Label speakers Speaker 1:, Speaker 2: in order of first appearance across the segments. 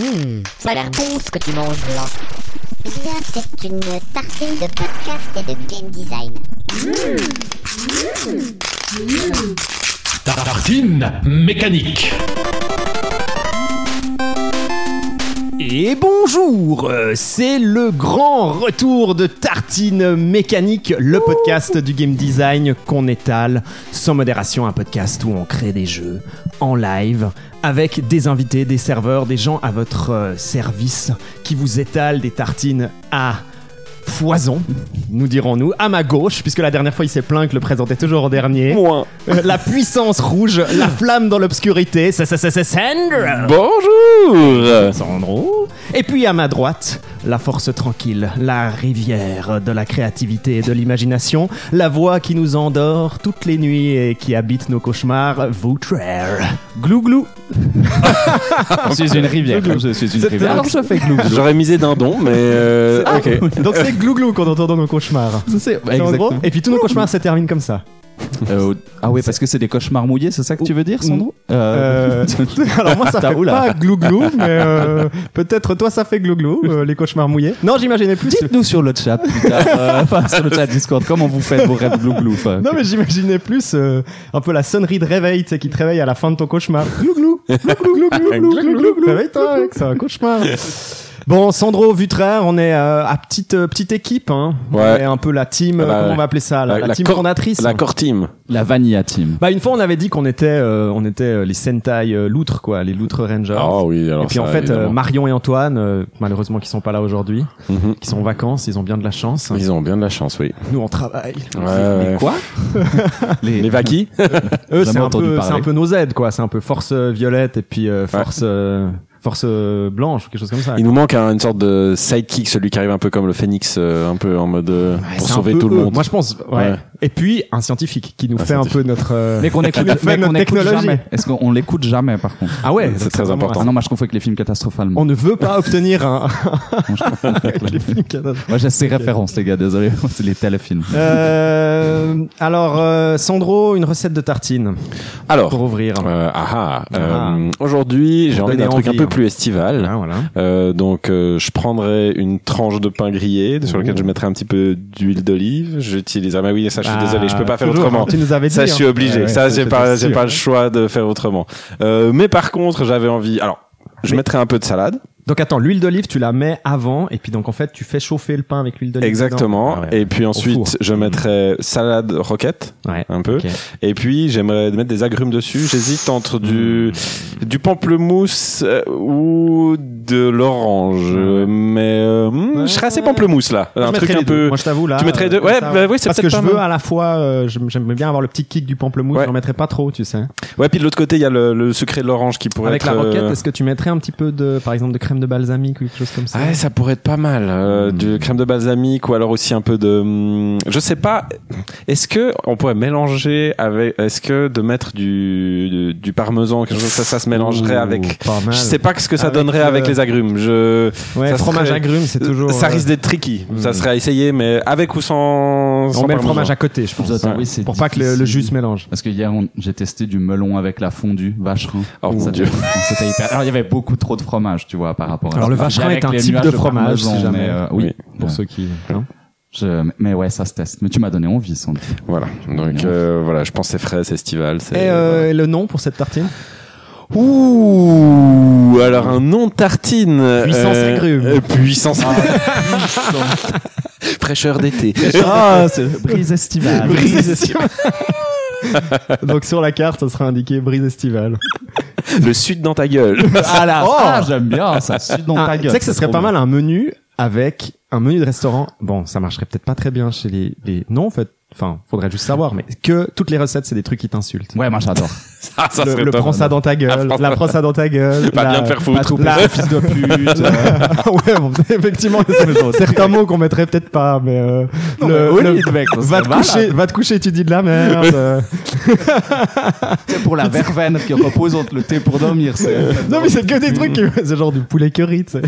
Speaker 1: Hum, ça a l'air bon ce que tu manges là.
Speaker 2: Bien, c'est une tartine de podcast et de game design.
Speaker 3: Tartine mécanique.
Speaker 4: Et bonjour, euh, c'est le grand retour de Tartine Mécanique, le podcast du game design qu'on étale sans modération, un podcast où on crée des jeux en live avec des invités, des serveurs, des gens à votre euh, service qui vous étalent des tartines à foison, nous dirons-nous, à ma gauche, puisque la dernière fois il s'est plaint que le présentait toujours en dernier.
Speaker 5: Point.
Speaker 4: Euh, La puissance rouge, la flamme dans l'obscurité, ça, ça, ça, ça, Sandra.
Speaker 5: Bonjour
Speaker 4: Sandro. Et puis à ma droite, la force tranquille, la rivière de la créativité et de l'imagination, la voix qui nous endort toutes les nuits et qui habite nos cauchemars, Voutraire. Glou glou.
Speaker 6: Je suis Ah, une rivière. hein. Je suis une rivière.
Speaker 4: Alors je fais glou glou.
Speaker 5: J'aurais misé d'un don, mais euh,
Speaker 4: Ah,
Speaker 5: ok.
Speaker 4: Donc c'est glou glou qu'on entend dans nos cauchemars. C'est en gros. Et puis tous nos cauchemars se terminent comme ça.
Speaker 5: Euh,
Speaker 6: Ah oui, parce que c'est des cauchemars mouillés, c'est ça que tu veux dire, Sandro
Speaker 4: Euh, Alors moi ça
Speaker 6: T'as-
Speaker 4: fait
Speaker 6: oula.
Speaker 4: pas glou glou, mais euh, peut-être toi ça fait glou glou, euh, les cauchemars mouillés. Non j'imaginais plus.
Speaker 6: Dites-nous sur le chat plus tard, euh, enfin sur le chat Discord, comment vous faites vos rêves glouglou enfin.
Speaker 4: Non mais j'imaginais plus euh, un peu la sonnerie de réveil, tu sais, qui te réveille à la fin de ton cauchemar. Glou glou, glou glou glou glou glou glou glou glou. Réveille-toi, mec, c'est un cauchemar. Bon, Sandro Vutraire, on est euh, à petite euh, petite équipe, hein.
Speaker 5: Ouais.
Speaker 4: On est un peu la team, euh,
Speaker 5: La-
Speaker 4: comment on va appeler ça, la,
Speaker 5: la-
Speaker 4: la
Speaker 5: la
Speaker 4: team
Speaker 5: cor-
Speaker 4: fondatrice.
Speaker 5: La core team.
Speaker 6: La Vanilla Team.
Speaker 4: bah une fois on avait dit qu'on était euh, on était euh, les Sentai euh, loutres quoi, les loutres rangers.
Speaker 5: Ah oui, alors
Speaker 4: Et puis
Speaker 5: ça,
Speaker 4: en fait, euh,
Speaker 5: évidemment.
Speaker 4: Marion et Antoine, euh, malheureusement qui sont pas là aujourd'hui,
Speaker 5: Mhm.
Speaker 4: qui sont en vacances, ils ont bien de la chance.
Speaker 5: Ils ont bien de la chance, oui.
Speaker 4: Nous on travaille.
Speaker 5: Ouais, ouais.
Speaker 6: Quoi
Speaker 5: Les vaquis
Speaker 4: Eux,
Speaker 6: Jamais
Speaker 4: c'est un,
Speaker 6: entendu
Speaker 4: peu,
Speaker 6: parler.
Speaker 4: c'est un peu nos aides, quoi. C'est un peu force euh, violette et puis euh, force, euh, force euh, blanche, quelque chose comme ça.
Speaker 5: Il nous manque un- une sorte de sidekick, celui qui arrive un peu comme le phénix, euh, un peu en mode euh,
Speaker 4: Ouais,
Speaker 5: pour
Speaker 4: c'est un
Speaker 5: sauver
Speaker 4: peu
Speaker 5: tout le
Speaker 4: eux.
Speaker 5: monde.
Speaker 4: Moi, je pense. ouais.
Speaker 5: Ouais.
Speaker 4: Et puis, un scientifique qui nous
Speaker 5: Un
Speaker 4: fait un peu notre. euh,
Speaker 6: Mais qu'on
Speaker 4: qui
Speaker 6: écoute,
Speaker 4: nous fait
Speaker 6: mais qu'on
Speaker 4: notre
Speaker 6: écoute
Speaker 4: technologie.
Speaker 6: jamais. Est-ce qu'on on l'écoute jamais par contre
Speaker 4: Ah ouais,
Speaker 5: C'est
Speaker 4: donc
Speaker 5: très
Speaker 4: vraiment
Speaker 5: important.
Speaker 6: Ah
Speaker 4: un-
Speaker 6: non, moi je confonds avec les films catastrophes allemands.
Speaker 4: On ne veut pas obtenir un. les films catastrophes.
Speaker 6: Moi j'ai ces références, les gars, désolé, c'est les téléfilms.
Speaker 4: Euh, alors, euh, Sandro, une recette de tartine
Speaker 5: Alors,
Speaker 4: pour ouvrir.
Speaker 5: euh, aha,
Speaker 4: Ah.
Speaker 5: euh, aujourd'hui, j'ai
Speaker 4: Vous
Speaker 5: envie
Speaker 4: donnez
Speaker 5: d'un truc un
Speaker 4: envie,
Speaker 5: peu
Speaker 4: hein.
Speaker 5: plus estival.
Speaker 4: Voilà, voilà.
Speaker 5: Euh, donc euh, je prendrai une tranche de pain grillé sur laquelle
Speaker 4: Ouh.
Speaker 5: je mettrai un petit peu d'huile d'olive. J'utiliserai ah, bah oui, ça je suis
Speaker 4: Ah,
Speaker 5: désolé, je peux pas faire
Speaker 4: toujours,
Speaker 5: autrement.
Speaker 4: Tu nous avais dit.
Speaker 5: Ça je suis
Speaker 4: hein.
Speaker 5: obligé.
Speaker 4: Ouais, ouais,
Speaker 5: ça j'ai
Speaker 4: c'était
Speaker 5: pas
Speaker 4: sûr.
Speaker 5: j'ai pas le choix de faire autrement. Euh, mais par contre, j'avais envie alors je
Speaker 4: Mais-
Speaker 5: mettrai un peu de salade,
Speaker 4: Donc attends, l'huile d'olive, tu la mets avant et puis donc en fait, tu fais chauffer le pain avec l'huile d'olive.
Speaker 5: exactement,
Speaker 4: dedans. Ah ouais.
Speaker 5: et puis
Speaker 4: four.
Speaker 5: ensuite je mettrai salade roquette
Speaker 4: Ouais.
Speaker 5: un peu,
Speaker 4: Ok.
Speaker 5: et puis j'aimerais mettre des agrumes dessus. J'hésite entre du
Speaker 4: Hmm.
Speaker 5: du pamplemousse euh, ou de l'orange, Euh, mais euh, hmm,
Speaker 4: Ah Ouais.
Speaker 5: je serais assez pamplemousse là,
Speaker 4: Moi,
Speaker 5: un
Speaker 4: je
Speaker 5: truc
Speaker 4: mettrais
Speaker 5: un
Speaker 4: les deux.
Speaker 5: peu.
Speaker 4: Moi, je t'avoue là.
Speaker 5: Tu mettrais
Speaker 4: euh,
Speaker 5: deux
Speaker 4: comme
Speaker 5: Ouais,
Speaker 4: ça,
Speaker 5: bah oui, c'est
Speaker 4: Parce que
Speaker 5: peut-être
Speaker 4: je
Speaker 5: pas
Speaker 4: veux
Speaker 5: mal.
Speaker 4: à la fois, euh, je- j'aimerais bien avoir le petit kick du pamplemousse,
Speaker 5: Ouais.
Speaker 4: j'en mettrais pas trop, tu sais.
Speaker 5: Ouais, puis de l'autre côté, il y a le, le secret de l'orange qui pourrait
Speaker 4: Avec
Speaker 5: être.
Speaker 4: la roquette,
Speaker 5: euh,
Speaker 4: est-ce que tu mettrais un petit peu de, par exemple, de crème de balsamique ou quelque chose comme ça
Speaker 5: Ouais, ça pourrait être pas mal. Euh,
Speaker 4: Hmm.
Speaker 6: Mm.
Speaker 5: Du crème de balsamique ou alors aussi un peu de. hum, Je sais pas. Est-ce que on pourrait mélanger avec. Est-ce que de mettre du, du, du parmesan, quelque chose, ça, ça se mélangerait
Speaker 4: Ouh,
Speaker 5: avec.
Speaker 4: Pas mal.
Speaker 5: Je sais pas ce que ça
Speaker 4: Avec,
Speaker 5: donnerait
Speaker 4: euh,
Speaker 5: avec les agrumes. Je.
Speaker 4: Ouais,
Speaker 5: ça
Speaker 4: fromage
Speaker 5: serait-
Speaker 4: agrumes, c'est toujours.
Speaker 5: ça
Speaker 4: euh,
Speaker 5: risque d'être tricky.
Speaker 4: Mm.
Speaker 5: Ça serait à essayer, mais avec ou sans.
Speaker 4: On met le fromage à côté, je pense.
Speaker 6: Je dois avouer, c'est
Speaker 4: Pour pas que le, le jus
Speaker 6: difficile.
Speaker 4: se mélange.
Speaker 6: Parce que hier, on- j'ai testé du melon avec la fondue vacherin.
Speaker 5: Oh, mon
Speaker 6: Ça,
Speaker 5: Dieu.
Speaker 6: C'était hyper. Alors, il y avait beaucoup trop de fromage, tu vois, par rapport à
Speaker 4: Alors,
Speaker 6: ça.
Speaker 4: le vacherin
Speaker 6: Avec
Speaker 4: est un
Speaker 6: les
Speaker 4: type
Speaker 6: nuages
Speaker 4: de fromage, si
Speaker 6: parmesan,
Speaker 4: jamais. Hein
Speaker 6: mais, euh, oui.
Speaker 5: Oui,
Speaker 4: Pour
Speaker 6: Ouais.
Speaker 4: ceux qui.
Speaker 6: Je- Mais ouais, ça se teste. Mais tu m'as donné envie, Sandy.
Speaker 5: Voilà. Donc, euh, voilà, je pense que c'est frais, c'est estival. c'est-
Speaker 4: Et
Speaker 5: voilà.
Speaker 4: euh, et le nom pour cette tartine
Speaker 5: Ouh, alors un nom de tartine.
Speaker 4: Puissance agrume. Ah.
Speaker 5: puissance. Fraîcheur d'été.
Speaker 6: Ah, c'est brise estivale.
Speaker 4: Brise estivale. Donc sur la carte, ça sera indiqué brise estivale.
Speaker 5: Le sud dans ta gueule.
Speaker 6: Ah là, ah, j'aime bien ça. Suit dans
Speaker 4: Un-
Speaker 6: ta
Speaker 4: Ah, Tu
Speaker 6: gueule.
Speaker 4: sais que ce serait
Speaker 6: Trop
Speaker 4: pas
Speaker 6: bien.
Speaker 4: mal un menu avec un menu de restaurant. Bon, ça marcherait peut-être pas très bien chez les, les... non en fait. Enfin, faudrait juste savoir, mais que toutes les recettes, c'est des trucs qui t'insultent.
Speaker 6: Ouais, moi j'adore.
Speaker 5: Ah, ça
Speaker 4: le
Speaker 5: serait
Speaker 4: le
Speaker 5: top.
Speaker 4: prends ça dans ta gueule,
Speaker 5: Ah,
Speaker 4: la prends ça dans ta gueule.
Speaker 5: Pas
Speaker 4: la-
Speaker 5: bien te faire foutre.
Speaker 4: la troupe- la- fils de pute. euh. Ah ouais, bon, effectivement, certains mots qu'on mettrait peut-être pas, mais euh, le- le- va te coucher, va te coucher, tu dis de la merde. euh.
Speaker 6: pour la verveine qui repose entre le thé pour dormir. c'est-
Speaker 4: Non mais c'est que des trucs, qui- c'est genre du poulet curry, tu sais.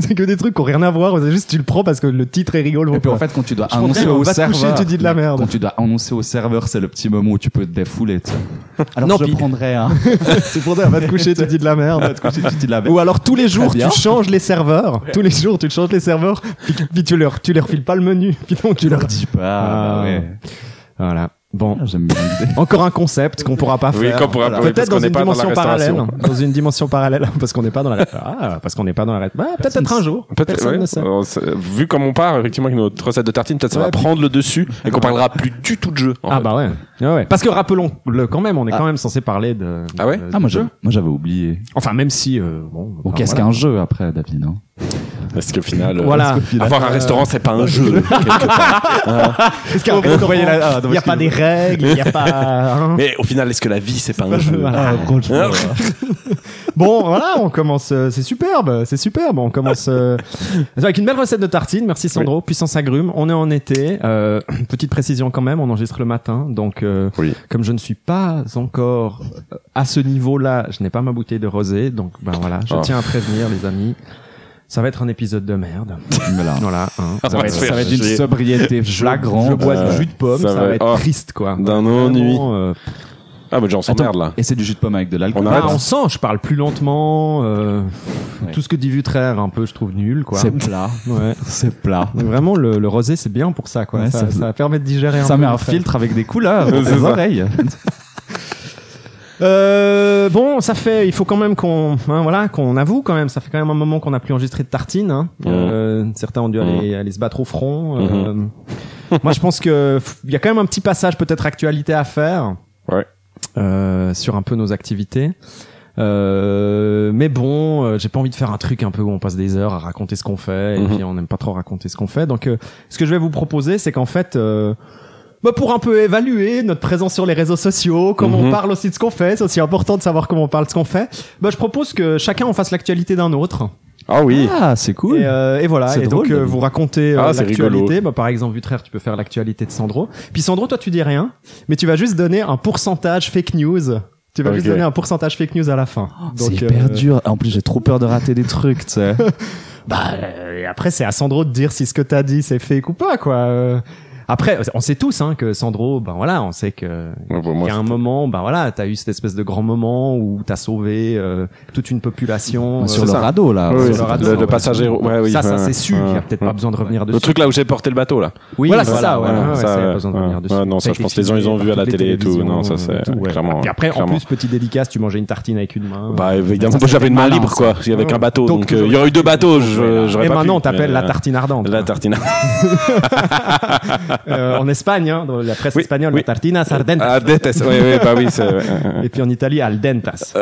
Speaker 4: c'est que des trucs qui ont rien à voir, c'est juste tu le prends parce que le titre est rigolo.
Speaker 6: Et puis en
Speaker 4: quoi.
Speaker 6: fait, quand tu dois
Speaker 4: comprends
Speaker 6: annoncer
Speaker 4: bien,
Speaker 6: au
Speaker 4: va te coucher,
Speaker 6: serveur.
Speaker 4: tu dis de la merde.
Speaker 6: Quand tu dois annoncer au serveur, c'est le petit moment où tu peux te défouler. tu sais. Alors
Speaker 4: Non,
Speaker 6: je
Speaker 4: puis-
Speaker 6: prendrais un.
Speaker 4: C'est pour dire, va te coucher, tu dis de la
Speaker 6: Va
Speaker 4: merde.
Speaker 6: te coucher, tu dis de la merde.
Speaker 4: Ou alors tous les jours
Speaker 6: bien.
Speaker 4: tu changes les serveurs, tous les jours tu changes les serveurs, puis, puis tu leur tu leur files pas le menu, puis donc tu leur dis.
Speaker 6: Dis pas.
Speaker 4: Ah.
Speaker 6: bah ouais. Ah,
Speaker 4: Voilà. Bon,
Speaker 6: J'aime bien l'idée.
Speaker 4: encore un concept qu'on pourra pas
Speaker 5: Oui,
Speaker 4: faire.
Speaker 5: qu'on pourra- oui, parce
Speaker 4: Peut-être dans
Speaker 5: qu'on n'est
Speaker 4: une
Speaker 5: pas dans la
Speaker 4: dimension parallèle,
Speaker 5: restauration.
Speaker 4: dans une dimension parallèle, parce qu'on n'est pas dans la ah, parce qu'on n'est pas dans la ah, peut-être
Speaker 6: Personne
Speaker 4: un jour.
Speaker 5: Peut-être,
Speaker 4: Personne
Speaker 5: ouais.
Speaker 4: ne sait.
Speaker 5: Alors, c'est- euh, vu comme on part, effectivement, avec notre recette de tartine, peut-être ça
Speaker 4: Ouais.
Speaker 5: va prendre le dessus et qu'on parlera plus du tout de jeu. en
Speaker 4: Ah
Speaker 5: fait.
Speaker 4: bah ouais. Ouais, ouais. Parce que rappelons-le quand même, on est
Speaker 6: Ah.
Speaker 4: quand même censé parler de.
Speaker 5: Ah ouais
Speaker 4: de-
Speaker 6: Ah, moi, je- moi, j'avais oublié.
Speaker 4: Enfin même si euh, bon.
Speaker 6: Bon,
Speaker 4: enfin,
Speaker 6: qu'est-ce
Speaker 4: voilà.
Speaker 6: qu'un jeu après, David hein
Speaker 5: Parce qu'au final, euh,
Speaker 4: Voilà.
Speaker 5: avoir un restaurant, c'est pas un jeu. quelque part.
Speaker 4: Qu'est-ce qu'un restaurant
Speaker 6: voyez la- ah, non,
Speaker 4: Il y a pas des
Speaker 6: excuse-moi.
Speaker 4: règles, il y a pas. hein. Ah,
Speaker 5: Mais au final, est-ce que la vie, c'est pas un jeu
Speaker 4: Voilà.
Speaker 5: Hein
Speaker 4: Bon, voilà, on commence. euh, c'est superbe, c'est superbe. On commence euh, avec une belle recette de tartine. Merci Sandro. Puissance agrumes. On est en été. Euh, petite précision quand même, on enregistre le matin. Donc, euh,
Speaker 5: Oui.
Speaker 4: comme je ne suis pas encore euh, à ce niveau-là, je n'ai pas ma bouteille de rosé. Donc, ben voilà, je
Speaker 5: Oh.
Speaker 4: tiens à prévenir les amis. Ça va être un épisode de merde.
Speaker 6: Voilà.
Speaker 4: Voilà. hein. Ça,
Speaker 5: On va
Speaker 4: va être,
Speaker 5: se faire
Speaker 4: ça va être
Speaker 6: D'une
Speaker 5: J'ai-
Speaker 6: sobriété flagrante.
Speaker 4: Je bois
Speaker 5: Euh,
Speaker 4: du jus de pomme, ça, va être
Speaker 5: oh,
Speaker 4: triste quoi.
Speaker 5: D'un ennui.
Speaker 4: Vraiment, euh,
Speaker 5: Ah, mais genre, on s'emmerde là.
Speaker 6: Et c'est du jus de pomme avec de l'alcool. Ah,
Speaker 5: On
Speaker 4: bah,
Speaker 5: arrête
Speaker 4: on sent, je parle plus lentement. euh,
Speaker 6: Ouais.
Speaker 4: Tout ce que dit Vutraire, un peu, je trouve nul quoi.
Speaker 6: C'est plat.
Speaker 4: Ouais.
Speaker 6: C'est plat.
Speaker 4: Mais Vraiment, le, le rosé, c'est bien pour ça, quoi.
Speaker 6: Ouais,
Speaker 4: ça,
Speaker 6: ça-
Speaker 4: ça permet de digérer un
Speaker 6: Ça
Speaker 4: peu,
Speaker 6: met un
Speaker 4: en fait.
Speaker 6: filtre avec des couleurs dans
Speaker 5: C'est
Speaker 6: tes
Speaker 5: ça.
Speaker 6: oreilles.
Speaker 4: Euh, bon, ça fait, il faut quand même qu'on, hein, voilà, qu'on avoue quand même. Ça fait quand même un moment qu'on n'a plus enregistré de tartine. hein.
Speaker 5: Mhm.
Speaker 4: Euh, certains ont dû aller, aller se battre au front. euh, moi, je pense que f- il y a quand même un petit passage peut-être actualité à faire.
Speaker 5: Ouais.
Speaker 4: Euh, sur un peu nos activités. Euh, mais bon, euh, j'ai pas envie de faire un truc un peu où on passe des heures à raconter ce qu'on fait et
Speaker 5: Mhm.
Speaker 4: puis on n'aime pas trop raconter ce qu'on fait. Donc, euh, ce que je vais vous proposer, c'est qu'en fait. euh, bah, pour un peu évaluer notre présence sur les réseaux sociaux, comment on
Speaker 5: Mhm.
Speaker 4: parle aussi de ce qu'on fait, c'est aussi important de savoir comment on parle de ce qu'on fait. Bah, je propose que chacun en fasse l'actualité d'un autre.
Speaker 5: Ah oui.
Speaker 6: Ah, c'est cool.
Speaker 4: Et, euh, et voilà.
Speaker 6: C'est
Speaker 4: Et donc
Speaker 6: drôle.
Speaker 4: euh, vous racontez euh,
Speaker 5: Ah, c'est
Speaker 4: l'actualité. Bah,
Speaker 5: rigolo.
Speaker 4: par exemple, Vutraire, tu peux faire l'actualité de Sandro. Puis Sandro, toi, tu dis rien, mais tu vas juste donner un pourcentage fake news. Tu vas juste
Speaker 5: Ok.
Speaker 4: donner un pourcentage fake news à la fin.
Speaker 6: C'est
Speaker 4: euh,
Speaker 6: hyper dur. En plus, j'ai trop peur de rater des trucs, tu sais.
Speaker 4: Bah, euh, et après, c'est à Sandro de dire si ce que t'as dit c'est fake ou pas, quoi. Euh, Après, on sait tous hein, que Sandro, ben voilà, on sait que
Speaker 5: Ouais, pour
Speaker 4: Il
Speaker 5: moi,
Speaker 4: y a un moment, bah voilà, t'as eu cette espèce de grand moment où t'as sauvé euh, toute une population. euh,
Speaker 6: Bah, Sur
Speaker 4: c'est
Speaker 6: le
Speaker 4: ça.
Speaker 6: radeau, là.
Speaker 5: Oui,
Speaker 4: sur
Speaker 5: oui,
Speaker 4: le
Speaker 5: c'est-
Speaker 4: radeau,
Speaker 5: le-
Speaker 4: ouais.
Speaker 5: le passager. Ouais, oui,
Speaker 4: ça, ça
Speaker 5: ouais,
Speaker 4: c'est sûr.
Speaker 5: ouais.
Speaker 4: Il y a peut-être pas besoin de revenir dessus.
Speaker 5: Le truc là où j'ai porté le bateau là.
Speaker 4: oui, voilà, c'est ça. Ouais,
Speaker 5: voilà,
Speaker 4: ouais, ouais,
Speaker 5: ça,
Speaker 4: ça, y a pas
Speaker 5: ouais.
Speaker 4: besoin de revenir dessus.
Speaker 5: Ouais, non, ça,
Speaker 4: a
Speaker 5: je
Speaker 4: été
Speaker 5: pense que les
Speaker 4: filmé
Speaker 5: gens, ils ont
Speaker 4: par
Speaker 5: vu à la
Speaker 4: toutes les
Speaker 5: télé et tout.
Speaker 4: télévisions,
Speaker 5: Non, ça,
Speaker 4: euh,
Speaker 5: c'est-
Speaker 4: tout, ouais.
Speaker 5: clairement,
Speaker 4: Puis après, en
Speaker 5: clairement.
Speaker 4: plus, petit dédicace, tu mangeais une tartine avec une main.
Speaker 5: Bah évidemment,
Speaker 4: Ça,
Speaker 5: j'avais une main
Speaker 4: malin,
Speaker 5: libre
Speaker 4: ça.
Speaker 5: quoi. J'avais qu'un bateau.
Speaker 4: Donc,
Speaker 5: Donc euh, il y aurait eu deux bateaux. je- j'aurais
Speaker 4: Et
Speaker 5: pas
Speaker 4: maintenant,
Speaker 5: pu,
Speaker 4: on t'appelle
Speaker 5: mais,
Speaker 4: la
Speaker 5: euh,
Speaker 4: tartine ardente.
Speaker 5: La tartine.
Speaker 4: Euh, en Espagne, hein, dans la presse
Speaker 5: Oui,
Speaker 4: espagnole,
Speaker 5: oui.
Speaker 4: la tartina sardentas.
Speaker 5: Ah, déteste. Oui, oui, bah oui. c'est- ouais, ouais,
Speaker 6: Ah,
Speaker 5: ouais.
Speaker 4: Et puis en Italie, al dentas.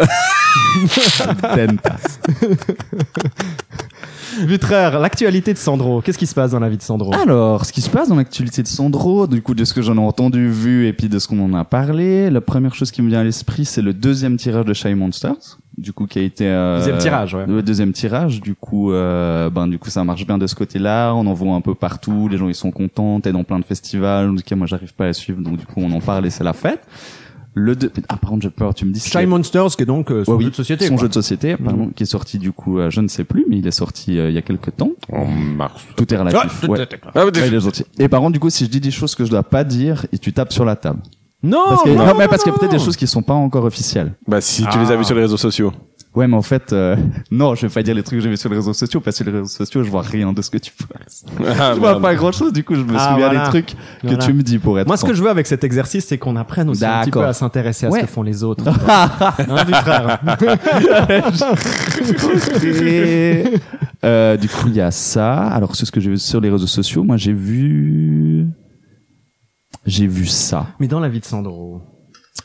Speaker 4: Vutreur, l'actualité de Sandro. Qu'est-ce qui se passe dans la vie de Sandro
Speaker 6: Alors, ce qui se passe dans l'actualité de Sandro, du coup, de ce que j'en ai entendu, vu, et puis de ce qu'on en a parlé, la première chose qui me vient à l'esprit, c'est le deuxième tirage de Shy Monsters, du coup, qui a été... euh,
Speaker 4: Deuxième tirage, ouais.
Speaker 6: Le deuxième tirage, du coup, euh, ben, du coup, ça marche bien de ce côté-là, on en voit un peu partout, les gens, ils sont contents, t'es dans plein de festivals, en tout cas, moi, j'arrive pas à la suivre, donc, du coup, on en parle et c'est la fête. Le deux... Ah, par contre, j'ai peur, tu me dis... si-
Speaker 4: Shy Monsters, qui est donc euh, son
Speaker 6: Ouais, oui,
Speaker 4: jeu de société.
Speaker 6: Son
Speaker 4: quoi. Mhm.
Speaker 6: jeu de société, pardon, qui est sorti, du coup, euh, je ne sais plus, mais il est sorti euh, il y a quelques temps.
Speaker 5: On marche.
Speaker 6: Tout est relatif. ouais.
Speaker 5: Ah, mais-
Speaker 6: Ouais, il est gentil. Et par contre, du coup, si je dis des choses que je dois pas dire, et tu tapes sur la table.
Speaker 4: Non,
Speaker 6: Parce que,
Speaker 4: Oh non,
Speaker 6: non, mais parce qu'il y a
Speaker 4: non,
Speaker 6: peut-être
Speaker 4: non.
Speaker 6: des choses qui sont pas encore officielles.
Speaker 5: Bah si tu les as vus
Speaker 6: Ah.
Speaker 5: sur les réseaux sociaux.
Speaker 6: Ouais, mais en fait, euh, non, je vais pas dire les trucs que j'ai vu sur les réseaux sociaux, parce que sur les réseaux sociaux, je vois rien de ce que tu passes.
Speaker 5: Ah,
Speaker 6: je vois
Speaker 5: merde.
Speaker 6: pas grand chose, du coup, je me
Speaker 4: Ah,
Speaker 6: souviens
Speaker 4: voilà.
Speaker 6: des trucs que
Speaker 4: Voilà.
Speaker 6: tu me dis pour être.
Speaker 4: Moi, ce que je veux avec cet exercice, c'est qu'on apprenne aussi un petit
Speaker 6: D'accord.
Speaker 4: peu à s'intéresser à ce
Speaker 6: Ouais.
Speaker 4: que font les autres. hein, du frère
Speaker 6: je euh, Du coup, il y a ça. Alors, c'est ce que j'ai vu sur les réseaux sociaux. Moi, j'ai vu. J'ai vu ça.
Speaker 4: Mais dans la vie de Sandro,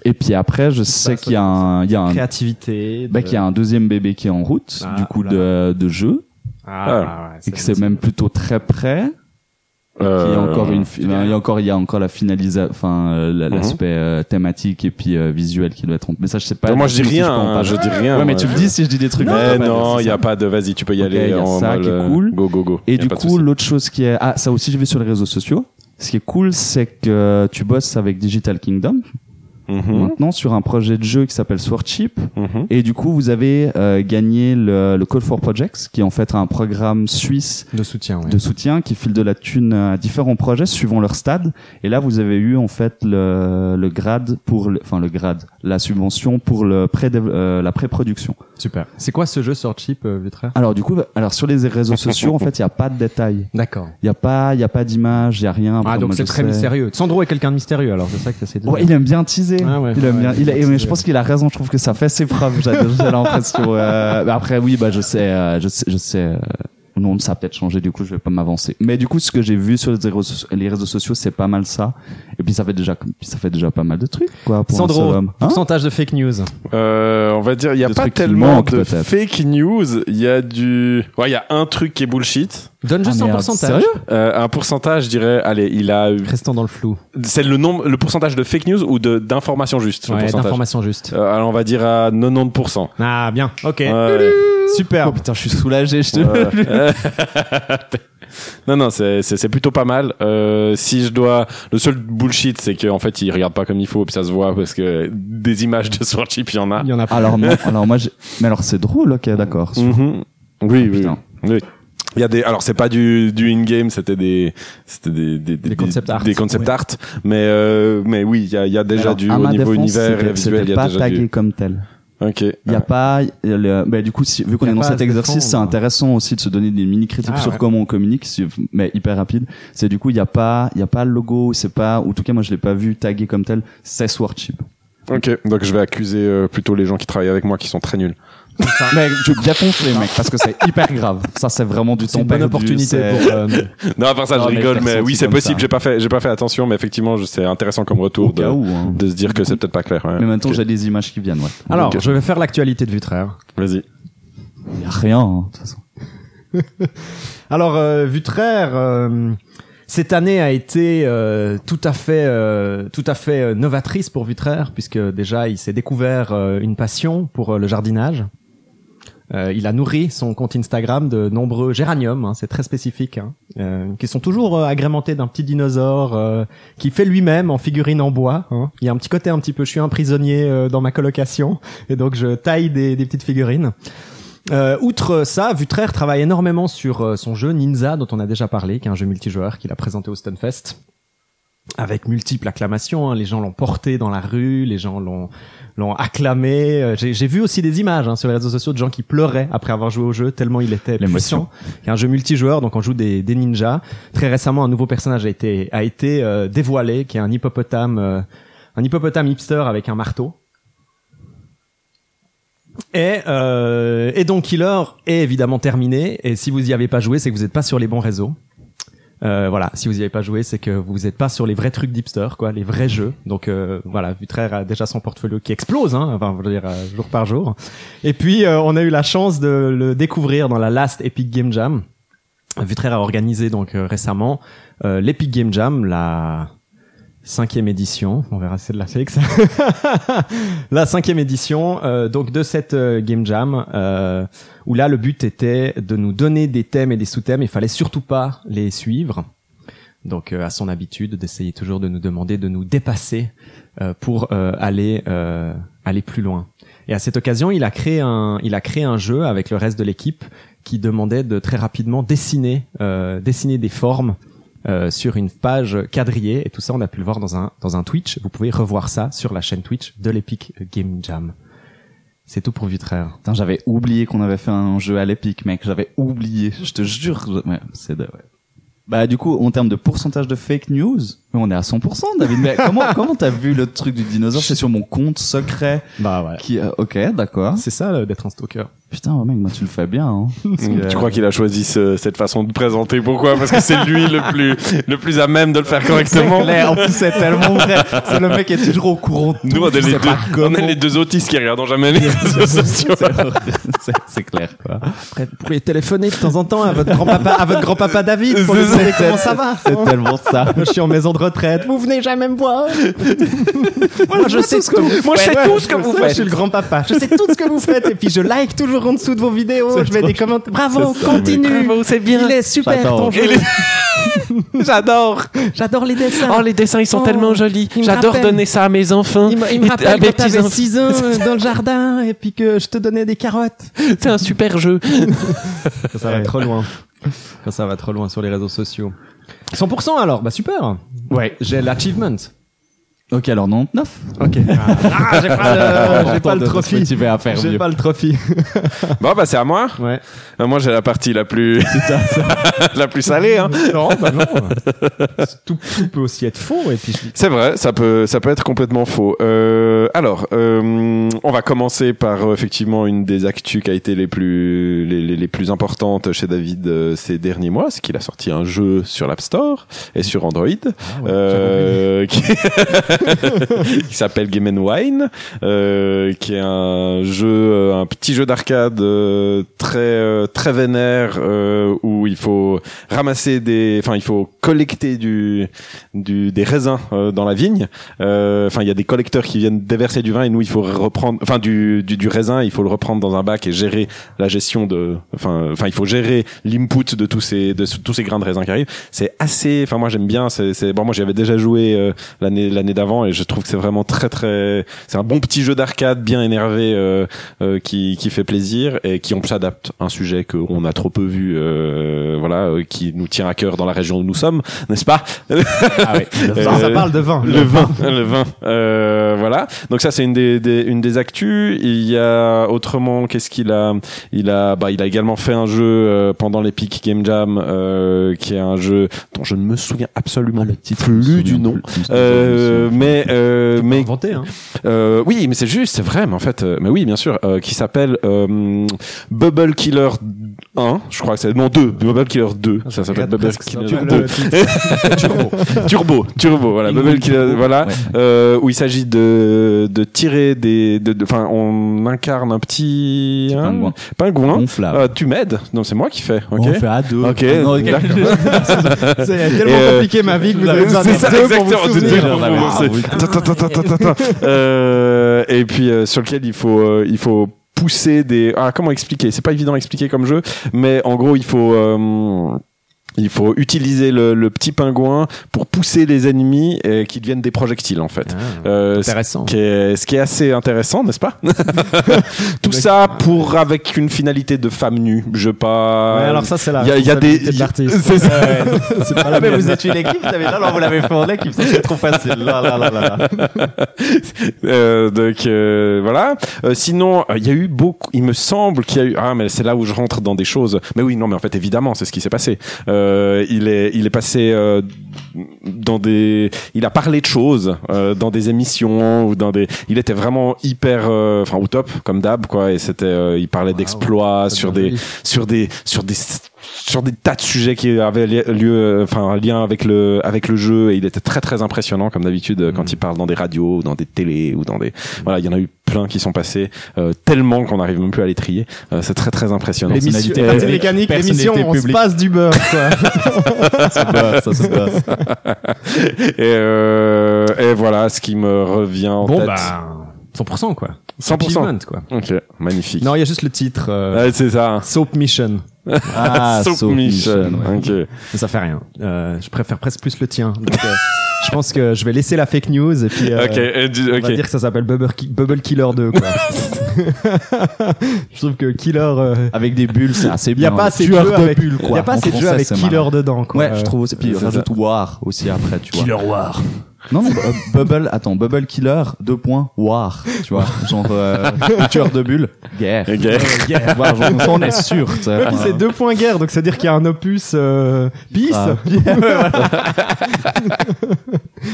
Speaker 6: Et puis après, je sais
Speaker 4: ça
Speaker 6: qu'il y a un, il y a un,
Speaker 4: créativité. de-
Speaker 6: Ah. bah, qu'il y a un deuxième bébé qui est en route,
Speaker 4: Ah,
Speaker 6: du coup,
Speaker 4: oula.
Speaker 6: de, de jeu.
Speaker 4: Ah, ouais,
Speaker 6: et que c'est même plutôt très près. Il y
Speaker 5: Euh,
Speaker 6: a encore une, fi- ben, il y a encore, il y a encore la finalisation, enfin euh, la-
Speaker 5: Mhm.
Speaker 6: l'aspect euh, thématique et puis euh, visuel qui doit être. en- Mais ça, je sais pas.
Speaker 5: Moi je dis
Speaker 6: si
Speaker 5: rien.
Speaker 6: peux en
Speaker 5: hein,
Speaker 6: parler.
Speaker 5: Je dis rien.
Speaker 6: Ouais, mais
Speaker 5: moi,
Speaker 6: tu me
Speaker 5: je-
Speaker 6: dis si je dis des trucs.
Speaker 5: Mais
Speaker 6: Ouais, bah,
Speaker 5: non,
Speaker 6: c'est
Speaker 5: il y a
Speaker 6: ça.
Speaker 5: pas de vas-y, tu peux y
Speaker 6: Ok,
Speaker 5: aller.
Speaker 6: y a
Speaker 5: en
Speaker 6: ça
Speaker 5: mode,
Speaker 6: qui est
Speaker 5: euh,
Speaker 6: cool.
Speaker 5: Go go go. Y
Speaker 6: Et
Speaker 5: a
Speaker 6: du
Speaker 5: pas de
Speaker 6: coup,
Speaker 5: souci.
Speaker 6: l'autre chose qui est, ah, ça aussi j'ai vu sur les réseaux sociaux. Ce qui est cool, c'est que tu bosses avec Digital Kingdom.
Speaker 5: Mhm.
Speaker 6: maintenant sur un projet de jeu qui s'appelle Swordship.
Speaker 5: Mhm.
Speaker 6: Et du coup, vous avez euh, gagné le, le Call for Projects, qui est en fait un programme suisse
Speaker 4: De soutien, oui.
Speaker 6: de soutien qui file de la thune à différents projets suivant leur stade. Et là, vous avez eu en fait le, le grade pour, le- enfin le grade, la subvention pour le pré euh, la pré-production.
Speaker 4: Super. C'est quoi ce jeu sur chip, euh, Vitraire
Speaker 6: Alors du coup, alors sur les réseaux sociaux, en fait, il n'y a pas de détails.
Speaker 4: D'accord.
Speaker 6: Il n'y a pas, il y a pas d'image, il n'y a rien.
Speaker 4: Ah,
Speaker 6: Enfin,
Speaker 4: donc
Speaker 6: Ah, moi,
Speaker 4: c'est
Speaker 6: je
Speaker 4: très
Speaker 6: sais.
Speaker 4: mystérieux. Sandro est quelqu'un de mystérieux, alors c'est ça que ça s'est dit.
Speaker 6: Ouais, il aime bien teaser.
Speaker 4: Ah ouais,
Speaker 6: il aime
Speaker 4: ouais,
Speaker 6: bien.
Speaker 4: il
Speaker 6: Il a-
Speaker 4: aime
Speaker 6: mais
Speaker 4: teaser.
Speaker 6: je pense qu'il a raison. Je trouve que ça fait ses preuves. J'ai j'ai l'impression. euh, mais après, oui, bah je sais, euh, je sais, je sais. euh, non, ça a peut-être changé. Du coup, je vais pas m'avancer. Mais du coup, ce que j'ai vu sur les réseaux, so- les réseaux sociaux, c'est pas mal ça. Et puis ça fait déjà, puis ça fait déjà pas mal de trucs. Quoi, pour un
Speaker 4: Sandro,
Speaker 6: seul homme. Hein
Speaker 4: pourcentage de fake news.
Speaker 5: Euh, on va dire, il n'y a
Speaker 6: Des
Speaker 5: pas
Speaker 6: trucs qui
Speaker 5: tellement
Speaker 6: manquent,
Speaker 5: de
Speaker 6: peut-être.
Speaker 5: fake news. Il y a du. Ouais, il y a un truc qui est bullshit.
Speaker 4: Donne juste
Speaker 6: Ah,
Speaker 4: un
Speaker 6: merde,
Speaker 4: pourcentage.
Speaker 6: sérieux
Speaker 5: Euh, un pourcentage, je dirais, allez, il a.
Speaker 4: Restons dans le flou.
Speaker 5: C'est le nombre, le pourcentage de fake news ou de d'informations justes. le
Speaker 4: Ouais,
Speaker 5: pourcentage.
Speaker 4: d'informations justes.
Speaker 5: Euh, alors on va dire à 90%.
Speaker 4: Ah, bien. Ok.
Speaker 5: Ouais.
Speaker 4: Super.
Speaker 6: Oh putain, je suis soulagé. Je te...
Speaker 5: Ouais. non, non, c'est- c'est c'est plutôt pas mal. Euh, si je dois, le seul bullshit, c'est qu'en fait, ils regardent pas comme il faut, puis ça se voit parce que des images de Swordship, il y en a.
Speaker 4: Il y en a pas.
Speaker 6: alors, moi, alors moi, j'ai- mais alors c'est drôle. Ok, d'accord.
Speaker 5: Mhm. Oui, oui,
Speaker 6: Putain.
Speaker 5: oui. Il y a des, alors c'est pas du, du in-game, c'était des, c'était des, des,
Speaker 4: Des concept art.
Speaker 5: des concept
Speaker 4: Ouais.
Speaker 5: art, mais, euh, mais oui, il y a, il y a déjà
Speaker 6: Alors,
Speaker 5: du,
Speaker 6: à
Speaker 5: au
Speaker 6: ma
Speaker 5: niveau
Speaker 6: défense,
Speaker 5: univers et
Speaker 6: c'était-
Speaker 5: visuel, il y
Speaker 6: C'était
Speaker 5: a
Speaker 6: pas
Speaker 5: déjà
Speaker 6: tagué
Speaker 5: du,
Speaker 6: comme tel.
Speaker 5: ok.
Speaker 6: Il y a
Speaker 5: Ah.
Speaker 6: pas. le- bah, du coup, si, vu qu'on
Speaker 4: Y a
Speaker 6: est dans
Speaker 4: pas à
Speaker 6: cet
Speaker 4: se
Speaker 6: exercice, c'est
Speaker 4: défendre.
Speaker 6: intéressant aussi de se donner des mini critiques
Speaker 4: Ah,
Speaker 6: sur
Speaker 4: ouais.
Speaker 6: comment on communique, si- mais hyper rapide. C'est du coup, il y a pas, il y a pas le logo, c'est pas. ou En tout cas, moi, je l'ai pas vu tagué comme tel. C'est Swordship.
Speaker 5: Ok. Donc je vais accuser euh, plutôt les gens qui travaillent avec moi qui sont très nuls.
Speaker 6: Mais je bien les mec, parce que c'est hyper grave. Ça, c'est vraiment du temps
Speaker 4: C'est une bonne
Speaker 6: perdu,
Speaker 4: opportunité
Speaker 6: c'est-
Speaker 4: pour. euh,
Speaker 5: Non, à part ça,
Speaker 6: Non,
Speaker 5: je
Speaker 6: mais
Speaker 5: rigole,
Speaker 6: je l'ai
Speaker 5: mais
Speaker 6: ressenti
Speaker 5: oui, c'est
Speaker 6: comme
Speaker 5: possible.
Speaker 6: ça.
Speaker 5: J'ai pas fait, j'ai pas fait attention, mais effectivement, je- c'est intéressant comme
Speaker 6: Au
Speaker 5: retour de,
Speaker 6: cas où. hein.
Speaker 5: de se dire que c'est peut-être pas clair. ouais.
Speaker 6: Mais maintenant,
Speaker 5: Ok.
Speaker 6: j'ai des images qui viennent. Ouais.
Speaker 4: Alors,
Speaker 5: Ok.
Speaker 4: je vais faire l'actualité de Vutraire.
Speaker 5: Vas-y.
Speaker 6: Y a rien. hein, de toute façon.
Speaker 4: Alors, euh, Vutraire, euh, cette année a été euh, tout à fait, euh, tout à fait euh, novatrice pour Vutraire, puisque déjà il s'est découvert euh, une passion pour euh, le jardinage. Euh, il a nourri son compte Instagram de nombreux géraniums, hein, c'est très spécifique, hein, euh, qui sont toujours euh, agrémentés d'un petit dinosaure euh, qui fait lui-même en figurine en bois. hein. Il y a un petit côté un petit peu, je suis un prisonnier euh, dans ma colocation, et donc je taille des, des petites figurines. Euh, outre ça, Vutraire travaille énormément sur euh, son jeu Ninja, dont on a déjà parlé, qui est un jeu multijoueur qu'il a présenté au Stunfest. Avec multiples acclamations, hein. les gens l'ont porté dans la rue, les gens l'ont l'ont acclamé. Euh, J'ai j'ai vu aussi des images hein, sur les réseaux sociaux de gens qui pleuraient après avoir joué au jeu tellement il était
Speaker 6: L'émotion.
Speaker 4: puissant. Il y a un jeu multijoueur, donc on joue des, des ninjas. Très récemment, un nouveau personnage a été a été euh, dévoilé, qui est un hippopotame, euh, un hippopotame hipster avec un marteau. Et, euh, et Don Killer est évidemment terminé. Et si vous y avez pas joué, c'est que vous n'êtes pas sur les bons réseaux. Euh, voilà, si vous y avez pas joué, c'est que vous n'êtes pas sur les vrais trucs d'hipster, quoi, les vrais jeux. Donc euh, voilà, Vutraire a déjà son portfolio qui explose, hein, enfin, je veux dire, euh, jour par jour. Et puis euh, on a eu la chance de le découvrir dans la Last Epic Game Jam. Vutraire a organisé donc euh, récemment euh, l'Epic Game Jam, la cinquième édition. On verra si c'est de la fake ça. la cinquième édition euh, donc de cette euh, game jam euh, où là le but était de nous donner des thèmes et des sous-thèmes. Il fallait surtout pas les suivre. Donc euh, à son habitude d'essayer toujours de nous demander de nous dépasser euh, pour euh, aller euh, aller plus loin. Et à cette occasion, il a créé un il a créé un jeu avec le reste de l'équipe qui demandait de très rapidement dessiner euh, dessiner des formes euh, sur une page quadrillée et tout ça on a pu le voir dans un dans un Twitch. Vous pouvez revoir ça sur la chaîne Twitch de l'Epic Game Jam. C'est tout pour Vutraire.
Speaker 6: Putain, j'avais oublié qu'on avait fait un jeu à l'épique, mec. J'avais oublié. Je te jure. je- Ouais, c'est de- ouais. Bah, du coup, en termes de pourcentage de fake news, mais on est à 100%, David. Mais comment, comment t'as vu le truc du dinosaure? C'est sur mon compte secret
Speaker 4: Bah ouais.
Speaker 6: qui, euh, ok, d'accord.
Speaker 4: C'est ça euh, d'être un stalker.
Speaker 6: Putain, ouais, mec, moi, tu le fais bien, hein.
Speaker 5: Mm. Tu crois qu'il a choisi ce- cette façon de présenter Pourquoi Parce que c'est lui le plus, le plus à même de le faire correctement.
Speaker 6: En plus, c'est tellement vrai. C'est le mec qui est toujours au courant de tout.
Speaker 5: Nous, on est,
Speaker 6: je
Speaker 5: les
Speaker 6: sais
Speaker 5: deux,
Speaker 6: pas
Speaker 5: on
Speaker 6: comment.
Speaker 5: est les deux autistes qui regardons jamais les réseaux sociaux.
Speaker 6: euh, C'est- C'est clair, quoi.
Speaker 4: Après, vous pourriez téléphoner de temps en temps à votre grand-papa, à votre grand-papa David pour lui
Speaker 5: C'est-
Speaker 4: demander comment ça va.
Speaker 6: C'est tellement ça.
Speaker 4: Je suis en maison de retraite. Vous venez jamais me voir. Moi, je sais tout.
Speaker 5: Moi, je sais tout ce que vous
Speaker 4: Je
Speaker 5: faites.
Speaker 4: suis le grand-papa. Je sais tout ce que vous faites. Et puis, je like toujours en dessous de vos vidéos. Je mets des commentaires. Bravo,
Speaker 6: C'est ça,
Speaker 4: continue.
Speaker 6: mec.
Speaker 4: c'est bien. Il est super
Speaker 6: J'adore.
Speaker 4: ton jeu.
Speaker 5: J'adore.
Speaker 4: J'adore les dessins.
Speaker 5: Oh, les dessins, ils sont
Speaker 4: Oh,
Speaker 5: tellement jolis.
Speaker 4: il me
Speaker 5: J'adore
Speaker 4: rappelle.
Speaker 5: donner ça à mes enfants.
Speaker 4: Il me, il me
Speaker 5: et à
Speaker 4: rappelle
Speaker 5: mes
Speaker 4: quand t'avais
Speaker 5: petits-enfants.
Speaker 4: 6 ans euh, dans le jardin et puis que je te donnais des carottes.
Speaker 5: C'est un super jeu.
Speaker 4: ça va trop loin. ça va trop loin sur les réseaux sociaux. 100% alors, bah super. Ouais. J'ai l'achievement.
Speaker 6: Ok, alors Euh, 99.
Speaker 4: Ok. Ah, j'ai pas le, j'ai pas le trophy.
Speaker 6: Tu vas faire
Speaker 4: J'ai
Speaker 6: mieux.
Speaker 4: pas le trophy.
Speaker 5: Bon, bah, c'est à moi.
Speaker 4: Ouais.
Speaker 5: Euh, Moi, j'ai la partie la plus, la plus salée, hein.
Speaker 4: Non, bah non. Tout, tout peut aussi être faux et puis je dis-
Speaker 5: C'est vrai, ça peut, ça peut être complètement faux. Euh, alors, euh, on va commencer par euh, effectivement une des actus qui a été les plus, les, les, les plus importantes chez David euh, ces derniers mois, c'est qu'il a sorti un jeu sur l'App Store et sur Android
Speaker 4: ah
Speaker 5: euh, qui, qui s'appelle Game Wine, euh, qui est un jeu, euh, un petit jeu d'arcade euh, très, euh, très vénère euh, où il faut ramasser des, enfin il faut collecter du, du, des raisins euh, dans la vigne. Euh, Enfin, il y a des collecteurs qui viennent déverser du vin et nous, il faut reprendre, enfin du, du, du raisin, il faut le reprendre dans un bac et gérer la gestion de, enfin, enfin, il faut gérer l'input de tous ces, de tous ces grains de raisin qui arrivent. C'est assez, enfin moi j'aime bien. C'est, c'est bon, moi j'avais déjà joué euh, l'année, l'année d'avant et je trouve que c'est vraiment très, très, c'est un bon petit jeu d'arcade bien énervé euh, euh, qui, qui fait plaisir et qui on s'adapte à un sujet qu'on a trop peu vu, euh, voilà, euh, qui nous tient à cœur dans la région où nous sommes, n'est-ce pas
Speaker 4: ça,
Speaker 6: Euh,
Speaker 4: ça parle de vin.
Speaker 5: le vin, le vin. Euh, voilà. Donc ça, c'est une des, des- une des actus. Il y a autrement, qu'est-ce qu'il a Il a, bah, il a également fait un jeu euh, pendant l'Epic Game Jam, euh, qui est un jeu dont je ne me souviens absolument plus du nom. Euh, mais euh, mais
Speaker 4: Inventé, hein.
Speaker 5: euh, oui, mais c'est juste, c'est vrai, mais en fait, euh, mais oui, bien sûr, euh, qui s'appelle euh, Bubble Killer 1, je crois que c'est non 2, Bubble Killer 2, ça s'appelle
Speaker 4: regarde
Speaker 5: Bubble
Speaker 4: presque
Speaker 5: Killer
Speaker 4: sur le
Speaker 5: 2. Turbo, Turbo, Turbo, voilà, Bubble Killer, voilà, euh, où il s'agit de de tirer des, de, de- enfin, on incarne un petit hein,
Speaker 6: pingouin.
Speaker 5: pingouin.
Speaker 6: Gonflable.
Speaker 5: Euh, tu m'aides Non, c'est moi qui fais. Ok.
Speaker 6: On fait à deux. Ah
Speaker 5: Ok,
Speaker 6: Non, ok.
Speaker 5: d'accord.
Speaker 4: C'est tellement
Speaker 5: Et, euh,
Speaker 4: compliqué ma vie que vous avez besoin
Speaker 5: C'est
Speaker 4: d'un
Speaker 5: ça,
Speaker 4: deux pour vous
Speaker 5: exactement. de deux
Speaker 4: souvenir.
Speaker 5: pour vous
Speaker 6: Ah,
Speaker 5: lancer. Attends, attends, attends, attends, attends. Euh, Et puis euh, sur lequel il faut, euh, il faut pousser des. Ah, comment expliquer C'est pas évident à expliquer comme jeu, mais en gros, il faut. euh, il faut utiliser le, le petit pingouin pour pousser les ennemis euh, qui deviennent des projectiles en fait. Euh,
Speaker 4: Ah,
Speaker 5: ce
Speaker 4: Intéressant.
Speaker 5: qui est, ce qui est assez intéressant, n'est-ce pas Tout ça pour avec une finalité de femme nue. Je pas.
Speaker 4: Ouais, alors ça c'est la
Speaker 5: Il y a- il y a des-
Speaker 4: responsabilité de l'artiste.
Speaker 5: C'est ça.
Speaker 4: C'est pas la
Speaker 6: Ah, mais
Speaker 4: mienne.
Speaker 6: vous êtes une équipe, vous avez oh là, alors vous l'avez fait en équipe, c'est trop facile. Là, là, là, là. là.
Speaker 5: Euh, donc euh, voilà. Euh, sinon, euh, il y a eu beaucoup. Il me semble qu'il y a eu. Ah, mais c'est là où je rentre dans des choses. Mais oui, non, mais en fait, évidemment, c'est ce qui s'est passé. Euh, il est, il est passé euh, dans des. Il a parlé de choses euh, dans des émissions ou dans des. Il était vraiment hyper, euh, enfin, au top comme d'hab, quoi. Et c'était, euh, il parlait d'exploits sur des, sur des, sur des sur des tas de sujets qui avaient li- lieu, euh, enfin un lien avec le avec le jeu et il était très très impressionnant comme d'habitude euh,
Speaker 4: Mm.
Speaker 5: quand il parle dans des radios ou dans des télés ou dans des voilà il y en a eu plein qui sont passés euh, tellement qu'on n'arrive même plus à les trier Euh, c'est très très impressionnant
Speaker 4: L'émission,
Speaker 6: Personnalité
Speaker 4: Partie
Speaker 6: publique.
Speaker 4: mécanique, l'émission,
Speaker 6: Personnalité
Speaker 4: on se
Speaker 6: publique.
Speaker 4: passe du beurre, quoi.
Speaker 6: Ça se passe, ça se passe.
Speaker 5: et, euh, et voilà ce qui me revient en tête
Speaker 4: bah, 100%, quoi.
Speaker 5: 100%
Speaker 4: quoi.
Speaker 5: ok magnifique
Speaker 4: Non, il y a juste le titre. euh,
Speaker 5: Ouais, c'est ça hein.
Speaker 4: Soap Mission.
Speaker 6: Ah,
Speaker 5: Soap Mission,
Speaker 6: ouais.
Speaker 5: ok.
Speaker 4: Mais ça fait rien. Euh, je préfère presque plus le tien. Donc, euh, je pense que je vais laisser la fake news et puis euh,
Speaker 5: ok euh, du-
Speaker 4: on va
Speaker 5: ok
Speaker 4: dire que ça s'appelle Bubble, Ki- Bubble Killer 2, quoi. je trouve que Killer... euh,
Speaker 6: Avec des bulles, c'est assez
Speaker 4: Il n'y a
Speaker 6: bien.
Speaker 4: pas assez de
Speaker 6: Tueur
Speaker 4: jeux avec,
Speaker 6: bulles,
Speaker 4: il y a pas
Speaker 6: En
Speaker 4: assez de jeux
Speaker 6: français,
Speaker 4: avec
Speaker 6: c'est
Speaker 4: Killer
Speaker 6: marrant.
Speaker 4: dedans, quoi. Euh,
Speaker 6: Ouais, je trouve. Et puis
Speaker 5: Euh, c'est
Speaker 6: rajoute War aussi après, tu vois.
Speaker 4: War.
Speaker 6: Non, non, bu- Bubble, attends, Bubble Killer, deux points, War, tu vois, genre euh, tueur de bulles, guerre.
Speaker 5: Ok.
Speaker 6: Guerre, War, genre, ça, on est sûr. tu sais.
Speaker 4: Et puis c'est deux points guerre, donc c'est-à-dire qu'il y a un opus euh, Peace.
Speaker 6: Ah.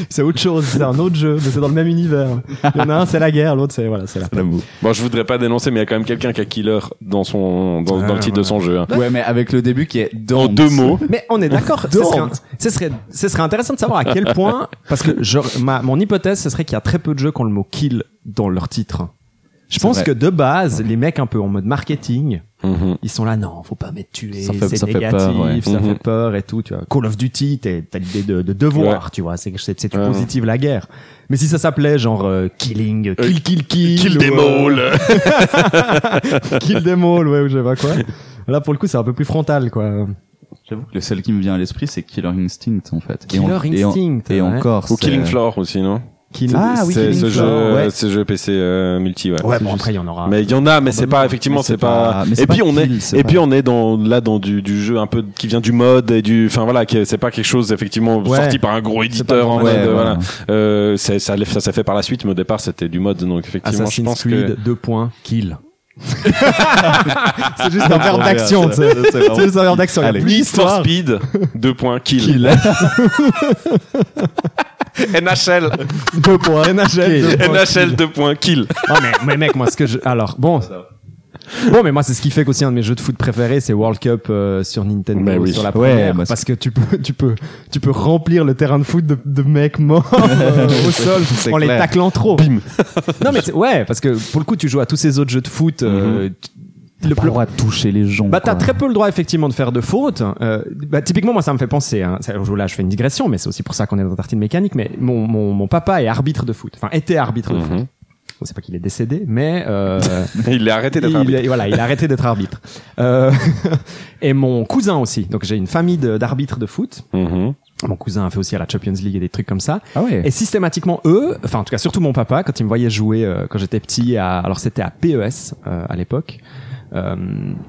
Speaker 4: c'est autre chose, c'est un autre jeu, mais c'est dans le même univers. Il y en a un, c'est la guerre, l'autre, c'est voilà, c'est la.
Speaker 5: bon je voudrais pas dénoncer mais il y a quand même quelqu'un qui a killer dans son dans, dans le titre de son jeu hein.
Speaker 6: Ouais, mais avec le début qui est dans
Speaker 5: en deux mots
Speaker 4: Mais on est d'accord. ce, serait, ce, serait, ce serait intéressant de savoir à quel point, parce que je, ma, mon hypothèse, ce serait qu'il y a très peu de jeux qui ont le mot kill dans leur titre. Je pense
Speaker 6: vrai.
Speaker 4: que de base, les mecs un peu en mode marketing,
Speaker 5: Mhm.
Speaker 4: ils sont là, non, faut pas mettre tuer,
Speaker 6: Ça fait-
Speaker 4: c'est
Speaker 6: ça fait
Speaker 4: négatif,
Speaker 6: peur, ouais.
Speaker 4: ça
Speaker 5: Mhm.
Speaker 4: fait peur et tout, tu vois. Call of Duty, t'es- t'as l'idée de, de devoir, tu vois, c'est c'est c'est du
Speaker 5: Ouais.
Speaker 4: positif la guerre. Mais si ça s'appelait genre euh, killing,
Speaker 5: Euh,
Speaker 4: kill kill kill,
Speaker 5: kill
Speaker 4: ou,
Speaker 5: des
Speaker 4: euh,
Speaker 5: maules
Speaker 4: kill them all, ouais, ou je sais pas quoi. Là pour le coup, c'est un peu plus frontal quoi.
Speaker 6: J'avoue que le seul qui me vient à l'esprit, c'est Killer Instinct, en fait. Et
Speaker 4: Killer
Speaker 6: en- et en-
Speaker 4: Instinct. ouais.
Speaker 6: Et, encore.
Speaker 5: Ou
Speaker 6: c'est-
Speaker 5: Killing Floor aussi, non
Speaker 4: Kill- Ah oui,
Speaker 5: C'est
Speaker 4: Killing
Speaker 5: ce jeu,
Speaker 4: Floor, ouais.
Speaker 5: ce jeu PC euh, multi, ouais.
Speaker 4: Ouais, bon, après, il y en aura. Bah,
Speaker 5: Mais il y en a, mais c'est pas effectivement,
Speaker 6: Mais
Speaker 5: c'est pas.
Speaker 6: mais c'est
Speaker 5: Et puis
Speaker 6: pas
Speaker 5: on est,
Speaker 6: Kill, c'est
Speaker 5: et
Speaker 6: pas-
Speaker 5: puis on est dans là dans du, du jeu un peu qui vient du mode et du, enfin voilà, qui est- c'est pas quelque chose effectivement
Speaker 4: Ouais.
Speaker 5: sorti par un gros éditeur
Speaker 4: pas
Speaker 5: en
Speaker 4: normal.
Speaker 5: mode,
Speaker 4: Ouais,
Speaker 5: euh,
Speaker 4: ouais.
Speaker 5: voilà. Euh, c'est- ça, l'est- ça s'est fait par la suite, mais au départ c'était du mode, donc effectivement je
Speaker 4: Assassin's
Speaker 5: pense
Speaker 4: Creed,
Speaker 5: que.
Speaker 4: deux points, kill. c'est
Speaker 5: Ah,
Speaker 4: juste un verbe d'action, tu sais.
Speaker 6: C'est
Speaker 4: C'est juste un verbe d'action.
Speaker 6: Allez.
Speaker 5: Need for Speed, deux points, kill. NHL,
Speaker 4: Deux points. NHL, deux points,
Speaker 5: NHL,
Speaker 4: kill.
Speaker 5: deux points, kill.
Speaker 4: Oh, mais, mais mec, moi, ce que je. Alors, bon. Bon, mais moi, c'est ce qui fait qu'aussi un de mes jeux de foot préférés, c'est World Cup euh, sur Nintendo,
Speaker 5: Mais oui.
Speaker 4: sur la
Speaker 6: Ouais,
Speaker 4: première,
Speaker 6: moi, c'est-
Speaker 4: parce que tu peux, tu peux, tu peux remplir le terrain de foot de, de mecs morts euh, au sol
Speaker 6: C'est
Speaker 4: en les
Speaker 6: clair.
Speaker 4: taclant trop. non, mais c'est- ouais, parce que pour le coup, tu joues à tous ces autres jeux de foot. euh, tu-
Speaker 6: Le
Speaker 4: le
Speaker 6: pas
Speaker 4: plus-
Speaker 6: le droit de Ah, toucher les gens.
Speaker 4: Bah, t'as
Speaker 6: quoi.
Speaker 4: très peu le droit effectivement de faire de fautes. Euh, bah, typiquement, moi, ça me fait penser. Hein, ça, je- là, je fais une digression, mais c'est aussi pour ça qu'on est dans tartine mécanique. Mais mon, mon, mon papa est arbitre de foot. Enfin, était arbitre de
Speaker 5: Mhm.
Speaker 4: foot. On sait pas qu'il est décédé, mais euh,
Speaker 5: Il est arrêté d'être
Speaker 4: il,
Speaker 5: arbitre.
Speaker 4: voilà, il a arrêté d'être arbitre. Euh, et mon cousin aussi. Donc, j'ai une famille de- d'arbitres de foot.
Speaker 5: Mhm.
Speaker 4: Mon cousin a fait aussi à la Champions League et des trucs comme ça.
Speaker 6: Ah ouais.
Speaker 4: Et systématiquement, eux, enfin en tout cas surtout mon papa, quand il me voyait jouer euh, quand j'étais petit, à, alors c'était à PES euh, à l'époque, euh,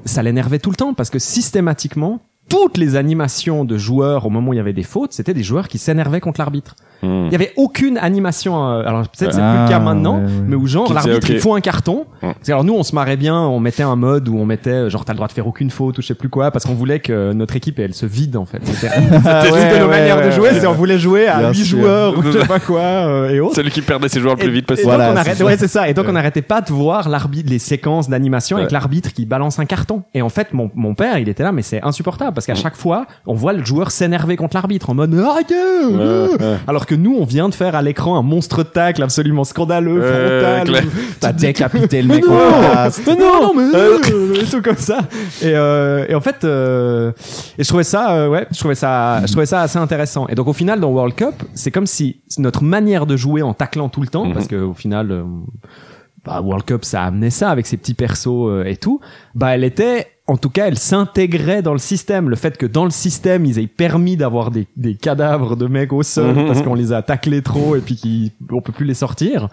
Speaker 4: ça l'énervait tout le temps parce que systématiquement, toutes les animations de joueurs au moment où il y avait des fautes, c'était des joueurs qui s'énervaient contre l'arbitre.
Speaker 5: Mhm.
Speaker 4: Il y avait aucune animation, euh, alors peut-être c'est plus
Speaker 6: Ah,
Speaker 4: le cas maintenant,
Speaker 6: ouais, ouais.
Speaker 4: mais où genre
Speaker 5: Qui disait,
Speaker 4: l'arbitre il
Speaker 5: ok.
Speaker 4: faut un carton.
Speaker 5: Mhm.
Speaker 4: Parce que, alors nous on se marrait bien, on mettait un mode où on mettait euh, genre t'as le droit de faire aucune faute ou je sais plus quoi parce qu'on voulait que euh, notre équipe elle se vide en fait. C'était c'était
Speaker 6: ouais,
Speaker 4: juste nos
Speaker 6: ouais,
Speaker 4: manières de
Speaker 6: ouais,
Speaker 4: jouer,
Speaker 6: ouais.
Speaker 4: c'est on voulait jouer à
Speaker 6: Bien
Speaker 4: 8
Speaker 6: sûr.
Speaker 4: joueurs ou je sais pas quoi euh, et autres.
Speaker 5: Celui qui perdait ses joueurs le
Speaker 4: Et-
Speaker 5: plus vite
Speaker 4: et
Speaker 5: possible.
Speaker 4: donc,
Speaker 6: Voilà,
Speaker 4: on
Speaker 6: c'est
Speaker 4: arrête-
Speaker 6: ça.
Speaker 4: ouais, c'est ça. Et donc, on n'arrêtait pas de voir l'arbitre, les séquences d'animation avec
Speaker 5: Ouais.
Speaker 4: l'arbitre qui balance un carton. Et en fait, mon, mon père, il était là, mais c'est insupportable parce qu'à
Speaker 5: Mm.
Speaker 4: chaque fois, on voit le joueur s'énerver contre l'arbitre en mode, Ah, yeah,
Speaker 5: Ouais,
Speaker 4: euh.
Speaker 5: ouais.
Speaker 4: alors que nous, on vient de faire à l'écran un monstre tacle absolument scandaleux,
Speaker 5: Euh, clair.
Speaker 4: frontal. où
Speaker 6: T'as
Speaker 4: tu te dis,
Speaker 6: décapité le
Speaker 4: mais
Speaker 6: mec en
Speaker 4: non,
Speaker 6: face.
Speaker 4: mais non, euh, mais non, et tout comme ça. Et, euh, et en fait, euh, et je trouvais ça, euh, ouais, je trouvais ça, je trouvais ça assez intéressant. Et donc au final, dans World Cup, c'est comme si notre manière de jouer en taclant tout le temps,
Speaker 5: Mhm.
Speaker 4: parce que au final, euh, bah, World Cup, ça amenait ça avec ses petits persos euh, et tout. Bah, elle était en tout cas, elle s'intégrait dans le système. Le fait que dans le système, ils aient permis d'avoir des, des cadavres de mecs au sol
Speaker 5: Mhm,
Speaker 4: parce
Speaker 5: mhm.
Speaker 4: qu'on les a taclés trop et puis qui- on peut plus les sortir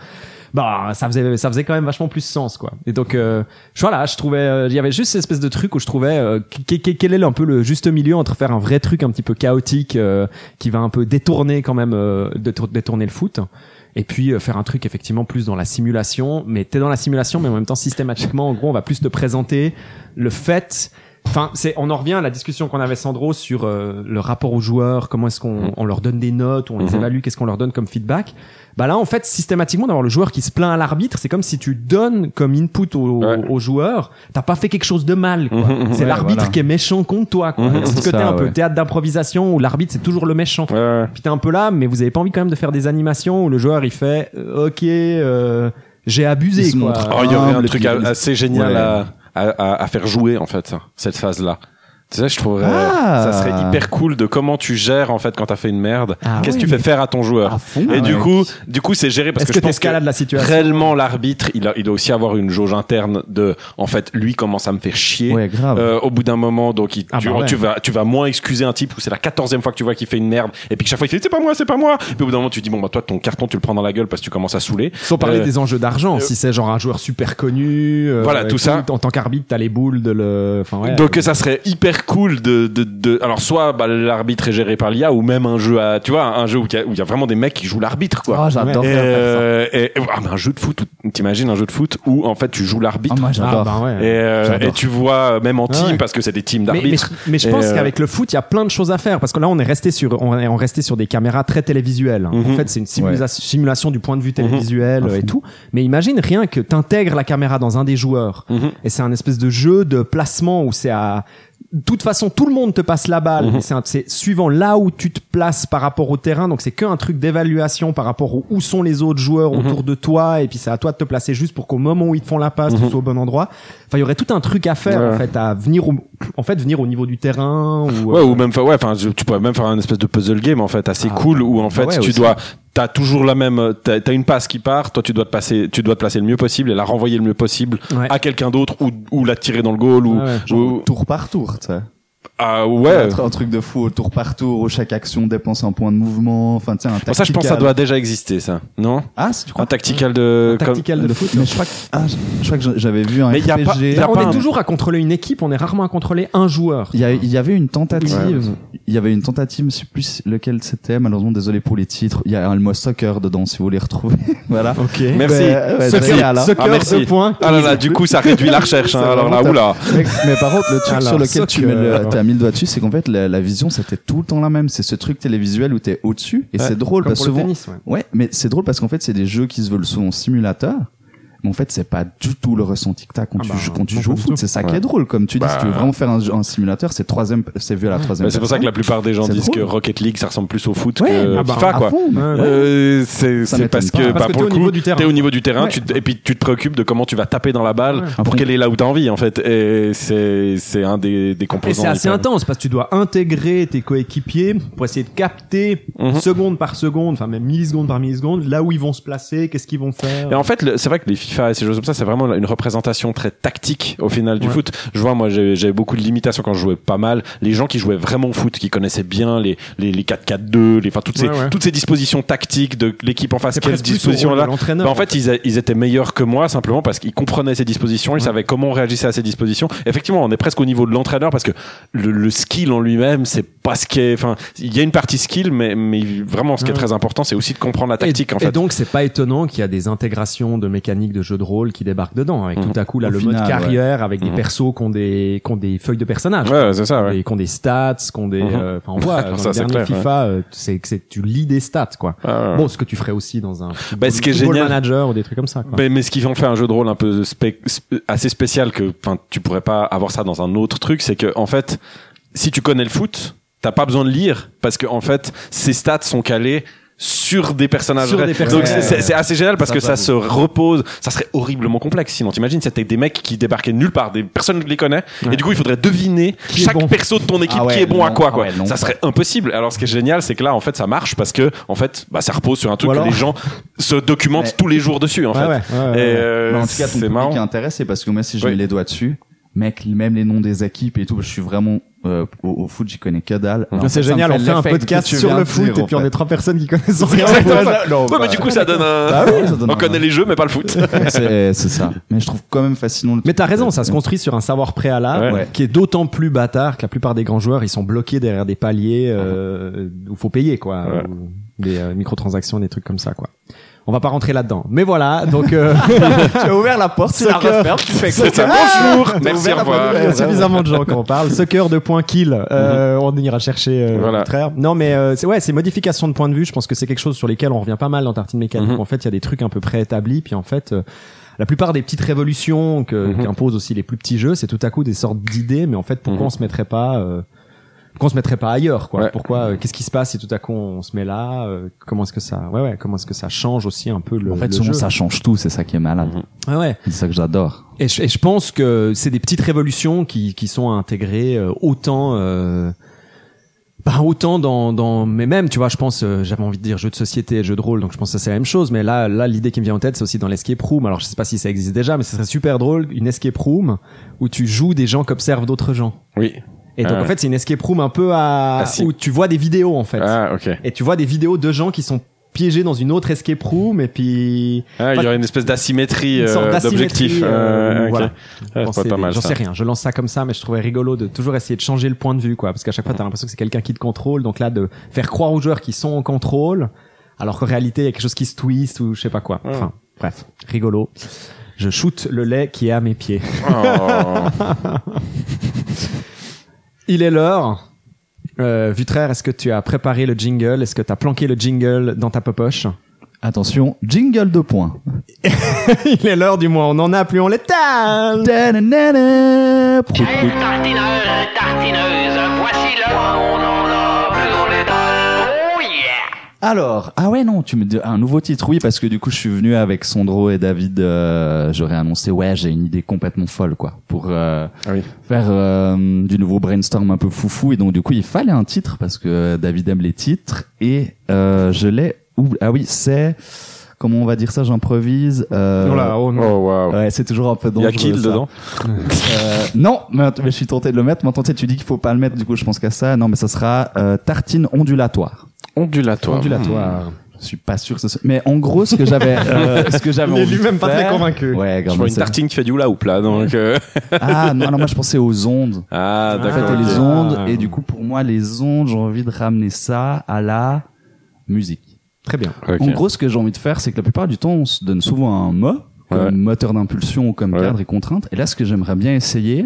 Speaker 4: bah ça faisait ça faisait quand même vachement plus sens quoi et donc euh, je- voilà je trouvais euh, il y avait juste cette espèce de truc où je trouvais euh, qu- qu- quel est un peu le juste milieu entre faire un vrai truc un petit peu chaotique euh, qui va un peu détourner quand même euh, détour- détourner le foot et puis euh, faire un truc effectivement plus dans la simulation mais t'es dans la simulation mais en même temps systématiquement en gros on va plus te présenter le fait Enfin, c'est, on en revient à la discussion qu'on avait Sandro sur euh, le rapport aux joueurs, comment est-ce qu'on
Speaker 6: Mm.
Speaker 4: on leur donne des notes, on les
Speaker 6: Mm-hmm.
Speaker 5: Mhm.
Speaker 4: évalue, qu'est-ce qu'on leur donne comme feedback. Bah là, en fait, systématiquement d'avoir le joueur qui se plaint à l'arbitre, c'est comme si tu donnes comme input au,
Speaker 5: Ouais.
Speaker 4: au joueur, t'as pas fait quelque chose de mal. quoi.
Speaker 5: Mhm, mhm.
Speaker 4: C'est
Speaker 6: Mm-hmm. Ouais,
Speaker 4: l'arbitre
Speaker 6: voilà. Mm-hmm.
Speaker 4: qui est méchant contre toi. Quoi.
Speaker 5: Mhm.
Speaker 4: c'est ce
Speaker 6: C'est
Speaker 4: côté
Speaker 6: ça,
Speaker 4: un peu
Speaker 6: ouais.
Speaker 4: théâtre d'improvisation où l'arbitre c'est toujours le méchant.
Speaker 5: Ouais, ouais.
Speaker 4: Puis t'es un peu là, mais vous avez pas envie quand même de faire des animations où le joueur il fait euh, ok, euh, j'ai
Speaker 6: Il
Speaker 4: abusé.
Speaker 6: se
Speaker 4: Quoi.
Speaker 6: montre.
Speaker 5: Oh, il y aurait un
Speaker 6: humble,
Speaker 5: truc
Speaker 6: puis-
Speaker 5: a- assez génial
Speaker 6: Ouais.
Speaker 5: à, à, à- à faire jouer en fait, ça, cette phase-là. Tu sais, je trouverais
Speaker 6: Ah.
Speaker 5: ça serait hyper cool de comment tu gères en fait quand t'as fait une merde.
Speaker 4: Ah
Speaker 5: Qu'est-ce que
Speaker 4: ouais,
Speaker 5: tu fais faire à ton joueur
Speaker 6: À fond.
Speaker 5: Et
Speaker 6: Ah
Speaker 5: du
Speaker 6: ouais.
Speaker 5: coup, du coup, c'est géré parce
Speaker 4: Est-ce
Speaker 5: que,
Speaker 4: que,
Speaker 5: je pense que
Speaker 4: t'escalades la situation
Speaker 5: réellement l'arbitre, il, a- il doit aussi avoir une jauge interne de, en fait, lui commence à me faire chier.
Speaker 6: Ouais, grave.
Speaker 5: Euh, au bout d'un moment, donc il-
Speaker 4: Ah
Speaker 5: tu,
Speaker 4: bah ouais.
Speaker 5: tu vas, tu vas moins excuser un type où c'est la quatorzième fois que tu vois qu'il fait une merde, et puis que chaque fois il fait c'est pas moi, c'est pas moi. Puis au bout d'un moment, tu dis bon bah toi ton carton tu le prends dans la gueule parce que tu commences à saouler.
Speaker 4: Sans parler
Speaker 5: Euh,
Speaker 4: des enjeux d'argent, si c'est genre un joueur super connu, euh,
Speaker 5: Voilà,
Speaker 4: et
Speaker 5: tout ça.
Speaker 4: En tant qu'arbitre, t'as les boules de le. Enfin, ouais,
Speaker 5: Donc ça serait hyper cool de de, de alors soit bah, l'arbitre est géré par l'IA ou même un jeu à tu vois un jeu où il y a- où il y, a vraiment des mecs qui jouent l'arbitre quoi.
Speaker 4: Ah,
Speaker 6: Oh, j'adore
Speaker 5: et,
Speaker 6: faire ça.
Speaker 5: euh, et- ah, mais un jeu de foot où- t'imagines un jeu de foot où en fait tu joues l'arbitre
Speaker 6: Ah, moi,
Speaker 4: Ah,
Speaker 6: j'adore.
Speaker 4: bah ouais.
Speaker 5: et, euh,
Speaker 6: j'adore.
Speaker 5: et tu vois euh, même en
Speaker 4: Ah
Speaker 5: team
Speaker 4: ouais.
Speaker 5: parce que c'est des teams
Speaker 4: Mais, mais,
Speaker 5: d'arbitres.
Speaker 4: je- mais je
Speaker 5: Et,
Speaker 4: pense
Speaker 5: euh,
Speaker 4: qu'avec le foot, il y a plein de choses à faire parce que là, on est resté sur, on est on est resté sur des caméras très télévisuelles. hein.
Speaker 5: Mhm.
Speaker 4: En fait, c'est une simula- simulation du point de vue télévisuel
Speaker 6: À
Speaker 4: euh, et
Speaker 6: fond.
Speaker 4: tout. Mais imagine rien que t'intègres la caméra dans un des joueurs
Speaker 5: Mhm.
Speaker 4: et c'est un espèce de jeu de placement où c'est à de toute façon, tout le monde te passe la balle.
Speaker 5: Mhm.
Speaker 4: C'est un- C'est suivant là où tu te places par rapport au terrain. Donc c'est qu'un truc d'évaluation par rapport au- où sont les autres joueurs
Speaker 5: Mhm.
Speaker 4: autour de toi. Et puis c'est à toi de te placer juste pour qu'au moment où ils te font la passe,
Speaker 5: Mhm.
Speaker 4: tu sois au bon endroit. Enfin, il y aurait tout un truc à faire
Speaker 5: Ouais.
Speaker 4: en fait, à venir au, en fait venir au niveau du terrain ou. euh,
Speaker 5: Ouais, ou euh, même fa- ouais, enfin tu tu pourrais même faire un espèce de puzzle game en fait assez
Speaker 4: Ah,
Speaker 5: cool où en fait
Speaker 6: ouais,
Speaker 5: tu
Speaker 6: aussi.
Speaker 5: dois t'as toujours la même t'as t'as une passe qui part toi tu dois te passer tu dois te placer le mieux possible et la renvoyer le mieux possible
Speaker 4: Ouais.
Speaker 5: à quelqu'un d'autre ou ou la tirer dans le goal ou
Speaker 4: Ouais, ouais.
Speaker 6: Genre,
Speaker 5: ou-
Speaker 6: tour par tour, tu sais.
Speaker 5: Ah ouais.
Speaker 6: Un, un truc de fou au tour par tour, où chaque action dépense un point de mouvement. Enfin, tu sais, un
Speaker 5: Bon, ça, je pense que ça
Speaker 6: tactical.
Speaker 5: doit déjà exister, ça. Non
Speaker 6: Ah, si tu crois
Speaker 5: Un tactical de. comme- Mm.
Speaker 4: Tactical de foot.
Speaker 6: Mais je crois que, ah, je- je crois que j'avais vu un
Speaker 5: Mais y a
Speaker 6: RPG.
Speaker 5: pas- y a
Speaker 4: on
Speaker 5: pas
Speaker 4: est
Speaker 5: un-
Speaker 4: toujours à contrôler une équipe, on est rarement à contrôler un joueur.
Speaker 6: Il y, a- il y avait une tentative, il y avait une tentative, je sais plus lequel c'était, malheureusement, désolé pour les titres. Il y a le mot soccer dedans, si vous voulez retrouver. voilà.
Speaker 4: Ok.
Speaker 5: Merci.
Speaker 6: Ben, ouais,
Speaker 5: Soccer.
Speaker 6: génial, hein.
Speaker 5: Soccer. Ah, merci.
Speaker 4: deux points.
Speaker 5: Ah là là, du coup, ça réduit la recherche. hein.
Speaker 6: Ça
Speaker 5: Alors là,
Speaker 6: vraiment
Speaker 5: oula.
Speaker 6: Mais, mais par contre, le truc
Speaker 4: Alors,
Speaker 6: sur lequel tu
Speaker 4: soccer.
Speaker 6: mets le, t'as mis le doigt dessus, c'est qu'en fait, la, la vision, c'était tout le temps la même. C'est ce truc télévisuel où t'es au-dessus. Et
Speaker 4: Ouais,
Speaker 6: c'est drôle
Speaker 4: Comme
Speaker 5: bah,
Speaker 6: parce
Speaker 4: pour
Speaker 6: que
Speaker 4: le
Speaker 6: souvent,
Speaker 4: tennis, ouais.
Speaker 6: Ouais, mais c'est drôle parce qu'en fait, c'est des jeux qui se veulent souvent simulateur. Mais en fait, c'est pas du tout le ressenti que t'as quand
Speaker 4: Ah
Speaker 6: tu,
Speaker 4: bah,
Speaker 6: quand tu
Speaker 4: non,
Speaker 6: joues au
Speaker 4: pas du
Speaker 6: foot. C'est ça qui
Speaker 5: Ouais. Bah.
Speaker 6: est drôle. Comme tu dis, si tu veux vraiment faire un, jeu- un simulateur, c'est troisième, c'est vu à la troisième.
Speaker 5: Mais C'est pour ça que la plupart des gens
Speaker 6: C'est
Speaker 5: disent
Speaker 6: drôle.
Speaker 5: que Rocket League, ça ressemble plus au foot
Speaker 4: Ouais,
Speaker 5: que
Speaker 4: ah bah,
Speaker 5: FIFA,
Speaker 4: à
Speaker 5: quoi.
Speaker 6: fond, mais-
Speaker 4: Ouais, ouais.
Speaker 5: Euh, c'est c'est
Speaker 6: m'étonne
Speaker 5: parce
Speaker 6: pas.
Speaker 5: que
Speaker 4: Parce
Speaker 5: bah,
Speaker 4: que
Speaker 5: pour
Speaker 4: t'es
Speaker 5: le
Speaker 4: au niveau
Speaker 5: coup
Speaker 4: du terrain.
Speaker 5: t'es au niveau du terrain
Speaker 4: Ouais.
Speaker 5: tu te- et puis tu te préoccupes de comment tu vas taper dans la balle
Speaker 4: Ouais.
Speaker 5: pour qu'elle est là où t'as envie en fait et c'est c'est un des, des
Speaker 4: Et
Speaker 5: composants
Speaker 4: c'est assez
Speaker 5: hyper-
Speaker 4: intense parce que tu dois intégrer tes coéquipiers pour essayer de capter
Speaker 5: Mhm.
Speaker 4: seconde par seconde, enfin même milliseconde par milliseconde, là où ils vont se placer, qu'est-ce qu'ils vont faire.
Speaker 5: Et en fait, le- c'est vrai que les FIFA et ces choses comme ça, c'est vraiment une représentation très tactique au final du
Speaker 4: Ouais.
Speaker 5: foot. Je vois, moi, j'ai- j'avais beaucoup de limitations quand je jouais pas mal. Les gens qui jouaient vraiment au foot, qui connaissaient bien les les, les 4-4-2, les, enfin toutes ces
Speaker 4: Ouais, ouais.
Speaker 5: toutes ces dispositions tactiques de l'équipe en face,
Speaker 4: c'est
Speaker 5: quelles
Speaker 4: presque plus au
Speaker 5: dispositions
Speaker 4: rôle de
Speaker 5: là.
Speaker 4: l'entraîneur.
Speaker 5: Bah, en fait, ils, a- ils étaient meilleurs que moi simplement parce qu'ils comprenaient ces dispositions, ils savaient comment on réagissait à ces dispositions. Effectivement, on est presque au niveau de l'entraîneur parce que le, le skill en lui-même, c'est pas ce qui est. Enfin, il y a une partie skill, mais, mais vraiment, ce qui est
Speaker 4: Ouais.
Speaker 5: très important, c'est aussi de comprendre la tactique
Speaker 4: et,
Speaker 5: en
Speaker 4: et
Speaker 5: fait.
Speaker 4: donc c'est pas étonnant qu'il y a des intégrations de mécaniques de jeux de rôle qui débarquent dedans avec
Speaker 5: Mhm.
Speaker 4: tout à coup là
Speaker 6: Au
Speaker 4: le
Speaker 6: final,
Speaker 4: mode
Speaker 6: ouais.
Speaker 4: carrière avec des
Speaker 5: Mhm.
Speaker 4: persos qui ont des qui ont des feuilles de personnages
Speaker 5: Ouais, c'est ça. Ouais.
Speaker 4: et qui ont des stats, qui ont des
Speaker 5: Mhm.
Speaker 4: euh, enfin on voit dans
Speaker 5: Ça,
Speaker 4: le
Speaker 5: c'est
Speaker 4: dernier
Speaker 5: clair, ouais.
Speaker 4: FIFA euh, c'est que c'est- tu lis des stats quoi.
Speaker 5: Ah, ouais.
Speaker 4: Bon, ce que tu ferais aussi dans un
Speaker 5: Bah, ce qui est
Speaker 4: football
Speaker 5: génial. Bah,
Speaker 4: manager ou des trucs comme ça quoi.
Speaker 5: Mais, mais ce qu'ils ont fait un jeu de rôle un peu spé- sp- assez spécial que enfin tu pourrais pas avoir ça dans un autre truc, c'est que en fait si tu connais le foot, t'as pas besoin de lire parce que en fait ces stats sont calés sur des personnages.
Speaker 4: Sur
Speaker 5: vrais.
Speaker 4: des
Speaker 5: Donc
Speaker 4: personnages.
Speaker 5: c'est- c'est c'est assez génial parce
Speaker 6: Ça,
Speaker 5: que ça
Speaker 6: j'avoue.
Speaker 5: se repose, ça serait horriblement complexe sinon. T'imagines c'était des mecs qui débarquaient de nulle part, des personnes ne les connaît
Speaker 4: Ouais.
Speaker 5: et du coup il faudrait deviner
Speaker 4: Qui est
Speaker 5: chaque
Speaker 4: bon.
Speaker 5: perso de ton équipe
Speaker 6: Ah ouais,
Speaker 5: qui est bon à
Speaker 6: non,
Speaker 5: quoi
Speaker 6: ah
Speaker 5: quoi.
Speaker 6: ouais, non,
Speaker 5: ça serait impossible. Alors ce qui est génial c'est que là en fait ça marche parce que en fait bah, ça repose sur un truc
Speaker 6: Ou alors-
Speaker 5: que les gens se documentent
Speaker 6: Ouais.
Speaker 5: tous les jours dessus en
Speaker 4: Ouais,
Speaker 5: fait.
Speaker 4: ouais, ouais, ouais,
Speaker 5: Et,
Speaker 4: ouais.
Speaker 5: euh,
Speaker 6: Mais Bah, en tout cas, ton
Speaker 5: c'est
Speaker 6: public hein. est
Speaker 5: marrant.
Speaker 6: intéressé parce que moi, si je
Speaker 5: Oui.
Speaker 6: mets les doigts dessus, mec, même les noms des équipes et tout, je suis vraiment euh, au, au foot, j'y connais que dalle. Alors, en
Speaker 4: c'est
Speaker 6: fait, ça me
Speaker 4: génial, on fait un
Speaker 6: l'effet que
Speaker 4: podcast
Speaker 6: tu
Speaker 4: sur
Speaker 6: viens
Speaker 4: le
Speaker 6: de
Speaker 4: foot
Speaker 6: dire,
Speaker 4: et
Speaker 6: en
Speaker 4: puis on
Speaker 6: fait.
Speaker 4: est trois personnes qui connaissent
Speaker 5: C'est
Speaker 4: rien.
Speaker 5: exactement
Speaker 4: Ouais,
Speaker 5: ça. Ouais, mais du coup, ça donne un.
Speaker 6: Bah oui, ça donne
Speaker 5: On
Speaker 6: un-
Speaker 5: connaît les jeux, mais pas le foot.
Speaker 6: C'est c'est ça. Mais je trouve quand même fascinant. le
Speaker 4: Mais
Speaker 6: truc
Speaker 4: t'as
Speaker 6: de-
Speaker 4: raison, ça se construit sur un savoir préalable
Speaker 6: Ouais.
Speaker 4: qui est d'autant plus bâtard que la plupart des grands joueurs ils sont bloqués derrière des paliers euh, où faut payer quoi,
Speaker 5: Ouais.
Speaker 4: ou des euh, microtransactions, des trucs comme ça quoi. On va pas rentrer là-dedans. Mais voilà, donc euh,
Speaker 6: Tu as ouvert la porte, tu la
Speaker 4: Soccer.
Speaker 6: refermes, tu fais Ah,
Speaker 5: C'est ça. Bonjour. Merci, au revoir.
Speaker 4: il y a Euh, suffisamment de gens qu'on parle. Soccer de points kill, euh, on ira chercher euh,
Speaker 5: Mhm. Voilà.
Speaker 4: le contraire. Non mais euh, c'est ouais, ces modifications de point de vue, je pense que c'est quelque chose sur lesquels on revient pas mal dans Tartine Mécanique.
Speaker 5: Mhm.
Speaker 4: En fait, il y a des trucs un peu préétablis, puis en fait. euh, la plupart des petites révolutions que-
Speaker 5: Mhm.
Speaker 4: qu'imposent aussi les plus petits jeux, c'est tout à coup des sortes d'idées, mais en fait, pourquoi
Speaker 5: Mhm.
Speaker 4: on se mettrait pas, euh, pourquoi on se mettrait pas ailleurs, quoi
Speaker 5: Ouais.
Speaker 4: Pourquoi, euh, qu'est-ce qui se passe si tout à coup on se met là euh, Comment est-ce que ça, ouais, ouais, comment est-ce que ça change aussi un peu le,
Speaker 6: En fait,
Speaker 4: le
Speaker 6: souvent,
Speaker 4: jeu
Speaker 6: ça change tout, c'est ça qui est malade.
Speaker 4: Ouais, ouais.
Speaker 6: C'est ça que j'adore.
Speaker 4: Et je, et je pense que c'est des petites révolutions qui, qui sont intégrées euh, autant, euh, bah, autant dans, dans, mais même, tu vois, je pense, euh, j'avais envie de dire jeu de société, et jeu de rôle, donc je pense que c'est la même chose. Mais là, là, l'idée qui me vient en tête, c'est aussi dans l'escape room. Alors, je sais pas si ça existe déjà, mais ce serait super drôle une escape room où tu joues des gens qu'observent d'autres gens.
Speaker 5: Oui.
Speaker 4: Et donc,
Speaker 5: Ah
Speaker 4: en
Speaker 5: ouais.
Speaker 4: fait, c'est une escape room un peu à
Speaker 5: Ah, si.
Speaker 4: où tu vois des vidéos en fait,
Speaker 5: Ah, ok.
Speaker 4: et tu vois des vidéos de gens qui sont piégés dans une autre escape room, et puis
Speaker 5: Ah, il y aurait une espèce d'asymétrie
Speaker 4: une sorte
Speaker 5: euh,
Speaker 4: d'asymétrie,
Speaker 5: d'objectif.
Speaker 4: euh,
Speaker 5: Euh, ok.
Speaker 4: voilà.
Speaker 5: Ah,
Speaker 4: Penser
Speaker 5: c'est pas
Speaker 4: des-
Speaker 5: mal.
Speaker 4: J'en
Speaker 5: ça.
Speaker 4: sais rien, je lance ça comme ça, mais je trouvais rigolo de toujours essayer de changer le point de vue, quoi. Parce qu'à chaque fois, t'as l'impression que c'est quelqu'un qui te contrôle. Donc là, de faire croire aux joueurs qu'ils sont en contrôle, alors qu'en réalité, il y a quelque chose qui se twist ou je sais pas quoi. Enfin, bref, rigolo. Je shoote le lait qui est à mes pieds.
Speaker 5: Oh.
Speaker 4: Il est l'heure. Euh, Vutraire, est-ce que tu as préparé le jingle Est-ce que t'as planqué le jingle dans ta popoche
Speaker 6: Attention, jingle de points.
Speaker 4: Il est l'heure du moins, on en a plus, on l'étale
Speaker 5: Euh,
Speaker 6: Ta-na-na-na. Prout, prout.
Speaker 7: Quel tartineur, tartineuse, voici l'heure, on en a plus, on est dans- Oh yeah!
Speaker 6: Alors, ah ouais, non, tu me dis un nouveau titre, oui, parce que du coup, je suis venu avec Sandro et David, euh, j'aurais annoncé, ouais, j'ai une idée complètement folle, quoi, pour euh,
Speaker 5: Ah oui.
Speaker 6: faire euh, du nouveau brainstorm un peu foufou, et donc du coup, il fallait un titre, parce que David aime les titres, et euh, je l'ai, oubli- ah oui, c'est, comment on va dire ça, j'improvise. euh,
Speaker 4: Oh là, oh non.
Speaker 5: Oh, waouh.
Speaker 6: Ouais, c'est toujours un peu
Speaker 5: Il y
Speaker 6: dangereux.
Speaker 5: a kill
Speaker 6: ça.
Speaker 5: dedans.
Speaker 6: Euh, non, mais, mais je suis tenté de le mettre. Maintenant, tu sais, tu dis qu'il faut pas le mettre, du coup, je pense qu'à ça. Non, mais ça sera euh, tartine ondulatoire.
Speaker 5: Ondulatoire.
Speaker 4: Ondulatoire.
Speaker 5: Ah, Hmm.
Speaker 6: Je suis pas sûr que ce soit... Mais en gros, ce que j'avais, euh, ce que j'avais
Speaker 4: Il est
Speaker 6: envie de
Speaker 4: lui-même pas très
Speaker 6: faire-
Speaker 4: convaincu.
Speaker 6: Ouais,
Speaker 5: Je
Speaker 6: grave,
Speaker 5: vois
Speaker 6: mais
Speaker 5: une
Speaker 6: c'est-
Speaker 5: tartine qui fait du houp là, donc. euh,
Speaker 6: Ah non, non, moi je pensais aux ondes.
Speaker 5: Ah,
Speaker 6: En fait,
Speaker 5: d'accord.
Speaker 6: t'as les
Speaker 5: ok.
Speaker 6: ondes, et du coup, pour moi, les ondes, j'ai envie de ramener ça à la musique.
Speaker 4: Très bien.
Speaker 5: Ok.
Speaker 6: En gros, ce que j'ai envie de faire, c'est que la plupart du temps, on se donne souvent un mot, comme
Speaker 5: Ouais.
Speaker 6: moteur d'impulsion ou comme
Speaker 5: Ouais.
Speaker 6: cadre et contrainte. Et là, ce que j'aimerais bien essayer,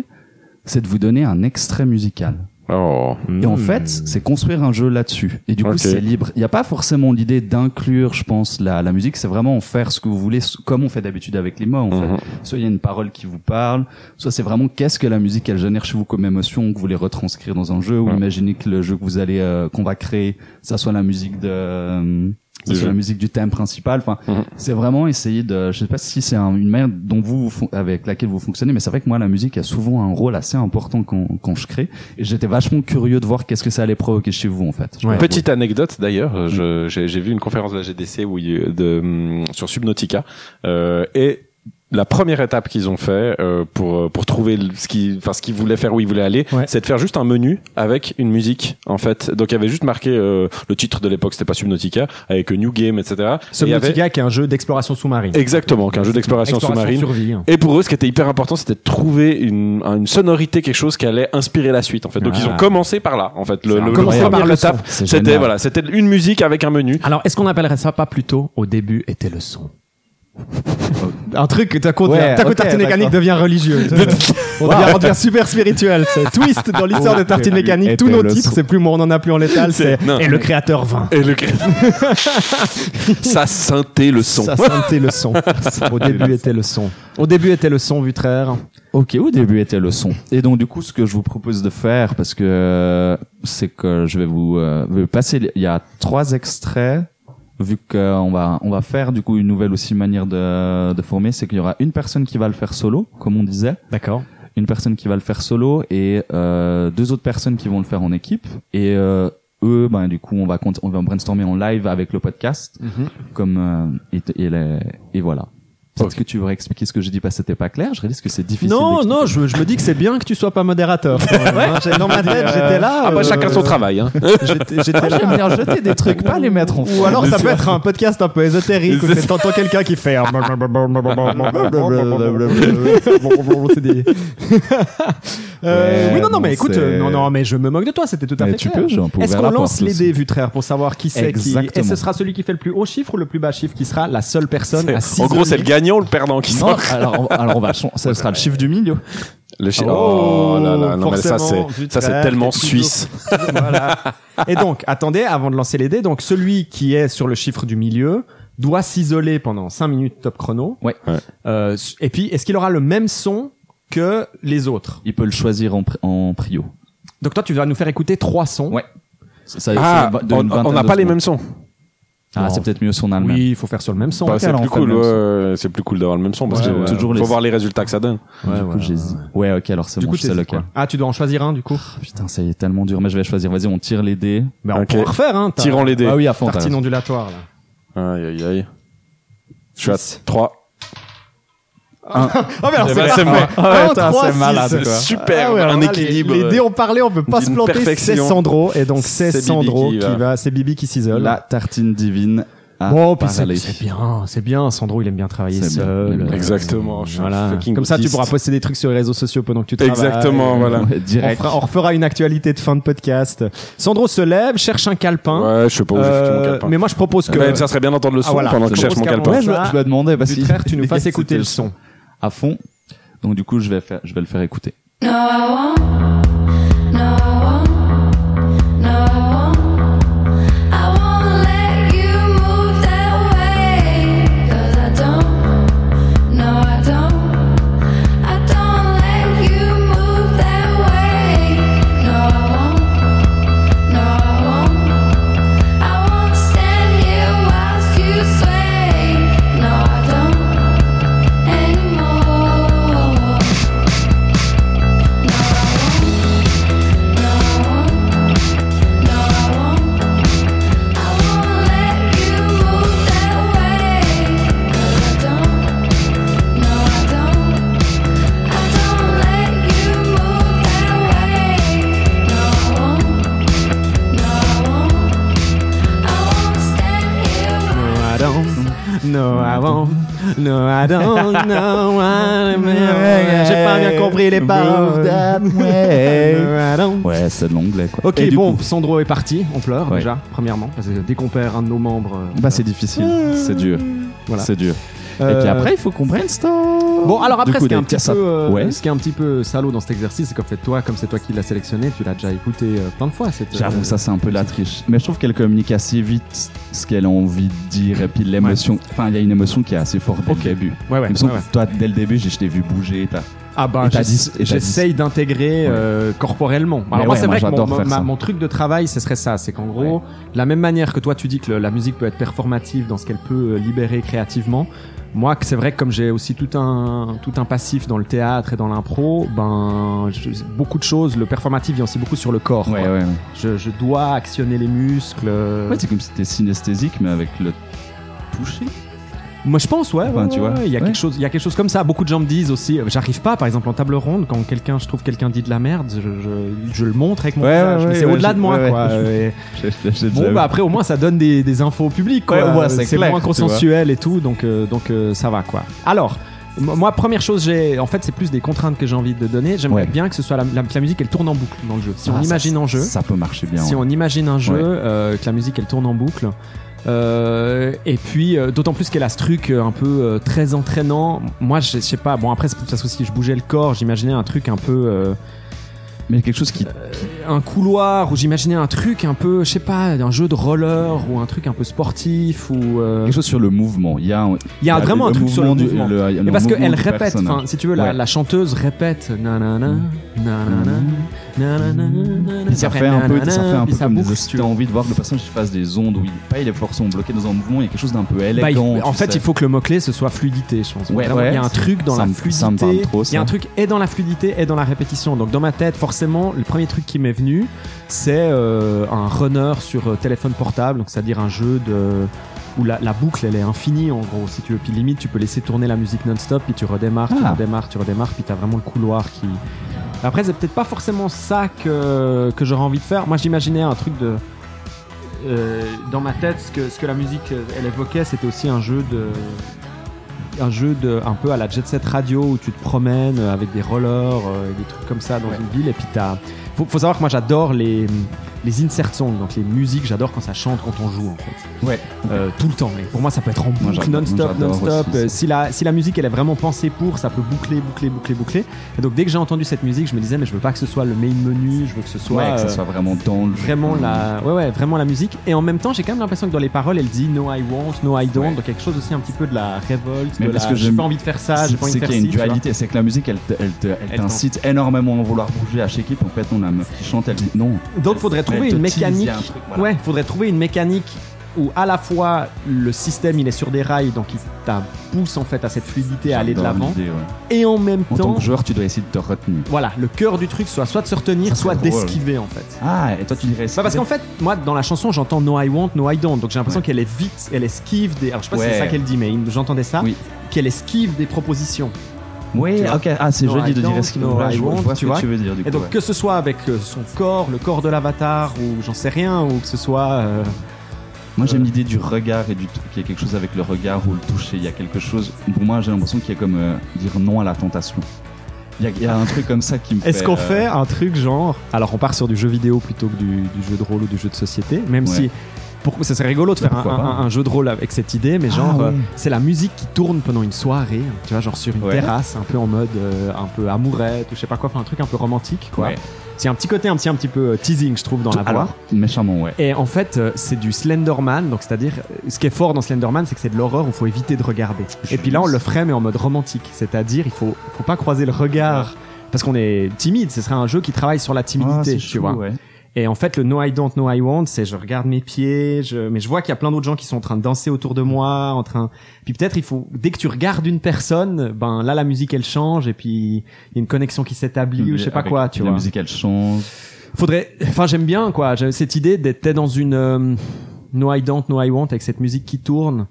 Speaker 6: c'est de vous donner un extrait musical.
Speaker 5: Oh.
Speaker 6: Et en fait, c'est construire un jeu là-dessus. Et du coup,
Speaker 5: Ok.
Speaker 6: c'est libre. Il n'y a pas forcément l'idée d'inclure, je pense, la, la musique. C'est vraiment en faire ce que vous voulez, s- comme on fait d'habitude avec les mots. En
Speaker 5: Mhm.
Speaker 6: fait. Soit il y a une parole qui vous parle, soit c'est vraiment qu'est-ce que la musique elle génère chez vous comme émotion que vous voulez retranscrire dans un jeu. Ou
Speaker 5: Ouais.
Speaker 6: imaginez que le jeu que vous allez euh, qu'on va créer, ça soit la musique de euh, ça
Speaker 5: Du
Speaker 6: soit
Speaker 5: jeu.
Speaker 6: la musique du thème principal. Enfin,
Speaker 5: Mhm.
Speaker 6: c'est vraiment essayer de. Je sais pas si c'est un- une manière dont vous vous fon- avec laquelle vous fonctionnez, mais c'est vrai que moi la musique a souvent un rôle assez important quand, quand je crée. Et j'étais vachement curieux de voir qu'est-ce que ça allait provoquer chez vous en fait. Je
Speaker 4: Ouais.
Speaker 6: dois
Speaker 5: Petite anecdote d'ailleurs, euh, je- j'ai j'ai vu une conférence de la GDC où il- de, hum, sur Subnautica euh, et la première étape qu'ils ont fait euh, pour euh, pour trouver le- ce qui enfin ce qu'ils voulaient faire où ils voulaient aller,
Speaker 4: Ouais.
Speaker 5: c'est de faire juste un menu avec une musique en fait. Donc il y avait juste marqué euh, le titre de l'époque, c'était pas Subnautica avec euh, New Game etc. Et il y avait-
Speaker 4: Subnautica, qui est un jeu d'exploration sous-marine.
Speaker 5: Exactement, qu'un jeu d'exploration sous-marine.
Speaker 4: survie. hein.
Speaker 5: Et pour eux, ce qui était hyper important, c'était de trouver une, une sonorité, quelque chose qui allait inspirer la suite, en fait. Donc,
Speaker 6: Ah.
Speaker 5: ils ont commencé par là, en fait.
Speaker 6: C'est
Speaker 5: Le, le, le
Speaker 6: incroyable.
Speaker 5: première
Speaker 4: Par le
Speaker 5: étape,
Speaker 6: C'est
Speaker 5: c'était,
Speaker 6: génial.
Speaker 5: voilà, c'était une musique avec un menu.
Speaker 4: Alors, est-ce qu'on appellerait ça pas plutôt au début était le son Un truc, ta côte,
Speaker 6: Ouais,
Speaker 4: ta côte
Speaker 6: ok,
Speaker 4: tartine
Speaker 6: d'accord.
Speaker 4: mécanique devient religieux. on, devient, on devient super spirituel. C'est twist dans l'histoire de tartine mécanique. Tous
Speaker 6: était
Speaker 4: nos
Speaker 6: le
Speaker 4: titres,
Speaker 6: son.
Speaker 4: c'est plus moi, on n'en a plus en létal. C'est
Speaker 5: non.
Speaker 4: et le créateur vint.
Speaker 5: Et le... ça synthait le son.
Speaker 4: Ça sentait le son. Au début était le son. Au début était le son, Vutraire.
Speaker 6: Ok, au début était le son. Et donc du coup, ce que je vous propose de faire, parce que euh, c'est que je vais vous euh, vous passer, les- il y a trois extraits. Vu qu'on va on va faire du coup une nouvelle aussi manière de de former, c'est qu'il y aura une personne qui va le faire solo, comme on disait,
Speaker 4: D'accord.
Speaker 6: une personne qui va le faire solo et euh, deux autres personnes qui vont le faire en équipe. Et euh, eux, ben du coup, on va cont- on va brainstormer en live avec le podcast,
Speaker 4: Mhm.
Speaker 6: comme euh, et, et, les- et voilà. Peut-être que tu voudrais expliquer ce que j'ai dit parce que c'était pas clair. Je réalise que c'est difficile.
Speaker 4: Non,
Speaker 6: d'expliquer.
Speaker 4: non, je, je me dis que c'est bien que tu sois pas modérateur. quand même, hein. J'ai- Dans ma tête, j'étais là.
Speaker 5: Ah bah,
Speaker 4: euh,
Speaker 5: chacun son travail, hein.
Speaker 4: J'étais j'étais
Speaker 6: Moi,
Speaker 4: là.
Speaker 6: j'aime bien jeter des trucs, pas les mettre en
Speaker 4: Ou
Speaker 6: forme.
Speaker 4: alors ça peut être un podcast un peu ésotérique où
Speaker 5: C'est
Speaker 4: c'est- t'entends quelqu'un qui fait. oh un C'est des- Euh,
Speaker 6: Ouais,
Speaker 4: oui non non
Speaker 6: bon,
Speaker 4: mais écoute
Speaker 6: c'est-
Speaker 4: euh, non non mais je me moque de toi c'était tout à
Speaker 6: Mais
Speaker 4: fait
Speaker 6: tu
Speaker 4: clair.
Speaker 6: peux, j'ai un peu
Speaker 4: Est-ce
Speaker 6: ouvert
Speaker 4: qu'on
Speaker 6: la
Speaker 4: lance
Speaker 6: porte
Speaker 4: les
Speaker 6: aussi.
Speaker 4: dés Vutraire pour savoir qui c'est qui et
Speaker 6: Exactement.
Speaker 4: ce sera celui qui fait le plus haut chiffre ou le plus bas chiffre qui sera la seule personne à
Speaker 5: En gros,
Speaker 4: s'isoler.
Speaker 5: c'est le gagnant ou le perdant qui
Speaker 6: Non,
Speaker 5: sort.
Speaker 6: alors, on- alors on va changer. Ça sera le chiffre du milieu.
Speaker 5: Le chi-
Speaker 4: Oh,
Speaker 5: oh, là là, non, mais ça, c'est,
Speaker 4: forcément, du
Speaker 5: ça, c'est
Speaker 4: trash,
Speaker 5: tellement
Speaker 4: des petits
Speaker 5: suisse.
Speaker 4: Voilà. Et donc, attendez, avant de lancer les dés, donc celui qui est sur le chiffre du milieu doit s'isoler pendant 5 minutes top chrono.
Speaker 6: Ouais.
Speaker 5: Ouais.
Speaker 4: Euh, et puis, est-ce qu'il aura le même son que les autres
Speaker 6: Il peut le choisir en, pri- en prio.
Speaker 4: Donc toi, tu vas nous faire écouter trois sons.
Speaker 6: Ouais. Ça- ça-
Speaker 5: Ah,
Speaker 6: c'est une va- de
Speaker 5: on
Speaker 6: une
Speaker 5: on
Speaker 6: vingtaine
Speaker 5: n'a
Speaker 6: de
Speaker 5: pas les
Speaker 6: secondes.
Speaker 5: mêmes sons.
Speaker 6: Ah, c'est
Speaker 4: Non.
Speaker 6: peut-être mieux son allemand.
Speaker 4: Oui, il faut faire sur le même son.
Speaker 5: Bah,
Speaker 6: Ok,
Speaker 5: c'est
Speaker 6: alors
Speaker 5: plus
Speaker 6: on fait le
Speaker 5: cool,
Speaker 6: même son.
Speaker 5: ouais, c'est plus cool d'avoir le même son parce
Speaker 4: Ouais,
Speaker 5: que
Speaker 4: ouais.
Speaker 5: euh,
Speaker 6: Toujours les-
Speaker 5: faut voir les résultats que ça donne.
Speaker 6: Du coup, j'hésite. Ouais, ok, alors c'est
Speaker 4: Du
Speaker 6: bon,
Speaker 4: coup,
Speaker 6: je sais
Speaker 4: t'hésites,
Speaker 6: lequel.
Speaker 4: quoi. Ah, tu dois en choisir un, du coup.
Speaker 6: Putain, ça y est tellement dur. Mais je vais choisir. Vas-y, on tire les dés.
Speaker 4: Bah, on
Speaker 5: Ok.
Speaker 4: pourra refaire, hein. ta-
Speaker 5: Tirons les dés.
Speaker 6: Ah oui, à fond. t'as
Speaker 4: Tartine
Speaker 6: raison.
Speaker 4: ondulatoire, là.
Speaker 5: Aïe, aïe, aïe. Je suis à
Speaker 4: Six.
Speaker 5: 3.
Speaker 4: Ah, mais alors,
Speaker 5: Eh
Speaker 4: c'est
Speaker 5: ben,
Speaker 4: pas-
Speaker 5: c'est moi.
Speaker 4: Un,
Speaker 6: Ah ouais, putain,
Speaker 4: trois,
Speaker 6: c'est
Speaker 4: six.
Speaker 6: malade, quoi.
Speaker 5: Super,
Speaker 4: Ah ouais, alors
Speaker 5: un
Speaker 4: là, les-
Speaker 5: équilibre. euh,
Speaker 4: Les, dés ont parlé, on peut pas
Speaker 5: d'une
Speaker 4: se planter. C'est
Speaker 5: perfection.
Speaker 4: Sandro, et donc c'est
Speaker 5: C'est Bibi
Speaker 4: Sandro
Speaker 5: qui
Speaker 4: qui
Speaker 5: va.
Speaker 4: va, c'est Bibi qui s'isole.
Speaker 6: La tartine divine. à
Speaker 4: Bon, Oh, puis c'est
Speaker 6: parler.
Speaker 4: c'est bien, c'est bien. Sandro, il aime bien travailler
Speaker 6: C'est bien,
Speaker 4: seul.
Speaker 6: il aime bien.
Speaker 5: Exactement, je suis un
Speaker 4: Voilà.
Speaker 5: fucking
Speaker 4: Comme ça, tu
Speaker 5: autiste.
Speaker 4: pourras poster des trucs sur les réseaux sociaux pendant que tu travailles.
Speaker 5: Exactement, voilà.
Speaker 6: Ouais,
Speaker 4: On,
Speaker 6: Direct.
Speaker 4: fera- on refera une actualité de fin de podcast. Sandro se lève, cherche un calepin.
Speaker 5: Ouais, je sais pas où j'ai foutu mon
Speaker 4: Euh,
Speaker 5: calepin.
Speaker 4: mais moi, je propose que.
Speaker 5: Ouais, ça serait bien d'entendre le son
Speaker 4: Ah, voilà.
Speaker 5: pendant que je
Speaker 4: C'est
Speaker 5: cherche
Speaker 4: bon,
Speaker 5: mon
Speaker 4: Oscar,
Speaker 5: calepin.
Speaker 4: ouais.
Speaker 6: Ouais, je, je dois demander parce que
Speaker 4: Luther, tu nous fasses écouter le son.
Speaker 6: à fond. Donc du coup, je vais faire, je vais le faire écouter.
Speaker 8: No one, no one, no one. I won't let you move that way. 'Cause I don't, no, I don't. I don't let you move that way. No, I won't, no, I won't. I won't stand here whilst you sway. No, I don't anymore. No, I won't.
Speaker 4: No, I won't. No, I don't know what I'm doing. J'ai pas bien compris les paroles. No, I don't.
Speaker 6: Ouais, c'est de l'anglais quoi.
Speaker 4: Ok,
Speaker 6: Et du
Speaker 4: bon,
Speaker 6: coup-
Speaker 4: Sandro est parti, on pleure
Speaker 6: Ouais.
Speaker 4: déjà, premièrement, parce que dès qu'on perd un de nos membres. euh, on
Speaker 6: bah
Speaker 4: pleure.
Speaker 6: c'est difficile, c'est dur,
Speaker 4: Voilà.
Speaker 6: c'est dur. Et
Speaker 4: Euh,
Speaker 6: puis après, il faut qu'on prenne brainstorm.
Speaker 4: Bon, alors
Speaker 6: Du
Speaker 4: après, ce qui,
Speaker 6: coup,
Speaker 4: est
Speaker 6: des
Speaker 4: un petit
Speaker 6: petits-
Speaker 4: peu, euh,
Speaker 6: Ouais.
Speaker 4: ce qui est un petit peu salaud dans cet exercice, c'est qu'en fait, toi, comme c'est toi qui l'as sélectionné, tu l'as déjà écouté euh, plein de fois. cette, euh,
Speaker 6: J'avoue, ça c'est un peu de la triche. Mais je trouve qu'elle communique assez vite ce qu'elle a envie de dire et puis l'émotion. Enfin, il y a une émotion qui est assez forte dès
Speaker 4: Ok.
Speaker 6: le début.
Speaker 4: Ouais, ouais,
Speaker 6: Il me semble
Speaker 4: ouais, ouais.
Speaker 6: que toi, dès le début, j'ai- je t'ai vu bouger. t'as-
Speaker 4: Ah bah,
Speaker 6: Et t'as
Speaker 4: j'ess-
Speaker 6: dit- et t'as dit-
Speaker 4: j'essaye d'intégrer euh, corporellement. Alors
Speaker 6: Mais
Speaker 4: moi,
Speaker 6: ouais,
Speaker 4: c'est
Speaker 6: moi,
Speaker 4: vrai que mon,
Speaker 6: j'adore
Speaker 4: mon-
Speaker 6: faire
Speaker 4: ma-
Speaker 6: ça.
Speaker 4: mon truc de travail, ce serait ça. C'est qu'en gros, de la même manière que toi, tu dis que le- la musique peut être performative dans ce qu'elle peut euh, libérer créativement. Moi, que c'est vrai que comme j'ai aussi tout un tout un passif dans le théâtre et dans l'impro, ben je- beaucoup de choses. Le performatif vient aussi beaucoup sur le corps.
Speaker 6: Ouais,
Speaker 4: quoi.
Speaker 6: ouais, ouais.
Speaker 4: Je, je dois actionner les muscles. euh,
Speaker 6: Ouais, c'est comme si t'étais synesthésique, mais avec le toucher.
Speaker 4: Moi, je pense, ouais.
Speaker 6: Enfin,
Speaker 4: ouais,
Speaker 6: tu
Speaker 4: ouais,
Speaker 6: vois,
Speaker 4: ouais, Il y a
Speaker 6: ouais.
Speaker 4: quelque chose, il y a quelque chose comme ça. Beaucoup de gens me disent aussi. euh, J'arrive pas, par exemple, en table ronde, quand quelqu'un, je trouve quelqu'un dit de la merde, je, je, je le montre avec mon
Speaker 6: Ouais,
Speaker 4: visage.
Speaker 6: ouais,
Speaker 4: mais
Speaker 6: ouais,
Speaker 4: c'est
Speaker 6: ouais,
Speaker 4: au-delà de
Speaker 6: je-
Speaker 4: moi,
Speaker 6: ouais,
Speaker 4: quoi.
Speaker 6: ouais.
Speaker 4: ouais.
Speaker 6: J'ai- j'ai- j'ai déjà
Speaker 4: Bon,
Speaker 6: vu.
Speaker 4: bah après, au moins, ça donne des, des infos au public, quoi.
Speaker 6: Ouais, au moins,
Speaker 4: Euh,
Speaker 6: c'est
Speaker 4: c'est
Speaker 6: clair,
Speaker 4: moins
Speaker 6: tu vois.
Speaker 4: consensuel et tout, donc, euh, donc euh, ça va, quoi. Alors. m- Moi, première chose, j'ai en fait, c'est plus des contraintes que j'ai envie de donner. J'aimerais
Speaker 6: Ouais.
Speaker 4: bien que ce soit la, la- que la musique, elle tourne en boucle dans le jeu. Si on
Speaker 6: Ah, ça-
Speaker 4: imagine un jeu,
Speaker 6: Ça peut marcher bien.
Speaker 4: si
Speaker 6: ouais.
Speaker 4: on imagine un jeu,
Speaker 6: Ouais.
Speaker 4: euh, que la musique elle tourne en boucle. Euh, et puis euh, d'autant plus qu'elle a ce truc euh, un peu euh, très entraînant. Moi je je sais pas, bon après c'est parce que si je bougeais le corps, j'imaginais un truc un peu euh,
Speaker 6: Mais quelque chose qui.
Speaker 4: un couloir ou j'imaginais un truc un peu je sais pas, un jeu de roller ou un truc un peu sportif ou euh,
Speaker 6: Quelque chose sur le mouvement. Il y a,
Speaker 4: il y a vraiment un
Speaker 6: Bah, le
Speaker 4: truc sur le
Speaker 6: du-
Speaker 4: mouvement.
Speaker 6: le- le
Speaker 4: Et parce
Speaker 6: mouvement
Speaker 4: qu'elle
Speaker 6: du
Speaker 4: répète,
Speaker 6: personnage.
Speaker 4: enfin, si tu veux, la,
Speaker 6: Ouais.
Speaker 4: la chanteuse répète nanana, nanana, nanana,
Speaker 6: Puis Mm. ça
Speaker 4: après,
Speaker 6: fait un peu,
Speaker 4: nanana,
Speaker 6: ça fait un
Speaker 4: puis
Speaker 6: peu
Speaker 4: ça
Speaker 6: comme des
Speaker 4: boucle, si tu
Speaker 6: t'as envie de voir que le personnage fasse des ondes où il, pas il est forcément bloqué dans un mouvement, il y a quelque chose d'un peu élégant.
Speaker 4: Bah, il-
Speaker 6: tu
Speaker 4: en fait,
Speaker 6: sais.
Speaker 4: il faut que le mot-clé ce soit fluidité, je pense.
Speaker 6: Ouais,
Speaker 4: Vraiment,
Speaker 6: ouais.
Speaker 4: Il y a un truc dans
Speaker 6: Ça
Speaker 4: la
Speaker 6: me- ça me parle
Speaker 4: fluidité.
Speaker 6: trop, ça.
Speaker 4: il y a un truc et dans la fluidité et dans la répétition. Donc, dans ma tête, forcément, le premier truc qui m'est venu, c'est euh, un runner sur euh, téléphone portable, donc c'est-à-dire un jeu de où la, la boucle elle est infinie en gros si tu veux puis limite tu peux laisser tourner la musique non-stop puis tu redémarres tu
Speaker 6: Ah.
Speaker 4: redémarres tu redémarres puis t'as vraiment le couloir qui après c'est peut-être pas forcément ça que, que j'aurais envie de faire moi j'imaginais un truc de euh, dans ma tête, ce que, ce que la musique euh, elle évoquait, c'était aussi un jeu de un jeu de un peu à la jet set radio où tu te promènes euh, avec des rollers euh, et des trucs comme ça dans une ville et puis t'as faut, faut savoir que moi j'adore les les insert songs donc les musiques j'adore quand ça chante quand on joue en fait
Speaker 6: Ouais.
Speaker 4: Euh, tout le temps et pour moi ça peut être en
Speaker 6: Moi,
Speaker 4: boucle
Speaker 6: j'adore-
Speaker 4: non stop
Speaker 6: moi,
Speaker 4: non
Speaker 6: j'adore
Speaker 4: stop
Speaker 6: aussi ça.
Speaker 4: si la si la musique elle est vraiment pensée pour ça peut boucler boucler boucler boucler et donc dès que j'ai entendu cette musique je me disais mais je veux pas que ce soit le main menu je veux que ce soit
Speaker 6: Ouais, que ça
Speaker 4: euh,
Speaker 6: soit vraiment dans le.
Speaker 4: vraiment la ouais ouais vraiment la musique et en même temps j'ai quand même l'impression que dans les paroles elle dit no I won't no I don't
Speaker 6: Ouais.
Speaker 4: donc quelque chose aussi un petit peu de la révolte
Speaker 6: Mais
Speaker 4: de
Speaker 6: parce
Speaker 4: la-
Speaker 6: que
Speaker 4: j'ai
Speaker 6: j'aime-
Speaker 4: pas envie de faire ça j'ai
Speaker 6: C'est
Speaker 4: pas envie
Speaker 6: c'est
Speaker 4: de faire
Speaker 6: qu'il y a
Speaker 4: ci,
Speaker 6: une
Speaker 4: tu vois.
Speaker 6: dualité, c'est que la musique elle, te- elle, te- elle
Speaker 4: Elle
Speaker 6: t'incite énormément à vouloir bouger à chaque équipe. En fait, on a un meuf qui chante, elle dit non.
Speaker 4: donc faudrait
Speaker 6: Elle
Speaker 4: trouver
Speaker 6: te
Speaker 4: une
Speaker 6: tease, il y a un
Speaker 4: mécanique
Speaker 6: truc, voilà.
Speaker 4: ouais faudrait trouver une mécanique où à la fois le système il est sur des rails donc il t'a pousse en fait à cette fluidité à aller de
Speaker 6: J'adore
Speaker 4: l'avant
Speaker 6: l'idée, ouais.
Speaker 4: et en même
Speaker 6: En tant
Speaker 4: temps
Speaker 6: que joueur, tu dois essayer de te retenir.
Speaker 4: voilà le cœur du truc soit soit de se retenir
Speaker 6: Ça,
Speaker 4: soit
Speaker 6: c'est drôle.
Speaker 4: d'esquiver en fait
Speaker 6: Ah, et toi tu dirais
Speaker 4: Bah, parce qu'en fait, moi dans la chanson j'entends No I want, No I don't, donc j'ai l'impression
Speaker 6: Ouais.
Speaker 4: qu'elle est vite, elle esquive des. Alors je sais pas si
Speaker 6: Ouais.
Speaker 4: c'est ça qu'elle dit, mais il- j'entendais ça,
Speaker 6: Oui.
Speaker 4: qu'elle esquive des propositions. tu
Speaker 6: Oui,
Speaker 4: vois.
Speaker 6: ok, ah, c'est
Speaker 4: No, I
Speaker 6: joli de
Speaker 4: don't,
Speaker 6: dire ce qu'il
Speaker 4: no, I
Speaker 6: je vois
Speaker 4: won't,
Speaker 6: ce que
Speaker 4: tu vois.
Speaker 6: tu veux dire du
Speaker 4: Et
Speaker 6: coup.
Speaker 4: donc
Speaker 6: ouais.
Speaker 4: que ce soit avec euh, son corps, le corps de l'avatar, ou j'en sais rien, ou que ce soit. euh,
Speaker 6: Moi j'aime l'idée du regard et du qu'il y a quelque chose avec le regard ou le toucher. Il y a quelque chose. Pour moi j'ai l'impression qu'il y a comme euh, dire non à la tentation. Il y a, il y a un truc comme ça qui me.
Speaker 4: Est-ce
Speaker 6: fait,
Speaker 4: qu'on
Speaker 6: euh,
Speaker 4: fait un truc genre. Alors on part sur du jeu vidéo plutôt que du, du jeu de rôle ou du jeu de société, même
Speaker 6: Ouais.
Speaker 4: si. Pour, ça serait rigolo de faire un,
Speaker 6: Pourquoi pas. hein.
Speaker 4: un- un jeu de rôle avec cette idée, mais
Speaker 6: Ah,
Speaker 4: genre,
Speaker 6: ouais.
Speaker 4: euh, c'est la musique qui tourne pendant une soirée, tu vois, genre sur une
Speaker 6: Ouais.
Speaker 4: terrasse, un peu en mode euh, un peu amourette ou je sais pas quoi, enfin un truc un peu romantique, quoi.
Speaker 6: Ouais.
Speaker 4: C'est un petit côté un petit, un petit peu euh, teasing, je trouve, dans la voix.
Speaker 6: Alors, méchamment, ouais.
Speaker 4: Et en fait, euh, c'est du Slenderman, donc c'est-à-dire, euh, ce qui est fort dans Slenderman, c'est que c'est de l'horreur où il faut éviter de regarder.
Speaker 6: Je
Speaker 4: et puis là, on
Speaker 6: pense.
Speaker 4: le ferait, mais en mode romantique, c'est-à-dire, il faut, faut pas croiser le regard, parce qu'on est timide, ce serait un jeu qui travaille sur la
Speaker 6: Ah,
Speaker 4: timidité,
Speaker 6: c'est
Speaker 4: tu
Speaker 6: chou,
Speaker 4: vois.
Speaker 6: ouais.
Speaker 4: Et en fait, le no I don't, no I want, c'est je regarde mes pieds, je... mais je vois qu'il y a plein d'autres gens qui sont en train de danser autour de moi, en train. Puis peut-être il faut, dès que tu regardes une personne, ben là la musique elle change et puis il y a une connexion qui s'établit ou je sais pas
Speaker 6: Avec-
Speaker 4: quoi, tu
Speaker 6: la
Speaker 4: vois.
Speaker 6: musique elle change.
Speaker 4: Faudrait, enfin j'aime bien quoi, J'ai cette idée d'être dans une euh, no I don't, no I want avec cette musique qui tourne.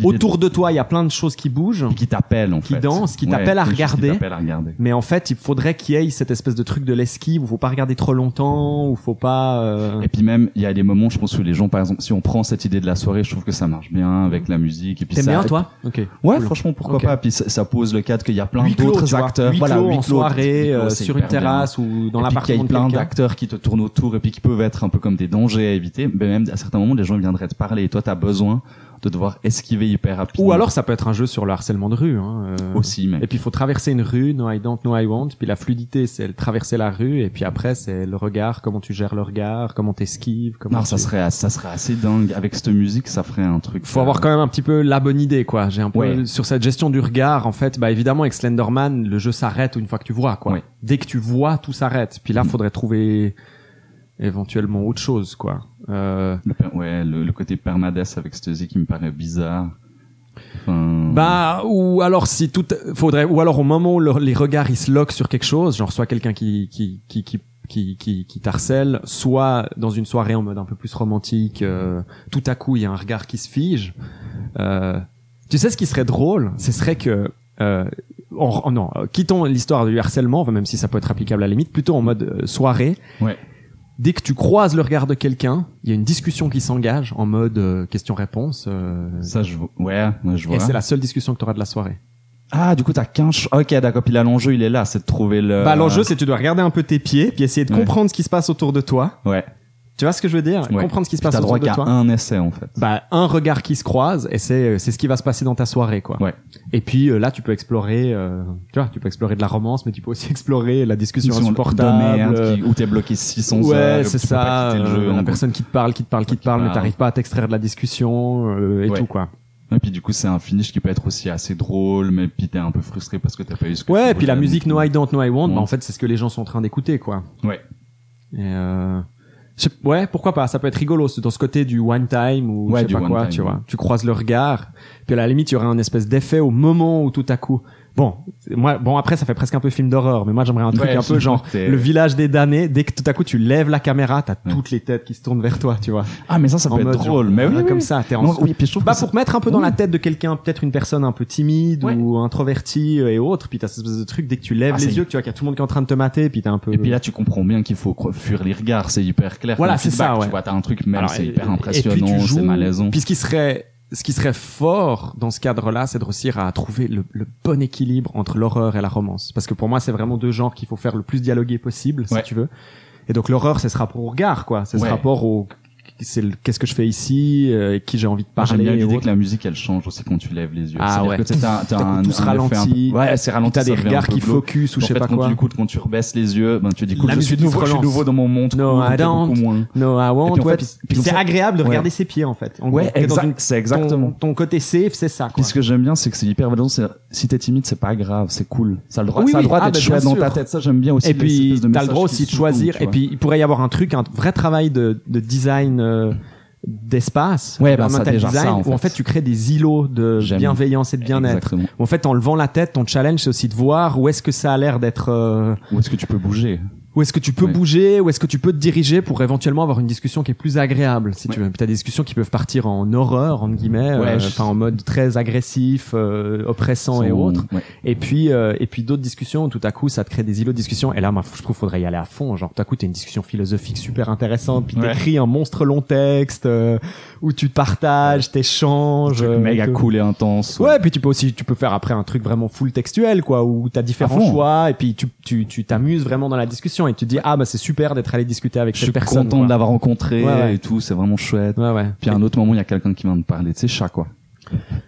Speaker 6: L'idée
Speaker 4: autour de toi, il y a plein de choses qui bougent.
Speaker 6: de- qui t'appelle en
Speaker 4: qui
Speaker 6: fait.
Speaker 4: danse, qui
Speaker 6: Ouais,
Speaker 4: t'appelle à
Speaker 6: quelque chose qui
Speaker 4: regarder.
Speaker 6: t'appelle à regarder.
Speaker 4: Mais en fait, il faudrait qu'il y ait cette espèce de truc de l'esquive où faut pas regarder trop longtemps, où faut pas. euh,
Speaker 6: Et puis même, il y a des moments, je pense, où les gens, par exemple, si on prend cette idée de la soirée, je trouve que ça marche bien avec la musique. Et puis
Speaker 4: T'aimes
Speaker 6: ça-
Speaker 4: bien toi Ok.
Speaker 6: Ouais,
Speaker 4: Cool.
Speaker 6: franchement, pourquoi
Speaker 4: Ok.
Speaker 6: pas. Puis ça, ça pose le cadre qu'il y a plein
Speaker 4: Huis clos, tu
Speaker 6: d'autres
Speaker 4: vois.
Speaker 6: acteurs.
Speaker 4: Huis
Speaker 6: voilà,
Speaker 4: clos
Speaker 6: huis
Speaker 4: en
Speaker 6: clos, huis
Speaker 4: soirée,
Speaker 6: clos,
Speaker 4: euh,
Speaker 6: c'est
Speaker 4: sur
Speaker 6: hyper
Speaker 4: une terrasse ou dans
Speaker 6: Et puis qu'il y
Speaker 4: l'appartement
Speaker 6: a
Speaker 4: de
Speaker 6: plein
Speaker 4: quelqu'un.
Speaker 6: d'acteurs qui te tournent autour et puis qui peuvent être un peu comme des dangers à éviter. Mais même à certains moments, les gens viendraient te parler et toi, t'as besoin de devoir esquiver hyper rapidement.
Speaker 4: Ou alors, ça peut être un jeu sur le harcèlement de rue. Hein, euh,
Speaker 6: aussi, mais
Speaker 4: Et puis, il faut traverser une rue. No I don't, no I want. Puis la fluidité, c'est le traverser la rue. Et puis après, c'est le regard. Comment tu gères le regard Comment t'esquives Comment
Speaker 6: non, ça
Speaker 4: tu-
Speaker 6: serait, ça serait assez dingue. Avec cette musique, ça ferait un truc. euh,
Speaker 4: faut avoir quand même un petit peu la bonne idée quoi j'ai un peu
Speaker 6: Ouais.
Speaker 4: sur cette gestion du regard en fait bah évidemment avec Slenderman le jeu s'arrête une fois que tu vois quoi
Speaker 6: Ouais. Mm.
Speaker 4: dès que tu vois tout s'arrête puis là faudrait trouver éventuellement autre chose quoi euh,
Speaker 6: Le, per- ouais, le, le côté permadeath avec cette musique qui me paraît bizarre. Enfin,
Speaker 4: bah ou alors si tout faudrait ou alors au moment où le- les regards ils se loquent sur quelque chose genre soit quelqu'un qui qui qui qui qui, qui, qui t'harcèle, soit dans une soirée en mode un peu plus romantique, euh, tout à coup il y a un regard qui se fige. Euh, tu sais ce qui serait drôle, ce serait que euh, en- en- non, euh, quittons l'histoire du harcèlement, enfin, même si ça peut être applicable à la limite, plutôt en mode euh, soirée.
Speaker 6: Ouais.
Speaker 4: Dès que tu croises le regard de quelqu'un, il y a une discussion qui s'engage en mode euh, question-réponse. euh,
Speaker 6: ça, je, vo- ouais, ouais, je vois.
Speaker 4: et c'est la seule discussion que tu auras de la soirée.
Speaker 6: Ah, du coup, t'as qu'un. ch- Ok, d'accord. Puis là, l'enjeu, il est là, c'est de trouver le.
Speaker 4: Bah l'enjeu c'est que tu dois regarder un peu tes pieds puis essayer de
Speaker 6: Euh, Ouais.
Speaker 4: comprendre ce qui se passe autour de toi.
Speaker 6: Ouais.
Speaker 4: Tu vois ce que je veux dire
Speaker 6: ouais.
Speaker 4: Comprendre ce qui se
Speaker 6: Puis
Speaker 4: passe
Speaker 6: T'as droit
Speaker 4: autour de
Speaker 6: qu'à
Speaker 4: toi.
Speaker 6: un essai, en fait.
Speaker 4: Bah un regard qui se croise et c'est c'est ce qui va se passer dans ta soirée quoi.
Speaker 6: Ouais.
Speaker 4: Et puis euh, là tu peux explorer euh, tu vois tu peux explorer de la romance mais tu peux aussi explorer la discussion
Speaker 6: Une
Speaker 4: insupportable.
Speaker 6: de merde qui- hein, où t'es bloqué 600 heures.
Speaker 4: euh, ouais,
Speaker 6: et
Speaker 4: c'est
Speaker 6: tu peux pas
Speaker 4: ça.
Speaker 6: quitter le jeu,
Speaker 4: euh,
Speaker 6: en
Speaker 4: la
Speaker 6: gros.
Speaker 4: personne qui te parle, qui te parle, qui te
Speaker 6: Qui
Speaker 4: parle, mais
Speaker 6: parle.
Speaker 4: t'arrives pas à t'extraire de la discussion euh, et
Speaker 6: Ouais.
Speaker 4: tout quoi.
Speaker 6: Et puis du coup, c'est un finish qui peut être aussi assez drôle, mais puis t'es un peu frustré parce que t'as pas eu ce que tu
Speaker 4: Ouais, et puis la
Speaker 6: voulais,
Speaker 4: musique
Speaker 6: donc-
Speaker 4: No I Don't No I Want,
Speaker 6: Ouais.
Speaker 4: bah, en fait c'est ce que les gens sont en train d'écouter quoi.
Speaker 6: Mm. Ouais.
Speaker 4: Et euh, je sais- ouais, pourquoi pas Ça peut être rigolo c'est dans ce côté du one time ou
Speaker 6: Ouais,
Speaker 4: je
Speaker 6: du
Speaker 4: sais pas
Speaker 6: one
Speaker 4: quoi,
Speaker 6: time,
Speaker 4: tu
Speaker 6: ouais.
Speaker 4: vois. Tu croises le regard, puis à la limite il y aurait un espèce d'effet au moment où tout à coup. Bon, c'est- moi, bon après ça fait presque un peu film d'horreur, mais moi j'aimerais un truc
Speaker 6: Ouais,
Speaker 4: un
Speaker 6: je
Speaker 4: peu genre
Speaker 6: pense que t'es-
Speaker 4: le village des damnés. Dès que tout à coup tu lèves la caméra, t'as toutes les têtes qui se tournent vers toi, tu vois.
Speaker 6: Ah, mais ça, ça
Speaker 4: En
Speaker 6: peut être
Speaker 4: mode
Speaker 6: drôle.
Speaker 4: genre,
Speaker 6: mais oui,
Speaker 4: euh,
Speaker 6: oui,
Speaker 4: comme
Speaker 6: oui.
Speaker 4: ça, t'es en
Speaker 6: Non, oui, puis je trouve
Speaker 4: bah
Speaker 6: que ça-
Speaker 4: pour mettre un peu dans
Speaker 6: Oui.
Speaker 4: la tête de quelqu'un, peut-être une personne un peu timide
Speaker 6: Ouais.
Speaker 4: ou introvertie euh, et autres, puis t'as cette espèce de truc dès que tu lèves
Speaker 6: Ah,
Speaker 4: les
Speaker 6: c'est-
Speaker 4: yeux, que tu vois qu'il y a tout le monde qui est en train de te mater, puis t'es un peu.
Speaker 6: Et puis là, tu comprends bien qu'il faut cro- fuir les regards, c'est hyper clair.
Speaker 4: Voilà,
Speaker 6: Comme
Speaker 4: c'est
Speaker 6: feedback,
Speaker 4: ça, ouais.
Speaker 6: Tu vois, t'as un truc, même,
Speaker 4: Alors,
Speaker 6: c'est
Speaker 4: et- et- et
Speaker 6: hyper
Speaker 4: puis
Speaker 6: impressionnant,
Speaker 4: tu
Speaker 6: c'est
Speaker 4: joues-
Speaker 6: malaisant.
Speaker 4: Puis ce qui serait, ce qui serait fort dans ce cadre-là, c'est de réussir à trouver le, le bon équilibre entre l'horreur et la romance. Parce que pour moi, c'est vraiment deux genres qu'il faut faire le plus dialoguer possible, si
Speaker 6: Ouais.
Speaker 4: tu veux. Et donc l'horreur, c'est ce rapport au regard, quoi. C'est
Speaker 6: Ouais.
Speaker 4: ce rapport au, c'est le- qu'est-ce que je fais ici, euh, et qui j'ai envie de
Speaker 6: Moi, J'aime
Speaker 4: parler.
Speaker 6: bien
Speaker 4: et
Speaker 6: l'idée
Speaker 4: autres.
Speaker 6: que la musique elle change aussi quand tu lèves les yeux.
Speaker 4: Ah
Speaker 6: C'est-à-dire
Speaker 4: ouais.
Speaker 6: que t'as- t'as- t'as
Speaker 4: Tout à coup,
Speaker 6: un-
Speaker 4: tout se
Speaker 6: un effet un peu-
Speaker 4: ralentit.
Speaker 6: Ouais, c'est ralenti.
Speaker 4: T'as
Speaker 6: ça
Speaker 4: des
Speaker 6: devient un
Speaker 4: regards
Speaker 6: peu
Speaker 4: qui
Speaker 6: glauque.
Speaker 4: focus ou
Speaker 6: En
Speaker 4: je sais
Speaker 6: fait,
Speaker 4: pas
Speaker 6: quand
Speaker 4: quoi.
Speaker 6: Du coup, quand tu rebaisses les yeux, ben tu dis
Speaker 4: La
Speaker 6: je suis
Speaker 4: musique
Speaker 6: nouveau,
Speaker 4: se
Speaker 6: je suis
Speaker 4: relance.
Speaker 6: nouveau dans mon monde.
Speaker 4: No, I don't.
Speaker 6: beaucoup moins.
Speaker 4: No, I want.
Speaker 6: Et puis, en
Speaker 4: ouais,
Speaker 6: fait,
Speaker 4: puis-
Speaker 6: puis
Speaker 4: puis
Speaker 6: comme
Speaker 4: c'est
Speaker 6: ça-
Speaker 4: agréable de
Speaker 6: ouais.
Speaker 4: regarder ses pieds, en fait. En
Speaker 6: Ouais,
Speaker 4: gros, t'es dans
Speaker 6: exact-
Speaker 4: une-
Speaker 6: c'est exactement.
Speaker 4: Ton, ton côté safe, c'est ça.
Speaker 6: Puis
Speaker 4: Quoi.
Speaker 6: ce que j'aime bien, c'est que c'est hyper valorisant. c'est- Si t'es timide, c'est pas grave, c'est cool. Ça a le droit,
Speaker 4: Oui,
Speaker 6: ça a le
Speaker 4: oui.
Speaker 6: droit
Speaker 4: Ah,
Speaker 6: d'être
Speaker 4: bah,
Speaker 6: chouette
Speaker 4: bien
Speaker 6: dans
Speaker 4: sûr.
Speaker 6: ta tête. Ça, j'aime bien aussi.
Speaker 4: et
Speaker 6: les espèces
Speaker 4: puis
Speaker 6: de
Speaker 4: t'as le
Speaker 6: messages
Speaker 4: droit
Speaker 6: qui
Speaker 4: aussi de
Speaker 6: se
Speaker 4: choisir
Speaker 6: font, tu
Speaker 4: et
Speaker 6: vois.
Speaker 4: puis il pourrait y avoir un truc un vrai travail de, de design euh, d'espace
Speaker 6: Mm. Ouais, bah,
Speaker 4: environmental
Speaker 6: ça, déjà,
Speaker 4: design
Speaker 6: ça, en
Speaker 4: où en
Speaker 6: fait.
Speaker 4: fait tu crées des îlots de
Speaker 6: J'aime.
Speaker 4: bienveillance et de bien-être
Speaker 6: Exactement.
Speaker 4: Où, en fait en levant la tête ton challenge c'est aussi de voir où est-ce que ça a l'air d'être euh,
Speaker 6: Où est-ce que tu peux bouger
Speaker 4: où est-ce que tu peux
Speaker 6: Ouais.
Speaker 4: bouger où est-ce que tu peux te diriger pour éventuellement avoir une discussion qui est plus agréable si tu
Speaker 6: Ouais.
Speaker 4: veux puis t'as des discussions qui peuvent partir en horreur entre guillemets
Speaker 6: Ouais,
Speaker 4: euh,
Speaker 6: je-
Speaker 4: enfin en mode très agressif euh, oppressant et
Speaker 6: Sans-
Speaker 4: autres
Speaker 6: ouais.
Speaker 4: et puis, euh, et puis d'autres discussions, où tout à coup, ça te crée des îlots de discussion. Et là, moi, je trouve qu'il faudrait y aller à fond. Genre, tout à coup, t'as une discussion philosophique super intéressante, puis
Speaker 6: Ouais.
Speaker 4: t'écris un monstre long texte, euh, où tu partages, t'échanges.
Speaker 6: Truc
Speaker 4: euh,
Speaker 6: méga
Speaker 4: tout.
Speaker 6: cool et intense.
Speaker 4: Ouais, puis tu peux aussi, tu peux faire après un truc vraiment full textuel, quoi, où t'as
Speaker 6: À
Speaker 4: différents
Speaker 6: fond.
Speaker 4: choix, et puis tu, tu, tu t'amuses vraiment dans la discussion, et tu te dis, ah, bah, c'est super d'être allé discuter avec
Speaker 6: Je suis
Speaker 4: cette personne.
Speaker 6: content de
Speaker 4: quoi.
Speaker 6: l'avoir rencontré
Speaker 4: Ouais, ouais.
Speaker 6: et tout. C'est vraiment chouette.
Speaker 4: Ouais, ouais.
Speaker 6: Puis à un autre moment, il y a quelqu'un qui vient de parler de ses chats, quoi.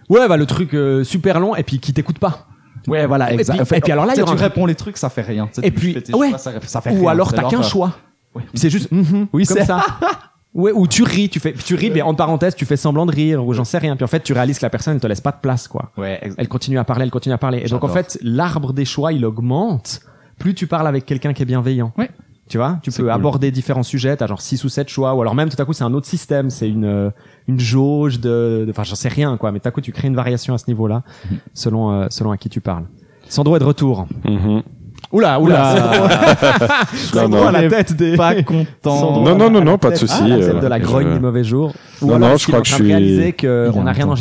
Speaker 4: Ouais, bah, le truc, euh, super long, et puis qui t'écoute pas.
Speaker 6: Ouais, voilà,
Speaker 4: Et puis-
Speaker 6: Ah, exact. En fait,
Speaker 4: et puis alors là, il y
Speaker 6: tu
Speaker 4: aura
Speaker 6: sais,
Speaker 4: un-
Speaker 6: tu réponds les trucs, ça fait rien. Tu sais,
Speaker 4: Et
Speaker 6: tu
Speaker 4: puis-
Speaker 6: fais tes
Speaker 4: ouais.
Speaker 6: choix, ça, ça fait
Speaker 4: Ou
Speaker 6: rien,
Speaker 4: alors
Speaker 6: c'est
Speaker 4: t'as qu'un
Speaker 6: l'horreur.
Speaker 4: choix.
Speaker 6: Ouais.
Speaker 4: C'est juste, mhm,
Speaker 6: Oui,
Speaker 4: comme
Speaker 6: c'est-
Speaker 4: ça. Ouais, ou tu ris, tu fais, tu ris, mais en parenthèse, tu fais semblant de rire, ou j'en sais rien. Puis en fait, tu réalises que la personne ne te laisse pas de place, quoi.
Speaker 6: Ouais, ex-
Speaker 4: Elle continue à parler, elle continue à parler. Et donc, en
Speaker 6: J'adore.
Speaker 4: fait, l'arbre des choix, il augmente plus tu parles avec quelqu'un qui est bienveillant.
Speaker 6: Ouais.
Speaker 4: Tu vois, tu
Speaker 6: C'est
Speaker 4: peux
Speaker 6: cool.
Speaker 4: aborder différents sujets, t'as genre 6 ou 7 choix, ou alors même tout à coup c'est un autre système, c'est une, euh, une jauge de, de- enfin j'en sais rien quoi, mais tout à coup tu crées une variation à ce niveau-là,
Speaker 6: Mhm.
Speaker 4: selon, euh, selon à qui tu parles. Sandro est de retour.
Speaker 5: Mhm.
Speaker 4: Oula, oula,
Speaker 5: Non,
Speaker 4: Sandro
Speaker 5: non.
Speaker 4: à la tête des...
Speaker 6: Pas content.
Speaker 4: Sandro
Speaker 5: Non,
Speaker 4: à
Speaker 5: non,
Speaker 4: la
Speaker 5: non, non,
Speaker 4: tête-
Speaker 5: pas de souci,
Speaker 4: Ah, la tête
Speaker 5: euh,
Speaker 4: de la
Speaker 5: je-
Speaker 4: grogne des mauvais jours. Ou
Speaker 5: Non,
Speaker 4: alors
Speaker 5: non,
Speaker 4: parce
Speaker 5: je
Speaker 4: qu'il est
Speaker 5: crois
Speaker 4: en
Speaker 5: que
Speaker 4: train de
Speaker 5: je suis-
Speaker 4: réaliser
Speaker 6: Il est
Speaker 4: qu'on
Speaker 6: en
Speaker 4: n'a rien
Speaker 6: temps.
Speaker 4: enregistré.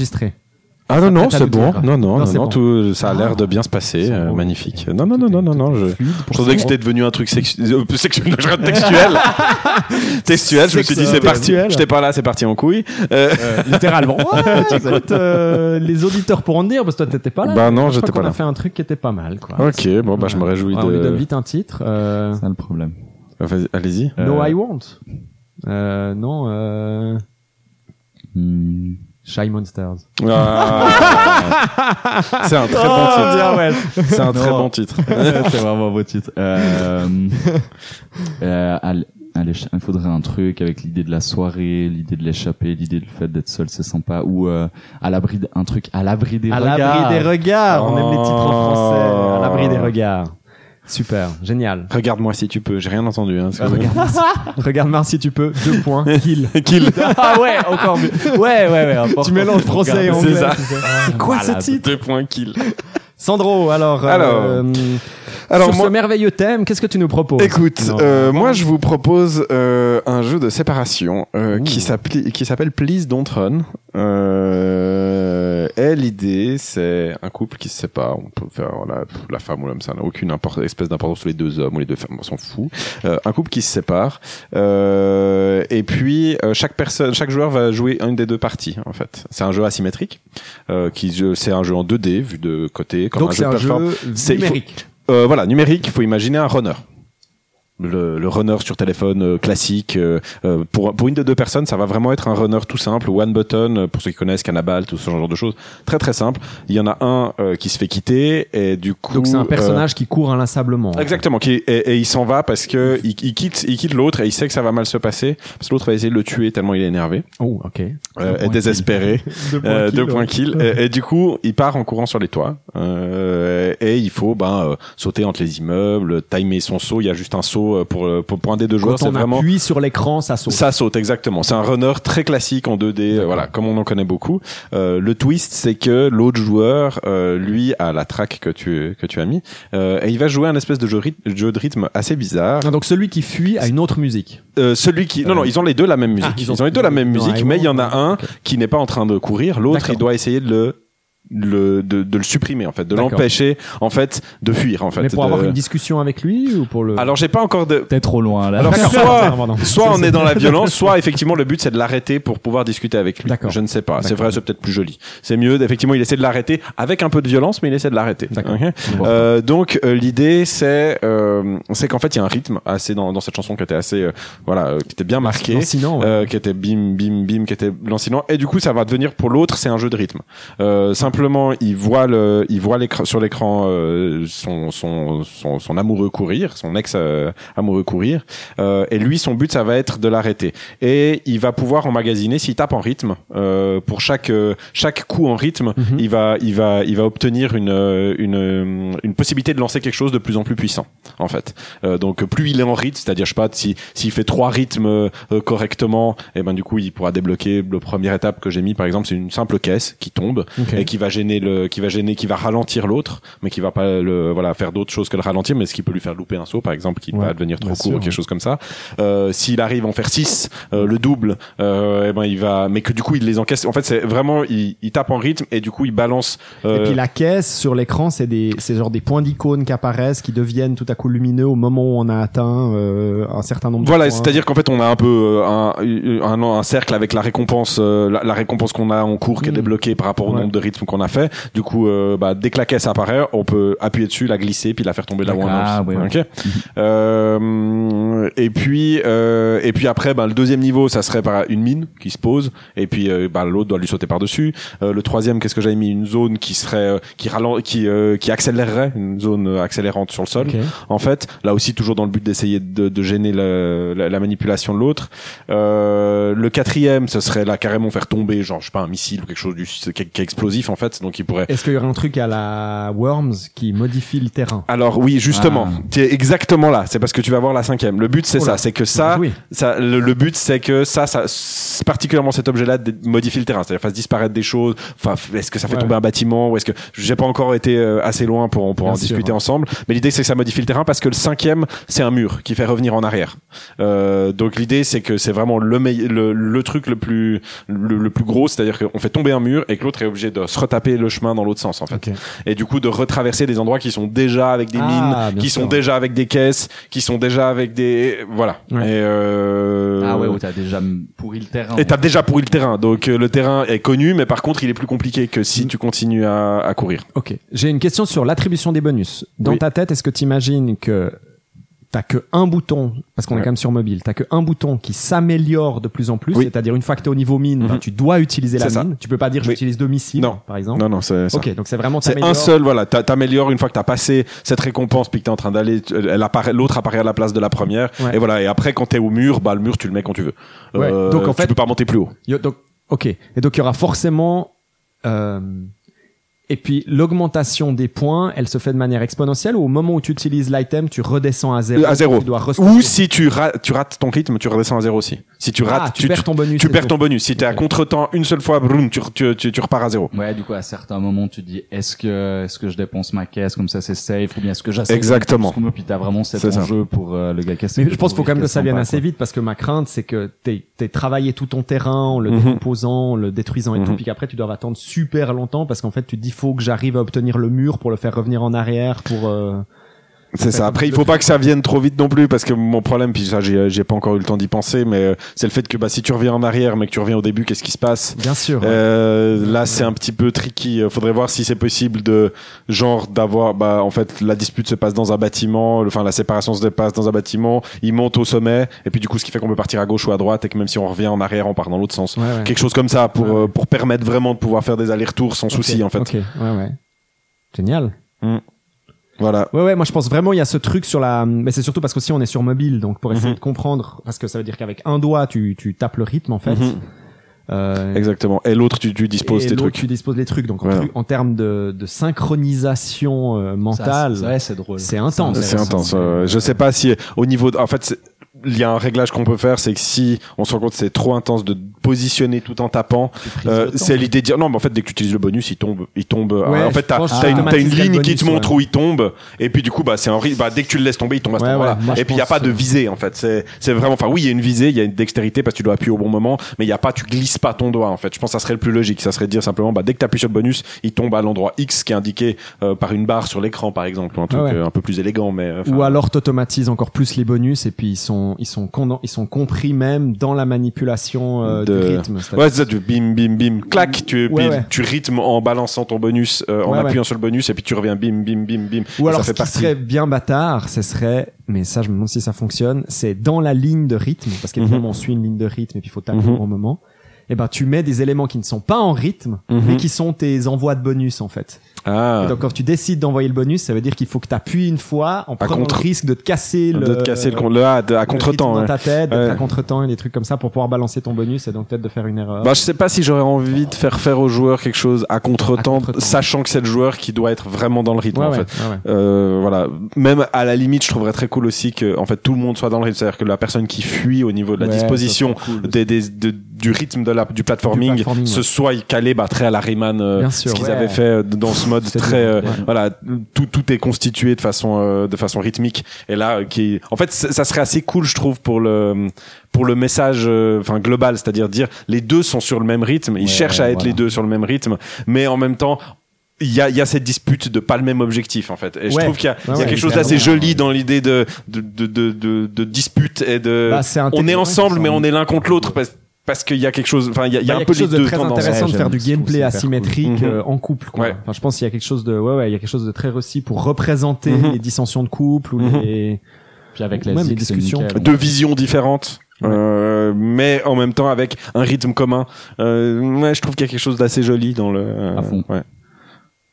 Speaker 5: Ah non,
Speaker 4: Ça
Speaker 5: non,
Speaker 4: prête à
Speaker 5: c'est
Speaker 4: douter,
Speaker 5: bon.
Speaker 4: quoi.
Speaker 5: Non, non,
Speaker 4: Non,
Speaker 5: non,
Speaker 4: c'est
Speaker 5: non,
Speaker 4: bon.
Speaker 5: tout- ça a
Speaker 4: Ah.
Speaker 5: l'air de bien se passer.
Speaker 4: C'est
Speaker 5: euh,
Speaker 4: bon.
Speaker 5: magnifique. Non, non, non, non, non, non. Je, je pensais que j'étais devenu un truc euh, sexuel. sexuel, je rate textuel. textuel, je me suis dit, c'est parti.
Speaker 4: Textuel.
Speaker 5: J'étais pas là, c'est parti en couille. Euh,
Speaker 4: littéralement. Ouais, écoute, euh, les auditeurs pourront te dire, parce que toi, t'étais pas là.
Speaker 5: Bah non,
Speaker 4: Je crois
Speaker 5: j'étais
Speaker 4: qu'on
Speaker 5: pas
Speaker 4: a
Speaker 5: là.
Speaker 4: fait un truc qui était pas mal, quoi.
Speaker 5: Ok, bon, bah je me
Speaker 4: Ouais.
Speaker 5: réjouis
Speaker 4: Ouais, On lui donne
Speaker 5: de. Ah,
Speaker 4: vite un titre. euh,
Speaker 6: C'est ça le problème.
Speaker 5: Vas-y, Allez-y.
Speaker 4: No,
Speaker 6: Euh,
Speaker 4: I Won't. Euh, non, euh,
Speaker 6: hmm,
Speaker 4: Shy Monsters.
Speaker 5: Ah. c'est un très bon titre. C'est un très
Speaker 6: Non.
Speaker 5: bon titre.
Speaker 6: c'est vraiment un beau titre. Euh, euh, allez, allez, il faudrait un truc avec l'idée de la soirée, l'idée de l'échapper, l'idée du fait d'être seul, c'est sympa. Ou euh, à l'abri, d- un truc à l'abri des
Speaker 4: À
Speaker 6: regards.
Speaker 4: l'abri des regards. On aime les titres en français. À
Speaker 5: Oh.
Speaker 4: l'abri des regards. Super, génial.
Speaker 5: Regarde-moi si tu peux. J'ai rien entendu. Hein, c'est-
Speaker 4: Regarde-moi si tu peux. Deux points. Kill.
Speaker 5: Kill.
Speaker 4: Ah ouais, encore mieux. Ouais, ouais, ouais. important.
Speaker 6: Tu mélanges français et
Speaker 5: C'est anglais, ça.
Speaker 4: C'est quoi ce titre
Speaker 5: Deux points kill.
Speaker 4: Sandro, alors.
Speaker 5: Alors.
Speaker 4: euh,
Speaker 5: Alors
Speaker 4: sur
Speaker 5: moi,
Speaker 4: ce merveilleux thème, qu'est-ce que tu nous proposes
Speaker 5: Écoute,
Speaker 4: Non.
Speaker 5: euh, moi je vous propose euh, un jeu de séparation euh,
Speaker 4: Ouh.
Speaker 5: qui s'appli- qui s'appelle Please Don't Run. Euh, et l'idée, c'est un couple qui se sépare. On peut faire voilà, la femme ou l'homme, ça n'a aucune import- espèce d'importance sur les deux hommes ou les deux femmes, on s'en fout. Euh, un couple qui se sépare. Euh, et puis euh, chaque personne, chaque joueur va jouer une des deux parties. En fait, c'est un jeu asymétrique. Euh, qui se- c'est un jeu en 2D vu de côté comme
Speaker 4: Donc
Speaker 5: un jeu
Speaker 4: c'est
Speaker 5: de
Speaker 4: un
Speaker 5: plateforme.
Speaker 4: jeu
Speaker 5: C'est- il faut-
Speaker 4: numérique.
Speaker 5: Euh, voilà, numérique, il faut imaginer un runner. Le, le runner sur téléphone euh, classique. euh, euh, pour, pour une de deux personnes, ça va vraiment être un runner tout simple, one button, euh, pour ceux qui connaissent Cannabalt, tout ce genre de choses. Très très simple. Il y en a un euh, qui se fait quitter et du coup...
Speaker 4: Donc c'est un
Speaker 5: euh,
Speaker 4: personnage qui court inlassablement.
Speaker 5: Exactement, qui, et, et il s'en va parce que il, il quitte, il quitte l'autre et il sait que ça va mal se passer parce que l'autre va essayer de le tuer tellement il est énervé,
Speaker 4: Oh, ok.
Speaker 5: euh,
Speaker 4: points
Speaker 5: et désespéré.
Speaker 4: Deux
Speaker 5: Euh,
Speaker 4: kill,
Speaker 5: deux
Speaker 4: ouais.
Speaker 5: points kill. Et, et du coup, il part en courant sur les toits. Euh, et il faut ben euh, sauter entre les immeubles, timer son saut. Il y a juste un saut euh, pour euh, pour, pour un des deux joueurs.
Speaker 4: Quand
Speaker 5: C'est
Speaker 4: on
Speaker 5: vraiment
Speaker 4: appuie sur l'écran, ça saute.
Speaker 5: ça saute exactement. C'est un runner très classique en 2D, euh, voilà, comme on en connaît beaucoup. Euh, le twist, c'est que l'autre joueur, euh, lui, a la track que tu que tu as mis, euh, et il va jouer un espèce de jeu, ryth- jeu de rythme assez bizarre.
Speaker 4: Non, Ah, donc celui qui fuit a une autre musique.
Speaker 5: Euh, celui qui, non non, ils ont les deux la même musique.
Speaker 4: Ah,
Speaker 5: ils, ont, les deux la même
Speaker 4: Non,
Speaker 5: musique,
Speaker 4: I
Speaker 5: mais il y en
Speaker 4: won't.
Speaker 5: a un qui n'est pas en train de courir, l'autre
Speaker 4: D'accord.
Speaker 5: il doit essayer de le le- de, de le supprimer en fait, de
Speaker 4: D'accord.
Speaker 5: l'empêcher en fait de fuir en fait. euh,
Speaker 4: Mais pour
Speaker 5: de-
Speaker 4: avoir une discussion avec lui ou pour le.
Speaker 5: Alors j'ai pas encore de
Speaker 6: T'es trop loin là.
Speaker 5: alors
Speaker 4: D'accord.
Speaker 5: soit
Speaker 4: Pardon.
Speaker 5: soit on est dans la violence, soit effectivement le but c'est de l'arrêter pour pouvoir discuter avec lui.
Speaker 4: D'accord.
Speaker 5: Je ne sais pas, c'est
Speaker 4: D'accord.
Speaker 5: vrai, c'est peut-être plus joli. C'est mieux effectivement il essaie de l'arrêter avec un peu de violence mais il essaie de l'arrêter.
Speaker 4: D'accord.
Speaker 5: Ok
Speaker 6: Bon.
Speaker 5: euh, donc euh, l'idée c'est euh, c'est qu'en fait il y a un rythme assez dans, dans cette chanson qui était assez euh, voilà euh, qui était bien marqué
Speaker 4: Non, sinon, ouais.
Speaker 5: euh, qui était bim bim bim qui était lancinant et du coup ça va devenir pour l'autre c'est un jeu de rythme euh, simplement il voit le il voit l'écran sur l'écran euh, son, son son son amoureux courir son ex euh, amoureux courir euh, et lui son but ça va être de l'arrêter et il va pouvoir emmagasiner s'il tape en rythme euh, pour chaque euh, chaque coup en rythme
Speaker 4: Mhm.
Speaker 5: il va il va il va obtenir une euh, une euh, une possibilité de lancer quelque chose de plus en plus puissant en fait euh, donc plus il est en rythme, c'est-à-dire je sais pas si s'il fait trois rythmes euh, euh, correctement, et ben du coup il pourra débloquer le première étape que j'ai mis par exemple, c'est une simple caisse qui tombe
Speaker 4: Ok.
Speaker 5: et qui va gêner le qui va gêner qui va ralentir l'autre, mais qui va pas le voilà faire d'autres choses que le ralentir, mais ce qui peut lui faire louper un saut par exemple qui
Speaker 4: Ouais,
Speaker 5: va devenir trop
Speaker 4: bien
Speaker 5: court
Speaker 4: sûr,
Speaker 5: ou quelque chose comme ça. Euh, s'il arrive à en faire six, euh, le double, euh, et ben il va mais que du coup il les encaisse. En fait, c'est vraiment il, il tape en rythme et du coup il balance
Speaker 4: Et
Speaker 5: euh,
Speaker 4: puis la caisse sur l'écran, c'est des, c'est genre des points d'icônes qui apparaissent, qui deviennent tout à coup lumineux au moment où on a atteint euh, un certain nombre. de
Speaker 5: Voilà,
Speaker 4: points.
Speaker 5: c'est-à-dire qu'en fait, on a un peu euh, un, un, un cercle avec la récompense, euh, la, la récompense qu'on a en cours qui est
Speaker 4: Mhm.
Speaker 5: débloquée par rapport au
Speaker 4: Ouais.
Speaker 5: nombre de rythmes qu'on a fait. Du coup, euh, bah, dès que la caisse apparaît, on peut appuyer dessus, la glisser, puis la faire tomber là où on
Speaker 6: D'accord. Ah, oui, oui.
Speaker 5: Ok. Euh, et puis, euh, et puis après, bah, le deuxième niveau, ça serait par une mine qui se pose, et puis euh, bah, l'autre doit lui sauter par dessus. Euh, le troisième, qu'est-ce que j'avais mis Une zone qui serait euh, qui ralent, qui euh, qui accélérerait, une zone euh, accélérante sur le sol
Speaker 4: Ok.
Speaker 5: en fait là aussi toujours dans le but d'essayer de, de gêner la, la- la manipulation de l'autre Euh, le quatrième ce serait là carrément faire tomber genre je sais pas un missile ou quelque chose du qui est- qui est explosif en fait donc il pourrait
Speaker 4: Est-ce qu'il y aurait un truc à la Worms qui modifie le terrain
Speaker 5: alors oui justement
Speaker 6: Ah.
Speaker 5: tu es exactement là c'est parce que tu vas voir la cinquième le but c'est
Speaker 4: Oh là.
Speaker 5: ça c'est que ça
Speaker 4: Oui.
Speaker 5: ça, le, le but, c'est que ça, ça, c'est particulièrement cet objet-là dé- modifie le terrain, c'est-à-dire fasse disparaître des choses. Enfin, f- est-ce que ça fait
Speaker 4: Ouais.
Speaker 5: tomber un bâtiment ou est-ce que j'ai pas encore été euh, assez loin pour pour
Speaker 4: Bien
Speaker 5: en
Speaker 4: sûr,
Speaker 5: discuter
Speaker 4: hein.
Speaker 5: ensemble. Mais l'idée, c'est que ça modifie le terrain parce que le cinquième, c'est un mur qui fait revenir en arrière. Euh, donc l'idée, c'est que c'est vraiment le, meille- le le truc le plus le, le plus gros, c'est-à-dire qu'on fait tomber un mur et que l'autre est obligé de se retaper le chemin dans l'autre sens en fait. Et du coup de retraverser des endroits qui sont déjà avec des
Speaker 4: Ah,
Speaker 5: mines,
Speaker 4: bien
Speaker 5: qui
Speaker 4: sûr,
Speaker 5: sont
Speaker 4: ouais.
Speaker 5: déjà avec des caisses, qui sont déjà avec des voilà.
Speaker 4: Ouais.
Speaker 5: Et euh,
Speaker 6: Ah ouais, ouais, t'as déjà m- pourri le terrain.
Speaker 5: et t'as déjà pourri le terrain, donc euh, le terrain est connu, mais par contre il est plus compliqué que
Speaker 4: Mm.
Speaker 5: si tu continues à, à courir.
Speaker 4: Ok. J'ai une question sur l'attribution des bonus. Dans
Speaker 5: Oui.
Speaker 4: ta tête, est-ce que tu imagines que t'as que un bouton, parce qu'on est
Speaker 5: Ouais.
Speaker 4: quand même sur mobile, t'as que un bouton qui s'améliore de plus en plus,
Speaker 5: Oui.
Speaker 4: c'est-à-dire une fois que t'es au niveau mine,
Speaker 5: Mhm.
Speaker 4: ben, tu dois utiliser la
Speaker 5: C'est ça.
Speaker 4: mine. Tu peux pas dire
Speaker 5: Oui.
Speaker 4: j'utilise deux missiles,
Speaker 5: Non.
Speaker 4: par exemple.
Speaker 5: Non, non, c'est ça.
Speaker 4: Oh. Ok, donc c'est vraiment
Speaker 5: C'est un
Speaker 4: t'améliores.
Speaker 5: seul, voilà. t'a- T'améliores une fois que t'as passé cette récompense, puis que t'es en train d'aller, tu- elle apparaît- l'autre apparaît à la place de la première.
Speaker 4: Ouais.
Speaker 5: Et voilà. Et après, quand t'es au mur, bah le mur, tu le mets quand tu veux. Euh,
Speaker 4: Ouais. Donc, en fait-
Speaker 5: tu peux pas monter plus haut.
Speaker 4: Yo- donc, ok. Et donc, il y aura forcément. euh, et puis, l'augmentation des points, elle se fait de manière exponentielle ou au moment où tu utilises l'item, tu redescends à zéro
Speaker 5: Euh, à zéro.
Speaker 4: Tu dois restarter.
Speaker 5: Ou si tu, ra- tu rates ton rythme, tu redescends à zéro aussi. Si tu
Speaker 4: Ah,
Speaker 5: rates,
Speaker 4: tu, perds ton bonus.
Speaker 5: tu
Speaker 4: et
Speaker 5: perds
Speaker 4: tout.
Speaker 5: ton bonus. Si t'es à contre-temps une seule fois, broum, tu, re- tu, tu, tu repars à zéro.
Speaker 6: Ouais, du coup, à certains moments, tu te dis, est-ce que, est-ce que je dépense ma caisse, comme ça c'est safe, ou bien est-ce que j'assène
Speaker 5: Exactement.
Speaker 6: Puis t'as vraiment cet
Speaker 5: C'est ça.
Speaker 6: enjeu pour euh, le gars cassé.
Speaker 4: Mais je pense qu'il faut quand même que ça vienne assez vite parce que ma crainte, c'est que t'es t'es travaillé tout ton terrain en le
Speaker 5: Mhm.
Speaker 4: décomposant, en le détruisant et tout,
Speaker 5: Mhm.
Speaker 4: puis qu'après tu dois attendre super longtemps parce qu'en fait tu te dis faut que j'arrive à obtenir le mur pour le faire revenir en arrière pour. euh,
Speaker 5: C'est ça. Après, il faut pas que ça vienne trop vite non plus, parce que mon problème, puis ça, j'ai j'ai pas encore eu le temps d'y penser, mais euh, c'est le fait que bah, si tu reviens en arrière, mais que tu reviens au début, qu'est-ce qui se passe
Speaker 4: Bien sûr.
Speaker 5: Euh, là, c'est un petit peu tricky. Euh, Faudrait voir si c'est possible de genre d'avoir. Bah, en fait, la dispute se passe dans un bâtiment. le- Enfin, la séparation se dépasse dans un bâtiment. Il monte au sommet, et puis du coup, ce qui fait qu'on peut partir à gauche ou à droite, et que même si on revient en arrière, on part dans l'autre sens.
Speaker 4: Ouais, ouais.
Speaker 5: Quelque chose comme ça pour
Speaker 4: Ouais, ouais.
Speaker 5: euh, pour permettre vraiment de pouvoir faire des allers-retours sans souci,
Speaker 4: Ok,
Speaker 5: en fait.
Speaker 4: Ok. Ouais, ouais. Génial.
Speaker 5: Voilà.
Speaker 4: Ouais, ouais, moi je pense vraiment il y a ce truc sur la. Mais c'est surtout parce que si on est sur mobile, donc pour essayer
Speaker 5: Mhm.
Speaker 4: de comprendre, parce que ça veut dire qu'avec un doigt tu, tu tapes le rythme en fait.
Speaker 5: Mhm.
Speaker 4: Euh,
Speaker 5: Exactement. Et l'autre, tu, tu disposes
Speaker 4: et
Speaker 5: tes
Speaker 4: l'autre,
Speaker 5: trucs.
Speaker 4: Tu disposes les trucs. Donc en,
Speaker 5: Voilà.
Speaker 4: tru- en termes de, de synchronisation euh, mentale,
Speaker 6: Ouais, c'est drôle.
Speaker 4: c'est intense.
Speaker 5: C'est intense. euh, je sais pas si au niveau, de- en fait, c'est- il y a un réglage qu'on peut faire, c'est que si on se rend compte que c'est trop intense de positionner tout en tapant, euh, c'est l'idée de dire non, mais en fait, dès que tu utilises le bonus, il tombe, il tombe. Ah,
Speaker 4: Ouais,
Speaker 5: en fait,
Speaker 4: je
Speaker 5: t'as
Speaker 4: pense que
Speaker 5: t'as une, t'as une
Speaker 4: automatiquement,
Speaker 5: ligne
Speaker 4: le
Speaker 5: qui te
Speaker 4: bonus,
Speaker 5: montre
Speaker 4: ouais.
Speaker 5: où il tombe, et puis du coup, bah, c'est un risque. Bah, dès que tu le laisses tomber, il tombe à ce
Speaker 4: Ouais,
Speaker 5: moment-là.
Speaker 4: ouais, moi, je
Speaker 5: et puis il y a
Speaker 4: pense
Speaker 5: pas de
Speaker 4: que-
Speaker 5: visée, en fait. C'est c'est vraiment, enfin, oui, il y a une visée, il y a une dextérité parce que tu dois appuyer au bon moment, mais il y a pas, tu glisses pas ton doigt, en fait. Je pense que ça serait le plus logique. Ça serait de dire simplement, bah, dès que tu appuies sur le bonus, il tombe à l'endroit X qui est indiqué euh, par une barre sur l'écran, par exemple, ou un truc
Speaker 4: Ah ouais.
Speaker 5: euh, un peu plus élégant, mais. euh, enfin,
Speaker 4: Ou alors t'automatises encore plus les bonus et puis ils sont ils sont conden- ils sont compris même dans la manipulation euh,
Speaker 5: De-
Speaker 4: du rythme. C'est-à-dire-
Speaker 5: Ouais, c'est ça, tu bim, bim, bim, clac, tu,
Speaker 4: Ouais,
Speaker 5: puis
Speaker 4: ouais.
Speaker 5: tu rythmes en balançant ton bonus, euh, en
Speaker 4: Ouais, ouais.
Speaker 5: appuyant sur le bonus, et puis tu reviens bim, bim, bim, bim.
Speaker 4: Ou
Speaker 5: Et
Speaker 4: alors,
Speaker 5: ça
Speaker 4: ce
Speaker 5: fait
Speaker 4: qui
Speaker 5: partie.
Speaker 4: serait bien bâtard, ce serait, mais ça, je me demande si ça fonctionne, c'est dans la ligne de rythme, parce qu'évidemment, on suit une ligne de rythme et puis il faut taper
Speaker 5: Mhm.
Speaker 4: au bon moment. Et ben, tu mets des éléments qui ne sont pas en rythme,
Speaker 5: Mhm.
Speaker 4: mais qui sont tes envois de bonus, en fait.
Speaker 5: Ah,
Speaker 4: Et donc, quand tu décides d'envoyer le bonus, ça veut dire qu'il faut que tu appuies une fois en prenant
Speaker 5: contre-
Speaker 4: le risque de te casser le,
Speaker 5: de te casser le, con- le, ah, de- à
Speaker 4: le
Speaker 5: contre-temps.
Speaker 4: rythme dans ta
Speaker 5: ouais.
Speaker 4: tête, d'être
Speaker 5: Ouais.
Speaker 4: à contre-temps et des trucs comme ça pour pouvoir balancer ton bonus et donc peut-être de faire une erreur.
Speaker 5: Bah, je sais pas si j'aurais envie de faire faire au joueur quelque chose à contre-temps,
Speaker 4: À contre-temps.
Speaker 5: sachant que c'est le joueur qui doit être vraiment dans le rythme,
Speaker 4: ouais,
Speaker 5: en
Speaker 4: ouais,
Speaker 5: fait.
Speaker 4: ouais, ouais.
Speaker 5: Euh, voilà. Même à la limite, je trouverais très cool aussi que, en fait, tout le monde soit dans le rythme. C'est-à-dire que la personne qui fuit au niveau de la
Speaker 4: Ouais,
Speaker 5: disposition
Speaker 4: ça serait cool.
Speaker 5: des, des, de- du rythme de la, du platforming,
Speaker 4: Du platforming,
Speaker 5: se
Speaker 4: ouais.
Speaker 5: soit calé, bah, très à la Rayman, euh,
Speaker 4: Bien
Speaker 5: ce
Speaker 4: sûr,
Speaker 5: qu'ils
Speaker 4: ouais.
Speaker 5: avaient fait euh, dans ce mode
Speaker 4: C'est
Speaker 5: très, euh,
Speaker 4: bien, ouais.
Speaker 5: voilà, tout, tout est constitué de façon, euh, de façon rythmique. Et là, euh, qui, en fait, c- ça serait assez cool, je trouve, pour le, pour le message, euh, enfin, global. C'est-à-dire dire, les deux sont sur le même rythme. Ils
Speaker 6: Ouais,
Speaker 5: cherchent à être
Speaker 6: voilà.
Speaker 5: les deux sur le même rythme. Mais en même temps, il y a, il y a cette dispute de pas le même objectif en fait. Et je
Speaker 4: Ouais.
Speaker 5: trouve qu'il y a, il y a
Speaker 4: ouais,
Speaker 5: quelque chose
Speaker 4: clairement.
Speaker 5: d'assez joli dans l'idée de de, de, de, de- de dispute et de.
Speaker 4: Bah, c'est
Speaker 5: on est
Speaker 4: intelligent,
Speaker 5: ensemble,
Speaker 4: ça.
Speaker 5: mais on est l'un contre l'autre parce parce qu'il y a quelque chose. Enfin, il y a, il y a
Speaker 4: Bah,
Speaker 5: un
Speaker 4: y a
Speaker 5: peu
Speaker 4: quelque
Speaker 5: les
Speaker 4: chose de
Speaker 5: deux
Speaker 4: très
Speaker 5: tendances.
Speaker 4: intéressant de
Speaker 6: Ouais,
Speaker 4: faire du
Speaker 6: j'aime, je trouve
Speaker 4: gameplay
Speaker 6: c'est hyper
Speaker 4: asymétrique
Speaker 5: cool.
Speaker 4: euh, en couple. Quoi.
Speaker 5: Ouais.
Speaker 4: Enfin, je pense qu'il y a quelque chose de ouais ouais, il y a quelque chose de très réussi pour représenter
Speaker 5: Mhm.
Speaker 4: les dissensions de couple ou
Speaker 5: Mhm.
Speaker 4: les
Speaker 6: Puis avec la
Speaker 4: Même
Speaker 6: zik,
Speaker 4: les
Speaker 6: c'est
Speaker 4: discussions.
Speaker 6: nickel.
Speaker 5: Deux visions différentes. euh, mais en même temps avec un rythme commun euh, ouais, je trouve qu'il y a quelque chose d'assez joli dans le euh,
Speaker 6: À fond.
Speaker 5: ouais.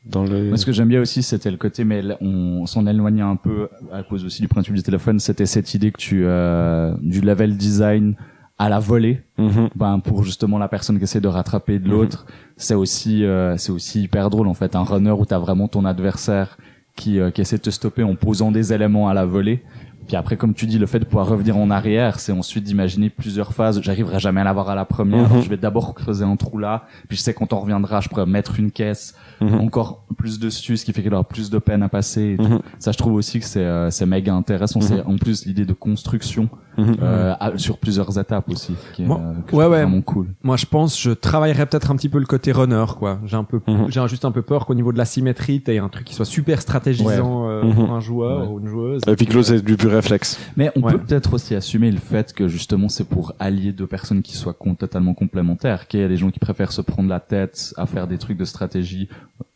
Speaker 5: dans le
Speaker 6: Moi, ce que j'aime bien aussi, c'était le côté, mais là, on s'en éloignait un peu à cause aussi du principe du téléphone. C'était cette idée que tu euh, du level design à la volée,
Speaker 5: Mhm.
Speaker 6: ben pour justement la personne qui essaie de rattraper de l'autre. C'est aussi euh, c'est aussi hyper drôle en fait. Un runner où t'as vraiment ton adversaire qui euh, qui essaie de te stopper en posant des éléments à la volée. Puis après, comme tu dis, le fait de pouvoir revenir en arrière, c'est ensuite d'imaginer plusieurs phases. J'arriverai jamais à l'avoir à la première.
Speaker 5: Mhm.
Speaker 6: alors je vais d'abord creuser un trou là. Puis je sais quand on reviendra, je pourrais mettre une caisse
Speaker 5: Mhm.
Speaker 6: encore plus dessus, ce qui fait qu'elle aura plus de peine à passer. Et tout.
Speaker 5: Mhm.
Speaker 6: Ça, je trouve aussi que c'est euh, c'est méga intéressant. C'est en plus l'idée de construction euh, à- sur plusieurs étapes aussi. Qui est,
Speaker 4: Moi-
Speaker 6: euh, que je
Speaker 4: ouais,
Speaker 6: trouve
Speaker 4: ouais.
Speaker 6: Vraiment cool.
Speaker 4: Moi, je pense, je travaillerais peut-être un petit peu le côté runner, quoi. J'ai un peu,
Speaker 5: Mhm.
Speaker 4: j'ai un- juste un peu peur qu'au niveau de la symétrie, t'aies un truc qui soit super stratégisant euh,
Speaker 5: Mhm.
Speaker 4: pour un joueur
Speaker 6: Ouais.
Speaker 4: ou une joueuse.
Speaker 5: Et puis que l'autre, c'est du pur réflexe.
Speaker 6: Mais on
Speaker 4: Ouais.
Speaker 6: peut peut-être aussi assumer le fait que justement c'est pour allier deux personnes qui soient com- totalement complémentaires, qu'il y a des gens qui préfèrent se prendre la tête à faire des trucs de stratégie,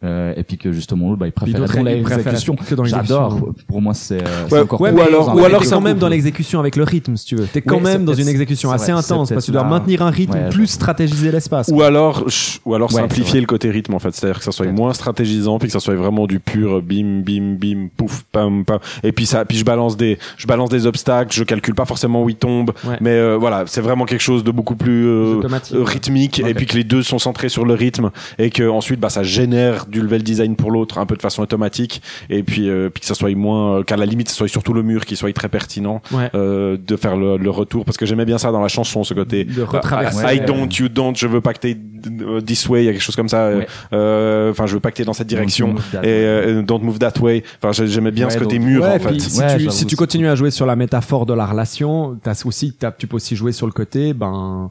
Speaker 6: euh, et puis que justement l'autre bah, il
Speaker 4: Puis
Speaker 6: préfère
Speaker 4: d'autres,
Speaker 6: être dans
Speaker 4: ils préfèrent
Speaker 6: l'exécution.
Speaker 4: que dans l'exécution.
Speaker 6: J'adore. Pour moi c'est euh, c'est
Speaker 5: Ouais,
Speaker 6: encore
Speaker 5: ouais,
Speaker 6: plus
Speaker 5: ou alors-
Speaker 6: un
Speaker 5: ou
Speaker 4: Ou alors
Speaker 6: truc
Speaker 5: alors
Speaker 6: de
Speaker 4: quand
Speaker 5: c'est-
Speaker 4: même
Speaker 6: couple.
Speaker 4: dans l'exécution avec le rythme, si tu veux. T'es quand
Speaker 6: Oui, c'est
Speaker 4: même dans
Speaker 6: peut-être-
Speaker 4: une exécution
Speaker 6: c'est
Speaker 4: assez
Speaker 6: vrai, c'est
Speaker 4: intense parce que tu dois
Speaker 6: peut-être là.
Speaker 4: maintenir un rythme
Speaker 6: Ouais,
Speaker 4: plus
Speaker 6: je-
Speaker 4: stratégiser l'espace.
Speaker 5: Ou alors, ch- ou alors
Speaker 6: Ouais, c'est
Speaker 5: simplifier le côté rythme en fait, c'est-à-dire que ça soit
Speaker 6: Peut-être.
Speaker 5: moins stratégisant, puis que ça soit vraiment du pur euh, bim bim bim pouf pam pam. Et puis ça, puis je balance des, je balance des obstacles, je calcule pas forcément où ils tombent,
Speaker 4: Ouais.
Speaker 5: mais euh, voilà, c'est vraiment quelque chose de beaucoup plus euh,
Speaker 4: Automatique.
Speaker 5: euh, rythmique, et
Speaker 4: Ok.
Speaker 5: puis que les deux sont centrés sur le rythme, et que ensuite bah ça génère du level design pour l'autre un peu de façon automatique, et puis euh, puis que ça soit moins, euh, qu'à la limite, ce soit surtout le mur qui soit très pertinent
Speaker 4: Ouais.
Speaker 5: euh, de faire le, le retour, parce que j'aimais bien ça dans la chanson, ce côté
Speaker 4: De retraverser.
Speaker 5: I don't, you don't, je veux pas que t'aies euh, this way, il y a quelque chose comme ça. euh,
Speaker 6: Ouais.
Speaker 5: euh, Enfin, je veux pas que t'aies dans cette direction.
Speaker 6: Don't move that
Speaker 5: et euh, don't move that way. Enfin, j'ai- j'aimais bien
Speaker 6: Ouais,
Speaker 5: ce côté
Speaker 6: donc-
Speaker 5: mur
Speaker 4: Ouais,
Speaker 5: en
Speaker 4: puis
Speaker 5: fait.
Speaker 4: si,
Speaker 6: Ouais,
Speaker 4: tu,
Speaker 6: j'avoue,
Speaker 4: si tu
Speaker 6: c'est
Speaker 4: continues à jouer sur la métaphore de la relation, t'as aussi, t'as- tu peux aussi jouer sur le côté, ben,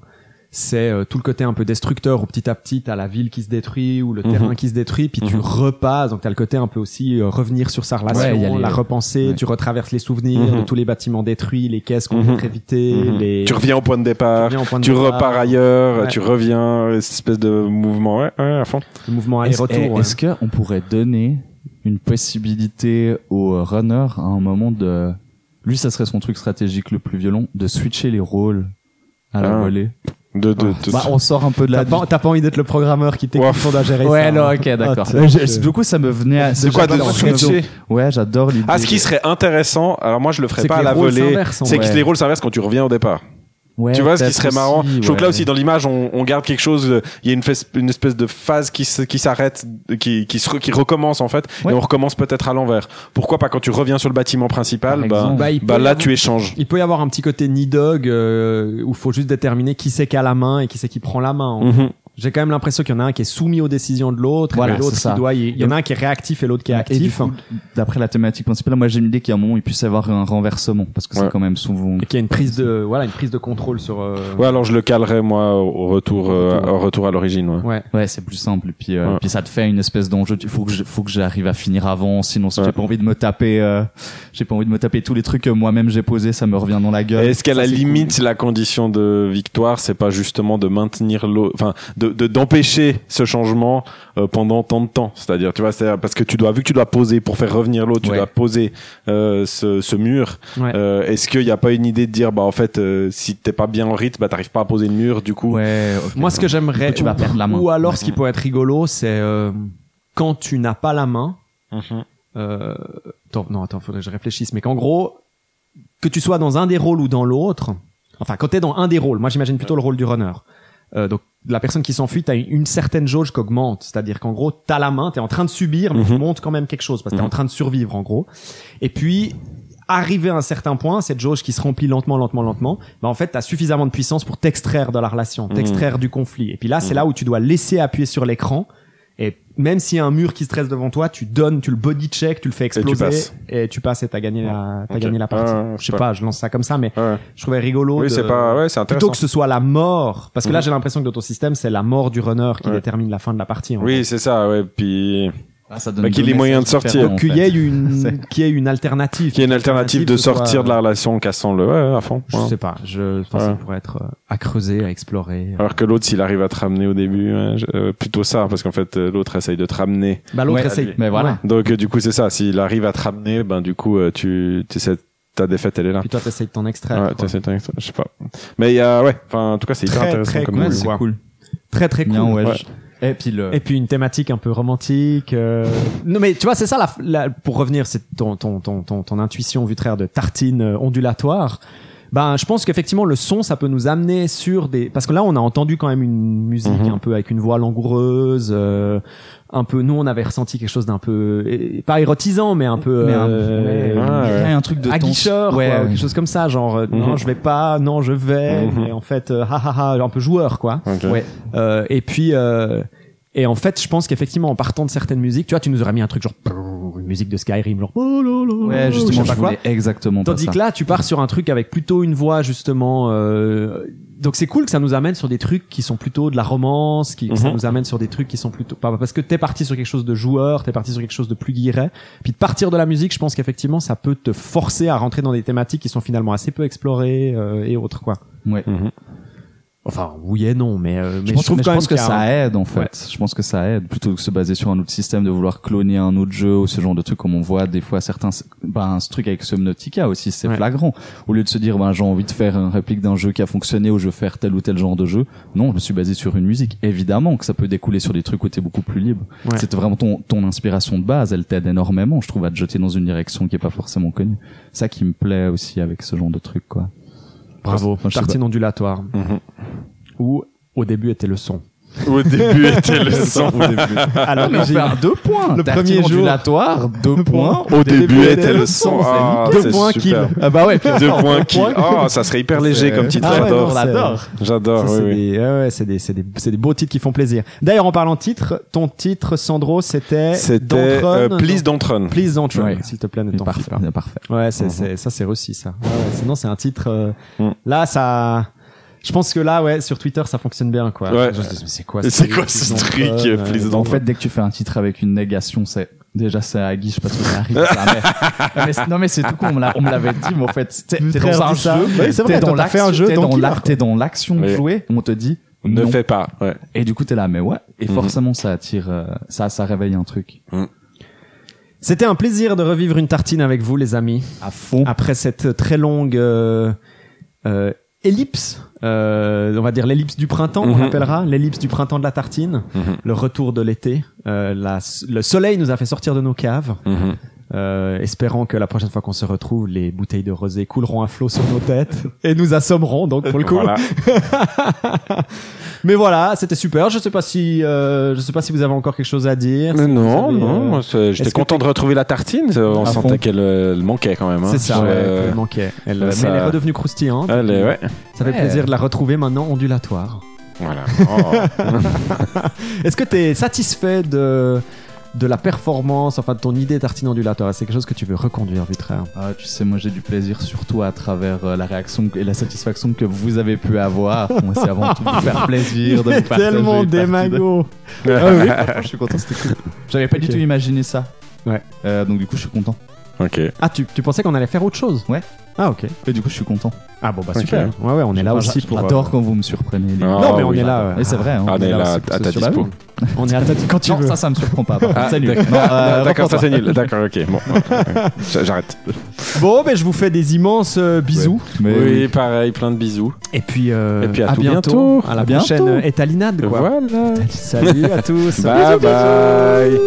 Speaker 4: c'est euh, tout le côté un peu destructeur où petit à petit t'as la ville qui se détruit ou le
Speaker 5: Mhm.
Speaker 4: terrain qui se détruit, puis tu
Speaker 5: Mhm.
Speaker 4: repasses. Donc t'as le côté un peu aussi euh, revenir sur sa relation,
Speaker 6: Ouais, y a les-
Speaker 4: la repenser.
Speaker 6: ouais.
Speaker 4: Tu retraverses les souvenirs de
Speaker 5: Mhm.
Speaker 4: tous les bâtiments détruits, les caisses qu'on
Speaker 5: Mhm.
Speaker 4: peut éviter,
Speaker 5: Mhm.
Speaker 4: les.
Speaker 5: Tu reviens au point de
Speaker 4: tu
Speaker 5: départ.
Speaker 4: reviens au point de
Speaker 5: Tu
Speaker 4: départ,
Speaker 5: repars ailleurs,
Speaker 4: Ouais.
Speaker 5: tu reviens, euh, cette espèce de mouvement, ouais, ouais, à fond.
Speaker 4: le mouvement
Speaker 6: Est-ce
Speaker 4: aller-retour. ouais.
Speaker 6: est-ce que on pourrait donner une possibilité au runner à un moment de lui ça serait son truc stratégique le plus violent de switcher les rôles à la
Speaker 5: Ah.
Speaker 6: volée.
Speaker 5: De, de, de-
Speaker 6: Bah, on sort un peu de la
Speaker 4: T'as pas, t'as pas envie d'être le programmeur qui t'écoute
Speaker 5: Ouah.
Speaker 4: pour gérer ça.
Speaker 6: Ouais,
Speaker 4: hein.
Speaker 6: non, ok, d'accord.
Speaker 4: Ah,
Speaker 6: Je-
Speaker 4: t'es-
Speaker 6: je- Du coup, ça me venait à.
Speaker 5: de quoi de
Speaker 6: j'adore-
Speaker 5: switcher
Speaker 6: Ouais, j'adore l'idée.
Speaker 5: Ah, ce qui serait intéressant, alors moi je le
Speaker 4: C'est
Speaker 5: ferais
Speaker 4: que
Speaker 5: pas à
Speaker 4: les
Speaker 5: la
Speaker 4: rôles
Speaker 5: volée,
Speaker 4: s'inversent, en
Speaker 5: c'est
Speaker 6: vrai.
Speaker 5: que les rôles s'inversent quand tu reviens au départ.
Speaker 6: Ouais,
Speaker 5: tu vois ce qui
Speaker 6: peut-être
Speaker 5: serait
Speaker 6: aussi,
Speaker 5: marrant je trouve que là
Speaker 6: ouais.
Speaker 5: aussi dans l'image on, on garde quelque chose euh, il y a une, fes- une espèce de phase qui se- qui s'arrête qui qui, se re- qui recommence en fait
Speaker 6: Ouais.
Speaker 5: et on recommence peut-être à l'envers pourquoi pas quand tu reviens sur le bâtiment principal
Speaker 6: Par
Speaker 5: bah,
Speaker 6: exemple.
Speaker 4: Bah, il
Speaker 5: bah
Speaker 4: peut y
Speaker 5: là
Speaker 4: avoir-
Speaker 5: tu échanges
Speaker 4: Il peut y avoir un petit côté knee dog euh, où faut juste déterminer qui c'est qui a la main et qui c'est qui prend la main.
Speaker 6: Mm.
Speaker 4: en fait.
Speaker 5: Mhm.
Speaker 4: J'ai quand même l'impression qu'il y en a un qui est soumis aux décisions de l'autre,
Speaker 6: Voilà,
Speaker 4: et l'autre
Speaker 6: c'est
Speaker 4: qui
Speaker 6: ça.
Speaker 4: doit. y- Il y en a un qui est réactif et l'autre qui est
Speaker 6: Et du
Speaker 4: actif.
Speaker 5: hein.
Speaker 6: coup, D'après la thématique principale, moi j'ai une idée qu'à un moment il puisse y avoir un renversement parce que
Speaker 5: Ouais.
Speaker 6: c'est quand même souvent.
Speaker 4: Et qui a une prise de voilà une prise de contrôle sur. euh,
Speaker 5: ouais alors je le calerai moi au au retour euh, au retour à l'origine ouais.
Speaker 4: ouais.
Speaker 6: Ouais, c'est plus simple. Et puis, euh,
Speaker 5: Ouais.
Speaker 6: puis ça te fait une espèce d'enjeu. Il faut que je- faut que j'arrive à finir avant, sinon si j'ai
Speaker 5: Ouais.
Speaker 6: pas envie de me taper, euh, j'ai pas envie de me taper tous les trucs que moi-même j'ai posés, ça me revient dans la gueule.
Speaker 5: Est-ce qu'à
Speaker 6: Ça,
Speaker 5: la
Speaker 6: c'est
Speaker 5: limite la condition de victoire, c'est pas justement de maintenir l'eau, enfin de de- d'empêcher ce changement euh, pendant tant de temps C'est-à-dire, tu vois, c'est parce que tu dois vu que tu dois poser pour faire revenir l'eau, tu
Speaker 6: Ouais.
Speaker 5: dois poser euh, ce, ce mur.
Speaker 4: Ouais.
Speaker 5: Euh, Est-ce qu'il n'y a pas une idée de dire bah en fait euh, si t'es pas bien en rythme, bah t'arrives pas à poser le mur, du
Speaker 6: cool.
Speaker 5: coup.
Speaker 6: Ouais. ok.
Speaker 4: Moi, ce que j'aimerais.
Speaker 6: Du coup, tu vas
Speaker 4: ou-
Speaker 6: perdre la main.
Speaker 4: Ou alors, ce qui pourrait être rigolo, c'est euh, quand tu n'as pas la main.
Speaker 5: Mhm.
Speaker 4: Euh, attends, non, attends, faudrait que je réfléchisse. Mais qu'en gros, que tu sois dans un des rôles ou dans l'autre, enfin, quand t'es dans un des rôles, moi j'imagine plutôt le rôle du runner. Euh, donc, la personne qui s'enfuit, t'as une- une certaine jauge qu'augmente. C'est-à-dire qu'en gros, t'as la main, t'es en train de subir, mais tu
Speaker 5: Mhm.
Speaker 4: montes quand même quelque chose parce que t'es
Speaker 5: Mhm.
Speaker 4: en train de survivre, en gros. Et puis, arrivé à un certain point, cette jauge qui se remplit lentement, lentement, lentement, bah en fait, t'as suffisamment de puissance pour t'extraire de la relation,
Speaker 5: Mhm.
Speaker 4: t'extraire du conflit. Et puis là, c'est là où tu dois laisser appuyer sur l'écran. Et même s'il y a un mur qui se dresse devant toi, tu donnes, tu le body check, tu le fais
Speaker 5: tu
Speaker 4: exploser,
Speaker 5: passes.
Speaker 4: et tu passes et t'as gagné la, t'as
Speaker 5: Ok.
Speaker 4: gagné la partie.
Speaker 5: Ah,
Speaker 4: je sais
Speaker 5: ouais.
Speaker 4: pas, je lance ça comme ça, mais
Speaker 5: Ouais.
Speaker 4: je trouvais rigolo.
Speaker 5: Oui,
Speaker 4: de-
Speaker 5: c'est pas, ouais, c'est
Speaker 4: Plutôt
Speaker 5: intéressant.
Speaker 4: que ce soit la mort, parce que là
Speaker 5: Mhm.
Speaker 4: j'ai l'impression que dans ton système c'est la mort du runner qui
Speaker 5: Ouais.
Speaker 4: détermine la fin de la partie. en
Speaker 5: Oui, c'est ça. Ouais. Puis
Speaker 6: Ah, ça donne
Speaker 5: Bah, qu'il y ait
Speaker 6: deux
Speaker 5: les moyens de
Speaker 6: messages
Speaker 5: sortir.
Speaker 6: différents,
Speaker 4: fait.
Speaker 6: en
Speaker 4: Qu'il
Speaker 6: fait.
Speaker 4: y ait une,
Speaker 6: C'est-
Speaker 4: qu'il y ait une alternative.
Speaker 5: qu'il y ait une alternative de
Speaker 4: que ce soit,
Speaker 5: sortir de la relation en cassant le, ouais, à fond.
Speaker 4: Je
Speaker 5: Ouais.
Speaker 4: sais pas, je, enfin, ça
Speaker 5: Ouais.
Speaker 4: pourrait être euh, à creuser, à explorer.
Speaker 5: Alors que l'autre, s'il arrive à te ramener au début, ouais, je- euh, plutôt ça, parce qu'en fait, euh, l'autre essaye de te ramener.
Speaker 4: Bah, l'autre
Speaker 6: Ouais,
Speaker 4: essaye.
Speaker 6: mais voilà.
Speaker 4: Ouais.
Speaker 5: Donc euh, du coup c'est ça, s'il arrive à te ramener, ben du coup euh, tu, tu sais, ta défaite elle est là.
Speaker 4: Puis toi t'essayes de t'en extraire.
Speaker 5: Ouais,
Speaker 4: quoi.
Speaker 5: t'as cette anecdote, je sais pas. Mais il y a ouais, enfin en tout cas c'est hyper
Speaker 4: Très,
Speaker 5: intéressant
Speaker 4: très
Speaker 5: comme
Speaker 4: cool,
Speaker 6: Ouais,
Speaker 5: jeu.
Speaker 6: c'est
Speaker 4: quoi.
Speaker 6: cool.
Speaker 4: Très très cool.
Speaker 6: Bien, ouais,
Speaker 5: Ouais.
Speaker 6: je- Et puis le.
Speaker 4: Et puis une thématique un peu romantique. euh. Non mais tu vois, c'est ça. La, la- pour revenir, c'est ton ton ton ton ton intuition vue de terre de tartine euh, ondulatoire. Ben, je pense qu'effectivement le son, ça peut nous amener sur des. Parce que là, on a entendu quand même une musique
Speaker 5: Mhm.
Speaker 4: un peu avec une voix langoureuse, euh, un peu. Nous, on avait ressenti quelque chose d'un peu eh, pas érotisant, mais un peu.
Speaker 6: Mais un-
Speaker 4: euh,
Speaker 5: ouais.
Speaker 6: Il y a un truc de
Speaker 4: aguicheur,
Speaker 6: tension.
Speaker 4: quoi,
Speaker 6: ouais,
Speaker 4: quelque chose comme ça, genre euh, non,
Speaker 5: Mhm.
Speaker 4: je vais pas, non, je vais,
Speaker 5: Mhm.
Speaker 4: mais en fait, euh, ha ha ha, un peu joueur, quoi.
Speaker 5: Ok.
Speaker 6: Ouais.
Speaker 4: Euh, et puis, euh, et en fait, je pense qu'effectivement, en partant de certaines musiques, tu vois, tu nous aurais mis un truc genre, musique de Skyrim, genre. oh là là là,
Speaker 6: Ouais,
Speaker 4: ou je
Speaker 6: justement,
Speaker 4: sais
Speaker 6: je
Speaker 4: pas quoi.
Speaker 6: voulais exactement pas
Speaker 4: Tandis
Speaker 6: ça.
Speaker 4: que là, tu pars sur un truc avec plutôt une voix justement. euh, Donc c'est cool que ça nous amène sur des trucs qui sont plutôt de la romance, qui que ça
Speaker 5: Mhm.
Speaker 4: nous amène sur des trucs qui sont plutôt pas- parce que t'es parti sur quelque chose de joueur, t'es parti sur quelque chose de plus guiré. Puis de partir de la musique, je pense qu'effectivement ça peut te forcer à rentrer dans des thématiques qui sont finalement assez peu explorées euh, et autres quoi.
Speaker 6: Ouais.
Speaker 4: Enfin oui et non, mais, euh, mais
Speaker 6: je pense, mais je pense que
Speaker 4: qu'il y a
Speaker 6: ça
Speaker 4: un-
Speaker 6: aide en fait. Je pense que ça aide plutôt que de se baser sur un autre système, de vouloir cloner un autre jeu ou ce genre de truc comme on voit des fois certains. Ben ce truc avec Subnautica aussi, c'est
Speaker 4: Ouais.
Speaker 6: flagrant. Au lieu de se dire ben j'ai envie de faire une réplique d'un jeu qui a fonctionné ou je veux faire tel ou tel genre de jeu, non, je me suis basé sur une musique. Évidemment que ça peut découler sur des trucs où t'es beaucoup plus libre.
Speaker 4: Ouais.
Speaker 6: C'est vraiment ton ton inspiration de base, elle t'aide énormément, je trouve, à te jeter dans une direction qui est pas forcément connue. Ça qui me plaît aussi avec ce genre de truc quoi.
Speaker 4: bravo
Speaker 6: Moi, je sais
Speaker 4: tartine ondulatoire
Speaker 5: Mhm.
Speaker 4: où au début était le son.
Speaker 5: Au début était le son.
Speaker 4: Alors
Speaker 6: mais on fait un deux points.
Speaker 4: Le
Speaker 6: Tartine
Speaker 4: premier jour.
Speaker 6: ondulatoire, deux points.
Speaker 5: Au début était le son. Ah,
Speaker 4: Deux
Speaker 5: c'est
Speaker 4: points
Speaker 5: super.
Speaker 4: kill.
Speaker 6: Ah bah ouais, puis
Speaker 5: Deux
Speaker 6: encore,
Speaker 5: points
Speaker 6: deux
Speaker 5: qui.
Speaker 6: points.
Speaker 5: Oh, ça serait hyper léger
Speaker 6: C'est-
Speaker 5: comme titre.
Speaker 4: Ah ouais, non,
Speaker 5: J'adore.
Speaker 4: c'est-
Speaker 6: l'adore.
Speaker 5: J'adore,
Speaker 4: Ça,
Speaker 5: oui,
Speaker 4: c'est
Speaker 5: oui.
Speaker 4: des, ah ouais, ouais, c'est des, c'est des, c'est des beaux titres qui font plaisir. D'ailleurs, en parlant de titres, ton titre, Sandro, c'était.
Speaker 5: C'était
Speaker 4: Don't Run,
Speaker 5: euh, Please
Speaker 4: non
Speaker 5: Don't Run.
Speaker 4: Please Don't Run,
Speaker 6: Ouais.
Speaker 4: s'il te plaît, ne
Speaker 6: Il est
Speaker 4: t'en fie
Speaker 6: Parfait,
Speaker 4: pas.
Speaker 6: il est parfait.
Speaker 4: Ouais, c'est,
Speaker 5: Mhm.
Speaker 4: c'est, ça, c'est réussi, ça. Ouais, ouais, sinon, c'est un titre. euh,
Speaker 5: Mm.
Speaker 4: Là, ça. Je pense que là, ouais, sur Twitter, ça fonctionne bien, quoi.
Speaker 5: Ouais.
Speaker 4: Je me dis, mais c'est quoi
Speaker 5: Et
Speaker 4: ce
Speaker 5: C'est
Speaker 4: truc,
Speaker 5: quoi
Speaker 4: Please
Speaker 5: ce
Speaker 4: Don't
Speaker 5: truc
Speaker 4: Run,
Speaker 5: euh,
Speaker 4: euh,
Speaker 5: Please
Speaker 6: En
Speaker 5: Don't
Speaker 6: fait,
Speaker 5: Run
Speaker 6: dès que tu fais un titre avec une négation, c'est déjà c'est à guiche parce que ça arrive. Ah, mais- ah, mais c'est- non mais c'est tout con, on me l'a- on me l'avait dit, mais en fait, t'es t'es
Speaker 4: Frère
Speaker 6: dans un
Speaker 4: dit ça.
Speaker 6: jeu,
Speaker 4: Oui, c'est vrai,
Speaker 6: t'es
Speaker 4: toi,
Speaker 6: dans
Speaker 4: t'as fait un jeu,
Speaker 6: l'action, t'es
Speaker 4: donc
Speaker 6: dans
Speaker 4: il
Speaker 6: la-
Speaker 4: part, quoi.
Speaker 6: t'es dans l'action de
Speaker 5: Oui.
Speaker 6: jouer, on te dit
Speaker 5: Ne
Speaker 6: non.
Speaker 5: fais pas. Ouais.
Speaker 6: Et du coup, t'es là, mais ouais. Et
Speaker 5: Mhm.
Speaker 6: forcément, ça attire, euh, ça, ça réveille un truc
Speaker 4: C'était un plaisir de revivre une tartine avec vous, les amis.
Speaker 6: à fond.
Speaker 4: après cette très longue euh, euh, ellipse, euh, on va dire l'ellipse du printemps, on
Speaker 5: Mhm.
Speaker 4: l'appellera, l'ellipse du printemps de la tartine,
Speaker 5: Mhm.
Speaker 4: le retour de l'été. euh, la s- le soleil nous a fait sortir de nos caves,
Speaker 5: Mhm.
Speaker 4: euh, espérant que la prochaine fois qu'on se retrouve, les bouteilles de rosé couleront à flot sur nos têtes et nous assommeront donc pour le coup.
Speaker 5: Voilà.
Speaker 4: Mais voilà, c'était super. Je sais pas si, euh, je sais pas si vous avez encore quelque chose à dire.
Speaker 5: Mais
Speaker 4: si vous
Speaker 5: non,
Speaker 4: avez,
Speaker 5: non,
Speaker 4: euh,
Speaker 5: moi, c'est-
Speaker 4: est-ce
Speaker 5: j'étais
Speaker 4: que
Speaker 5: content de retrouver la tartine. On
Speaker 6: À
Speaker 5: sentait
Speaker 6: fond.
Speaker 5: qu'elle euh, elle manquait quand même. hein.
Speaker 4: C'est ça,
Speaker 5: Euh,
Speaker 4: ouais, elle manquait. Elle,
Speaker 5: ça-
Speaker 4: mais elle est redevenue croustillante.
Speaker 5: Elle est, ouais.
Speaker 4: Ça fait
Speaker 6: Ouais.
Speaker 4: plaisir de la retrouver maintenant ondulatoire.
Speaker 5: Voilà. Oh.
Speaker 4: Est-ce que tu es satisfait de, de la performance, enfin de ton idée tartine ondulatoire Est-ce que C'est quelque chose que tu veux reconduire, Vitraire
Speaker 6: Ah, tu sais, moi j'ai du plaisir surtout à travers euh, la réaction et la satisfaction que vous avez pu avoir. Moi, c'est avant tout de vous faire plaisir, de vous partager. une partie de- Ah oui, franchement, je suis content, c'était cool. J'avais pas
Speaker 4: Ok.
Speaker 6: du tout imaginé ça.
Speaker 4: Ouais.
Speaker 6: Euh, donc du coup, je suis content.
Speaker 5: ok.
Speaker 4: Ah, tu, tu pensais qu'on allait faire autre chose
Speaker 6: Ouais.
Speaker 4: Ah, ok.
Speaker 6: Et du coup, je suis content.
Speaker 4: Ah, bon, bah
Speaker 5: Ok.
Speaker 4: super. Ouais, ouais, on est là
Speaker 6: Enfin,
Speaker 4: aussi
Speaker 6: j'a-
Speaker 4: pour. euh,
Speaker 6: J'adore quand vous me surprenez. les
Speaker 5: Ah,
Speaker 6: gars.
Speaker 4: Non, mais on
Speaker 5: oui.
Speaker 4: est là.
Speaker 6: Mais c'est vrai. hein,
Speaker 5: Ah, on est là,
Speaker 6: aussi pour
Speaker 5: à
Speaker 6: ce
Speaker 5: ta
Speaker 6: sur la
Speaker 5: dispo.
Speaker 6: boue.
Speaker 4: euh, On est à ta quand tu
Speaker 6: Non,
Speaker 4: veux.
Speaker 6: ça, ça me surprend pas. par contre.
Speaker 5: Ah,
Speaker 6: Salut.
Speaker 5: d'accord.
Speaker 6: Non, euh,
Speaker 5: D'accord, ça
Speaker 6: reprends-toi.
Speaker 5: c'est nul. D'accord, ok. Bon, Ouais. j'arrête.
Speaker 4: Bon, ben je vous fais des immenses euh, bisous.
Speaker 6: Mais
Speaker 5: Oui, pareil, plein de bisous.
Speaker 4: Et puis, euh,
Speaker 5: Et puis, à tout bientôt.
Speaker 4: À la
Speaker 6: À bientôt.
Speaker 4: prochaine euh, étalinade, quoi.
Speaker 5: Voilà.
Speaker 4: Salut à tous.
Speaker 5: Bye bye.